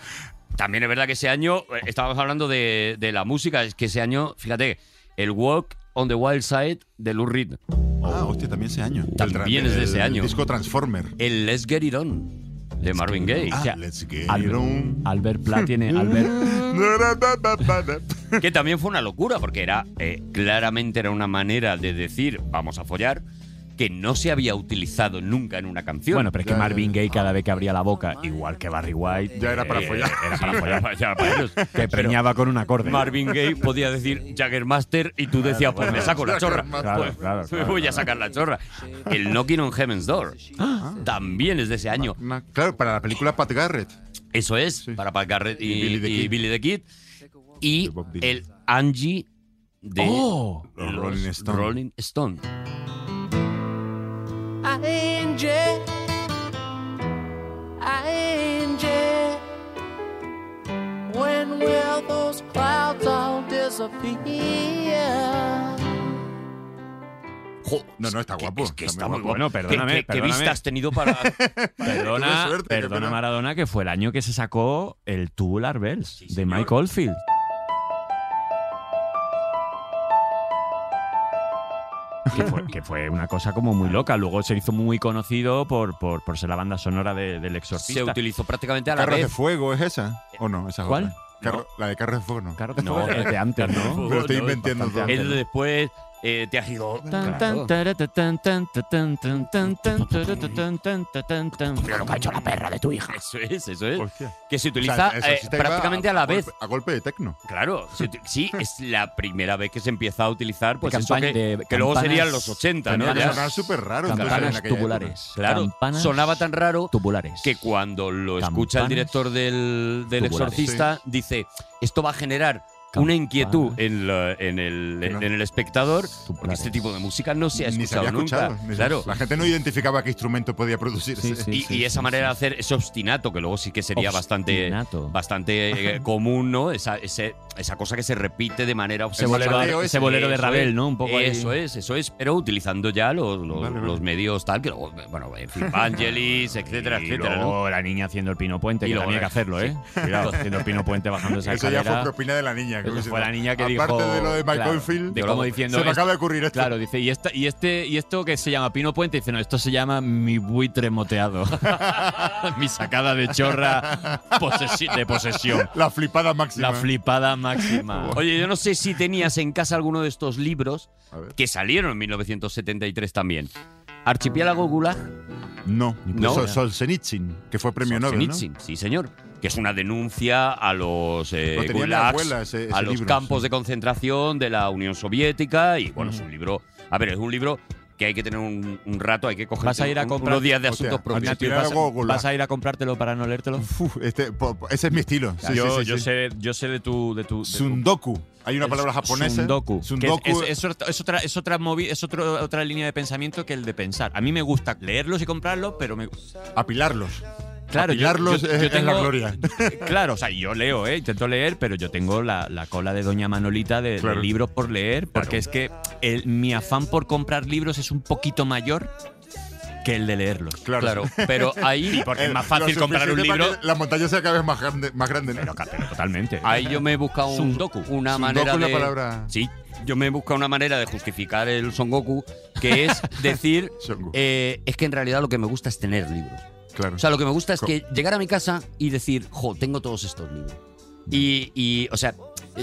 También es verdad que ese año, eh, estábamos hablando de, de la música, es que ese año, fíjate, el Walk on the Wild Side de Lou Reed. Ah, hostia, también ese año. También es de ese año. disco Transformer. El Let's Get It On de Marvin Gaye. Ah, O sea, let's get Albert- it on. [laughs] Albert Pla tiene. Albert, que también fue una locura, porque era eh, claramente era una manera de decir vamos a follar que no se había utilizado nunca en una canción. bueno, pero es que Marvin Gaye cada vez que abría la boca, igual que Barry White. Ya era para eh, follar. Era para Sí, follar. ya para [laughs] ellos. Te preñaba con un acorde. Marvin Gaye podía decir Jaggermaster y tú decías, pues me saco la chorra. Claro, Pues claro, me claro, voy a sacar la chorra. El Knocking on Heaven's Door Ah. también es de ese año. Claro, para la película Pat Garrett. Eso es, para Pat Garrett y, Y Billy the y Kid. Billy the Kid. Y Dylan. el Angie de Oh, los Rolling Stone. Rolling Stone. Angel, angel, when will those clouds all disappear? Jo, No, no, está guapo. Es que está muy guapo. bueno, Bueno, perdóname, ¿Qué, qué- qué perdóname. vista has tenido [laughs] para...? Perdona, Tuve suerte, qué perdona pena. Maradona, que fue el año que se sacó el Tubular Bells de Mike Oldfield. Que fue, que fue una cosa como muy loca. Luego se hizo muy conocido por, por, por ser la banda sonora de- del exorcista. se utilizó prácticamente a la Carros de vez. fuego es esa. ¿O no? Esa es ¿Cuál? otra. Carro- La de Carros de fuego no. Carros de No, eh, fuego. es de antes, Carros de ¿no? fuego, Me lo estoy No, es inventando todo. bastante Es de después eh, te has ido... Tan, tan, tara, ta, tan, tan, ta, tan, tan, tan, tan, tara, ta, tan, tan, ta, tan, tan. Mira lo que ha hecho la perra de tu hija. Eso es, eso es. Hostia. Que O sea, se utiliza el eh, exorcista iba prácticamente a, la vez. golpe- a golpe de tecno. Claro, se uti- sí, es la primera vez que se empieza a utilizar, [laughs] pues eso campaña- que, de que luego campanas- serían los 80, ¿no? campanas- Ya. Sonaba súper raro. entonces, en Campanas aquella época. tubulares. Claro, Campanas sonaba tan raro Tubulares. que cuando lo escucha el Campanas director del, del tubulares. exorcista, dice, esto va a generar una inquietud en, la- en el, en el espectador, porque este tipo de música no se ha Ni se había escuchado nunca. escuchado. ni se- claro. La gente no identificaba qué instrumento podía producirse. y, y esa manera de hacer ese obstinato, que luego sí que sería bastante, Obstinato. bastante [laughs] eh, común, ¿no? Esa, ese- esa cosa que se repite de manera Ese bolero- obsesiva. ese bolero de Eso Ravel, es, ¿no? Un poco ahí. Eso es, eso es. Pero utilizando ya los, los, Vale, vale. los medios tal, que luego, bueno, eh, [laughs] Flip Angelis, etcétera, Y etcétera, ¿no? luego la niña haciendo el pino puente, Y que luego la- tenía que hacerlo, ¿eh? sí. [laughs] Cuidado, haciendo el pino puente, bajando esa Eso ya escalera. fue propina de la niña. Eso como fue diciendo, la niña que dijo. Aparte de lo de Mike claro, Oldfield, de como diciendo. se me "Esto- acaba de ocurrir esto. Claro, dice, ¿y, esta, y, este, ¿y esto que se llama Pino Puente? Dice, no, esto se llama mi buitre moteado. mi sacada de [laughs] chorra posesi- de posesión. La flipada máxima. La [laughs] flipada máxima. Oye, yo no sé si tenías en casa alguno de estos libros A ver. que salieron en 1973 también. Archipiélago Gulag. No, No. Sol- Solzhenitsyn, que fue premio Nobel. ¿no? Solzhenitsyn, Sí, señor. Que es una denuncia a los eh, Lo tenía mi gulags, abuela, ese- ese a los libro, campos sí. de concentración de la Unión Soviética. Y bueno, es un libro. A ver, es un libro que hay que tener un, un rato, hay que coger Vas a ir a comprar. unos días de asuntos propios. Ignacio, vas, vas a ir a comprártelo para no leértelo? Uf, este, po- po- ese es mi estilo. Ah, Sí, yo, sí, sí, yo sí. Sé, yo sé de tu. De tu de tu- Sundoku. Hay una palabra japonesa. Sundoku. que Sundoku. Es, es- es otra, es, otra, es, otra movi- es otro- otra línea de pensamiento que el de pensar. A mí me gusta leerlos y comprarlos, pero me. [laughs] Apilarlos. Claro, yo- Apilarlos yo- es- yo es la tengo- gloria. Claro, o sea, yo leo, ¿eh? intento leer, pero yo tengo la, la cola de Doña Manolita de, de Claro. libros por leer, porque es que el- mi afán por comprar libros es un poquito mayor que el de leerlos. Claro. Eh, Claro, pero [laughs] ahí. Y porque es más Lo fácil comprar un suficiente para libro. que La montaña sea cada vez más grande. Más grande ¿no? Pero totalmente. Ahí yo me he buscado un- Sundoku. una Sundoku manera es la de. palabra. Sí, yo me he buscado una manera de justificar el Son Goku, [laughs] que es decir, Son Goku. eh, es que en realidad lo que me gusta es tener libros. Claro. O sea, lo que me gusta es Co- que llegar a mi casa y decir, jo, tengo todos estos libros. Y, y, o sea,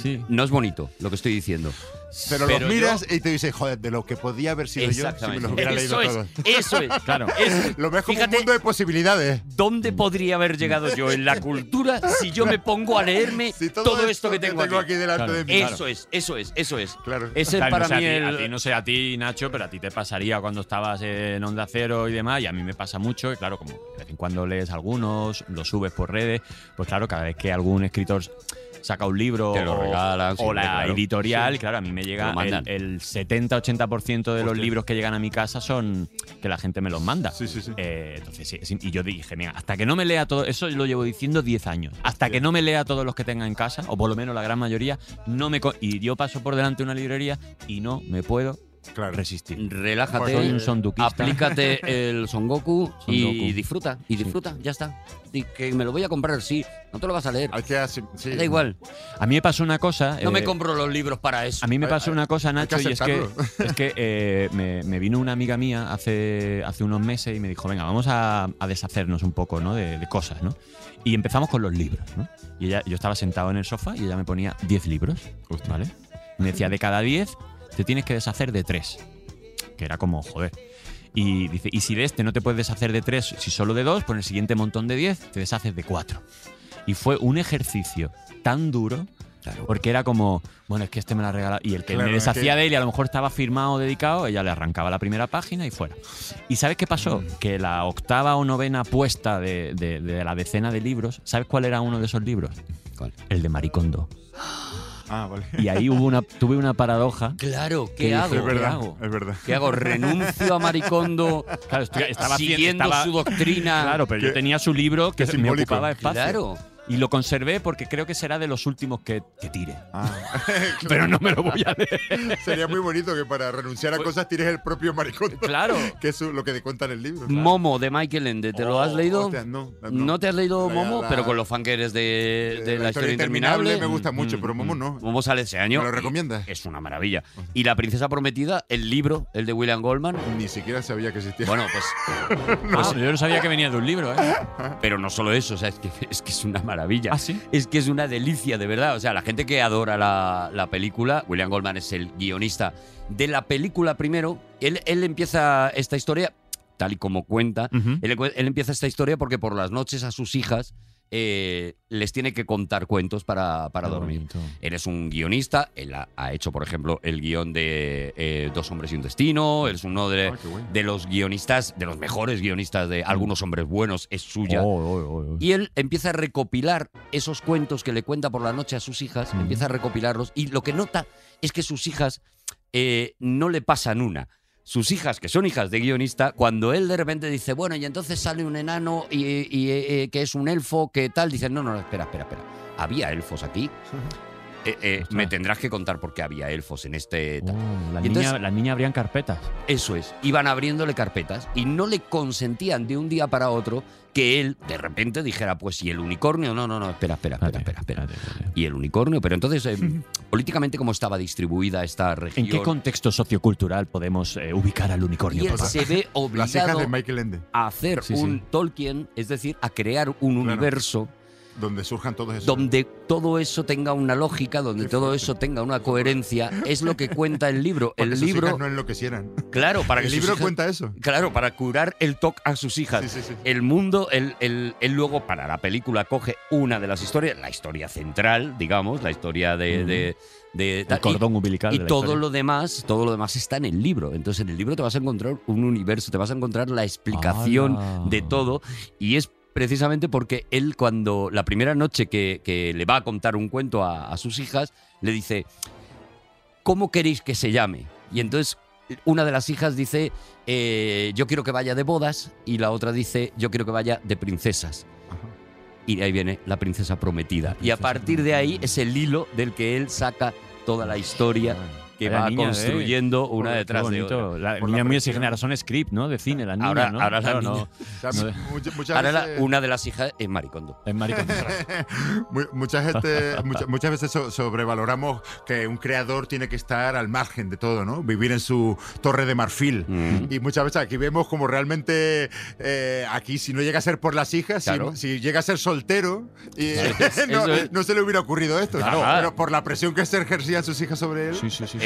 Eh, No es bonito lo que estoy diciendo. Pero, los miras y te dices, joder, de lo que podía haber sido yo si me Exactamente. los hubiera Eso leído es, todos. [laughs] eso es, claro. Lo ves como Fíjate, un mundo de posibilidades. ¿Dónde podría haber llegado yo en la cultura si yo me pongo a [laughs] leerme todo, esto que tengo, tengo aquí delante de mí. Eso Claro. es, eso es, eso es. Claro. Ese es Claro, para no sé, mí a ti- el. a ti, no sé a ti, Nacho, pero a ti te pasaría cuando estabas en Onda Cero y demás, y a mí me pasa mucho, y claro, como de vez en cuando lees algunos, los subes por redes, pues claro, cada vez que algún escritor saca un libro Te lo o, regalan, o siempre, la claro. editorial, Sí. claro, a mí me Te llega lo mandan. el, el 70-80% de los libros que llegan a mi casa son que la gente me los manda. Eh, entonces, sí, sí, y yo dije, mira, hasta que no me lea todo, eso lo llevo diciendo 10 años, hasta que no me lea todos los que tenga en casa, o por lo menos la gran mayoría, no me co- y yo paso por delante de una librería y no me puedo Mm. resistir. Relájate, Soy un sonduquista. aplícate el Son [laughs] Goku y Goku. disfruta, y disfruta, ya está. Y que me lo voy a comprar, sí, no te lo vas a leer. Da igual, A mí me pasó una cosa. no me eh, compro los libros para eso. A mí me pasó una cosa, Nacho, y es que, aceptarlo. es que eh, me, me vino una amiga mía hace, hace unos meses y me dijo, venga, vamos a, a deshacernos un poco ¿no? de, de cosas, ¿no? Y empezamos con los libros, ¿no? Y ella, yo estaba sentado en el sofá y ella me ponía 10 libros, ¿vale? Y me decía, de cada 10 te tienes que deshacer de 3, que era como, joder. Y dice, y si de este no te puedes deshacer de 3, si solo de 2, pues en el siguiente montón de 10 te deshaces de 4. Y fue un ejercicio tan duro. Porque era como, bueno, es que este me lo ha regalado. Y el que Claro, me es deshacía que- de él y a lo mejor estaba firmado o dedicado, ella le arrancaba la primera página y fuera. ¿Y sabes qué pasó? Que la octava o novena puesta de, de- de la decena de libros, ¿sabes cuál era uno de esos libros? El de Maricondo. [laughs] Ah, vale. Y ahí hubo una, tuve una paradoja. Claro, ¿qué que dije, hago? ¿qué Es verdad, hago? es verdad. ¿Qué hago? ¿Renuncio a Maricondo Claro, estu- estaba haciendo- Ah, siguiendo estaba- su doctrina? Claro, pero yo tenía su libro qué que me simbólico. ocupaba espacio. Claro. Y lo conservé porque creo que será de los últimos que, que tire. Ah. [laughs] Pero no me lo voy a leer. Sería muy bonito que para renunciar a Pues- cosas tires el propio maricón. Claro. que es lo que te cuentan el libro. Oh, Momo de Michael Ende, ¿te lo has leído? hostia, no, no. te has leído La- Momo, la- pero con los fan que eres de, Eh, de La historia la, historia interminable interminable. Mm, me gusta mucho, pero Momo no. Momo sale ese año. ¿Me lo y recomiendas? Es una maravilla. Y La Princesa Prometida, el libro, el de William Goldman. Ni siquiera sabía que existía. Bueno, pues. Ah, yo no sabía que venía de un libro, ¿eh? Pero no solo eso, o sea, es que es, que es una maravilla. ¿Ah, sí? Es que es una delicia, de verdad. O sea, la gente que adora la, la película, William Goldman es el guionista de la película primero. Él, él empieza esta historia, tal y como cuenta, Ujú. él, encue- él empieza esta historia porque por las noches a sus hijas eh, les tiene que contar cuentos para, para Qué dormir. bonito. Él es un guionista, él ha, ha hecho, por ejemplo, el guión de eh, Dos hombres y un destino, él es uno de, Ah, qué bueno. de los guionistas, de los mejores guionistas Mm. de Algunos hombres buenos, es suya. Oh, oh, oh, oh. Y él empieza a recopilar esos cuentos que le cuenta por la noche a sus hijas, empieza a recopilarlos y lo que nota es que sus hijas eh, no le pasan una. Sus hijas, que son hijas de guionista, cuando él de repente dice, bueno, y entonces sale un enano y, y, eh, eh, que es un elfo, que tal, dicen, no, no, no, espera, espera, espera. Había elfos aquí. Eh, eh, me tendrás que contar por qué había elfos en este... tal". Oh, las, Y entonces- niñas, las niñas abrían carpetas. Eso es, iban abriéndole carpetas y no le consentían de un día para otro que él de repente dijera, pues y el unicornio, no, no, no, espera, espera, espera, espera, espera. Y el unicornio, pero entonces, [laughs] eh, políticamente, ¿cómo estaba distribuida esta región? ¿En qué contexto sociocultural podemos eh, ubicar al unicornio? y él por se favor? ve Las hijas obligado de Michael Ende. a hacer Sí, sí. un Tolkien, es decir, a crear un universo Donde surjan todos esos. donde todo eso tenga una lógica, donde todo eso tenga una coherencia, es lo que cuenta el [laughs] libro. Para que el sus libro hijas no enloquecieran. Claro, para que El sus libro hijas- cuenta eso. Claro, para curar el TOC a sus hijas. Sí, sí, sí. El mundo, él, él- él luego para la película coge una de las historias, la historia central, digamos, la historia de... de- de- tal, El y- cordón umbilical. y de la todo historia. lo demás, todo lo demás está en el libro. Entonces en el libro te vas a encontrar un universo, te vas a encontrar la explicación ¡Hala! de todo. Y es precisamente porque él cuando la primera noche que, que le va a contar un cuento a, a sus hijas, le dice, ¿cómo queréis que se llame? Y entonces una de las hijas dice, eh, yo quiero que vaya de bodas y la otra dice, yo quiero que vaya de princesas. Y de ahí viene la princesa prometida. Y a partir de ahí es el hilo del que él saca toda la historia que Era va niña, ¿eh? construyendo una Qué detrás de bonito. otra. La Por niña la muy presión. exigente, ahora son script, ¿no? De cine, las niñas, Ahora, ¿no? ahora Claro, la [laughs] no. niña. no- Mu- mucha- muchas Ahora Eh, la- veces- una de las hijas es maricondo. Es maricondo. Mu- Mucha [laughs] gente, mucha- muchas veces so- sobrevaloramos que un creador tiene que estar al margen de todo, ¿no? Vivir en su torre de marfil. Mm. Mm. Y muchas veces aquí vemos como realmente eh, aquí si no llega a ser por las hijas, si- Claro. si, llega a ser soltero, y, [laughs] Eso es. no, Eso es. no se le hubiera ocurrido esto. Claro. Pero por la presión que se ejercían sus hijas sobre él.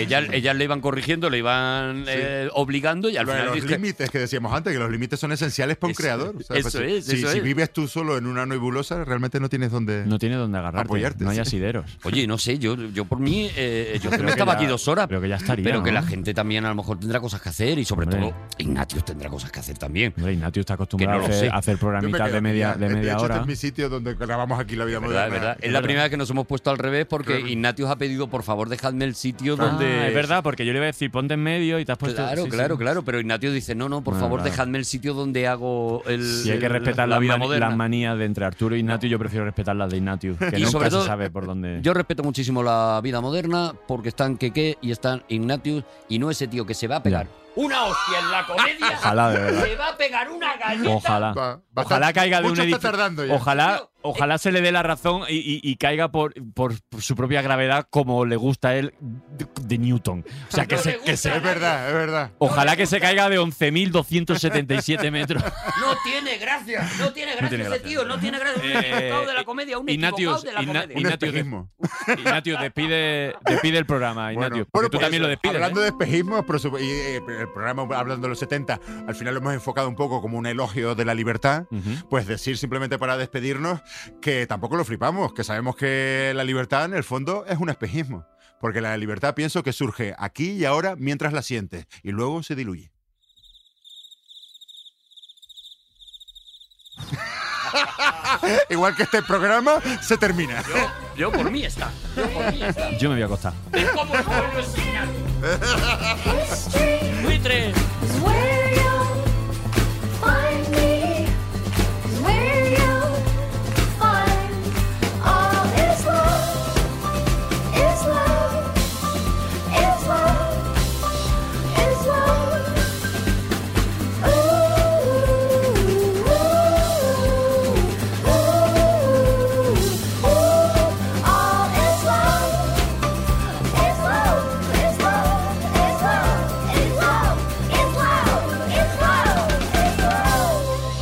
Ellas, ellas le iban corrigiendo, le iban eh, obligando y al Lo de final los dices que- límites que decíamos antes, que los límites son esenciales para un Eso- creador. O sea, eso pues, es, si, eso si es. vives tú solo en una nebulosa, realmente no tienes donde No tiene dónde agarrarte. apoyarte. no hay sí. asideros. Oye, no sé, yo, yo por mí, eh, yo Creo creo que que estaba ya- aquí dos horas. creo que ya estaría, Pero que ¿no? la gente también a lo mejor tendrá cosas que hacer y sobre todo Ignatius tendrá cosas que hacer también. Hombre, Ignacio está acostumbrado Que no a, lo hacer, sé. a hacer Yo programitas me quedo de media, aquí, de ya. media hecho, este hora. es mi sitio donde grabamos aquí la vida ¿Verdad, moderna. es verdad. Es la primera vez que nos hemos puesto al revés porque Ignatius ha pedido, por favor, dejadme el sitio Ah, donde. es verdad, porque yo le iba a decir, ponte en medio y te has puesto. Claro, sí, sí. claro, claro. Pero Ignatius dice: No, no, por Ah, favor, claro. dejadme el sitio donde hago el. Y hay que el- respetar la las vida mani- moderna. las manías de entre Arturo y Ignatius. Yo prefiero respetar las de Ignatius, que Y nunca sobre todo, se sabe por dónde. Yo respeto muchísimo la vida moderna porque están Keke y están Ignatius y no ese tío que se va a pegar. Una hostia en la comedia. Ojalá, de verdad. Se va a pegar una galleta. Ojalá. Va- va- Ah. ojalá caiga de un mucho está edificio. tardando ya. Ojalá, ojalá se le dé la razón y, y- y caiga por, por su propia gravedad como le gusta a él de, de Newton. O sea, que se, que se- Es verdad, es verdad. ojalá que se caiga de 11.277 metros. [laughs] No tiene gracia. No tiene gracia tiene ese gracia. tío. No tiene gracia. Un Eh, equivocado de la comedia. Un equivocado Ignatius, de la Igna- comedia. Ignatius, espejismo. de- Ignatius, despide, despide el programa, Ignatius. porque Bueno, tú pues, también lo despides. Hablando ¿eh? de espejismo, por su- y, eh, el programa hablando de los 70, al final lo hemos enfocado un poco como un elogio de la libertad. Ujú. Pues decir simplemente para despedirnos que tampoco lo flipamos, que sabemos que la libertad en el fondo es un espejismo. Porque la libertad pienso que surge aquí y ahora mientras la sientes y luego se diluye. [laughs] Igual que este programa se termina. Yo por mí está. Yo por mí está. Yo me voy a acostar. Es como el pueblo esquina. Buitre. It's where you'll find me. It's where you'll find all is love. Is love. Is love. Is love. Ooh, ooh, ooh, ooh. All is love. It's love, it's love, it's love, it's love, it's love, it's love, it's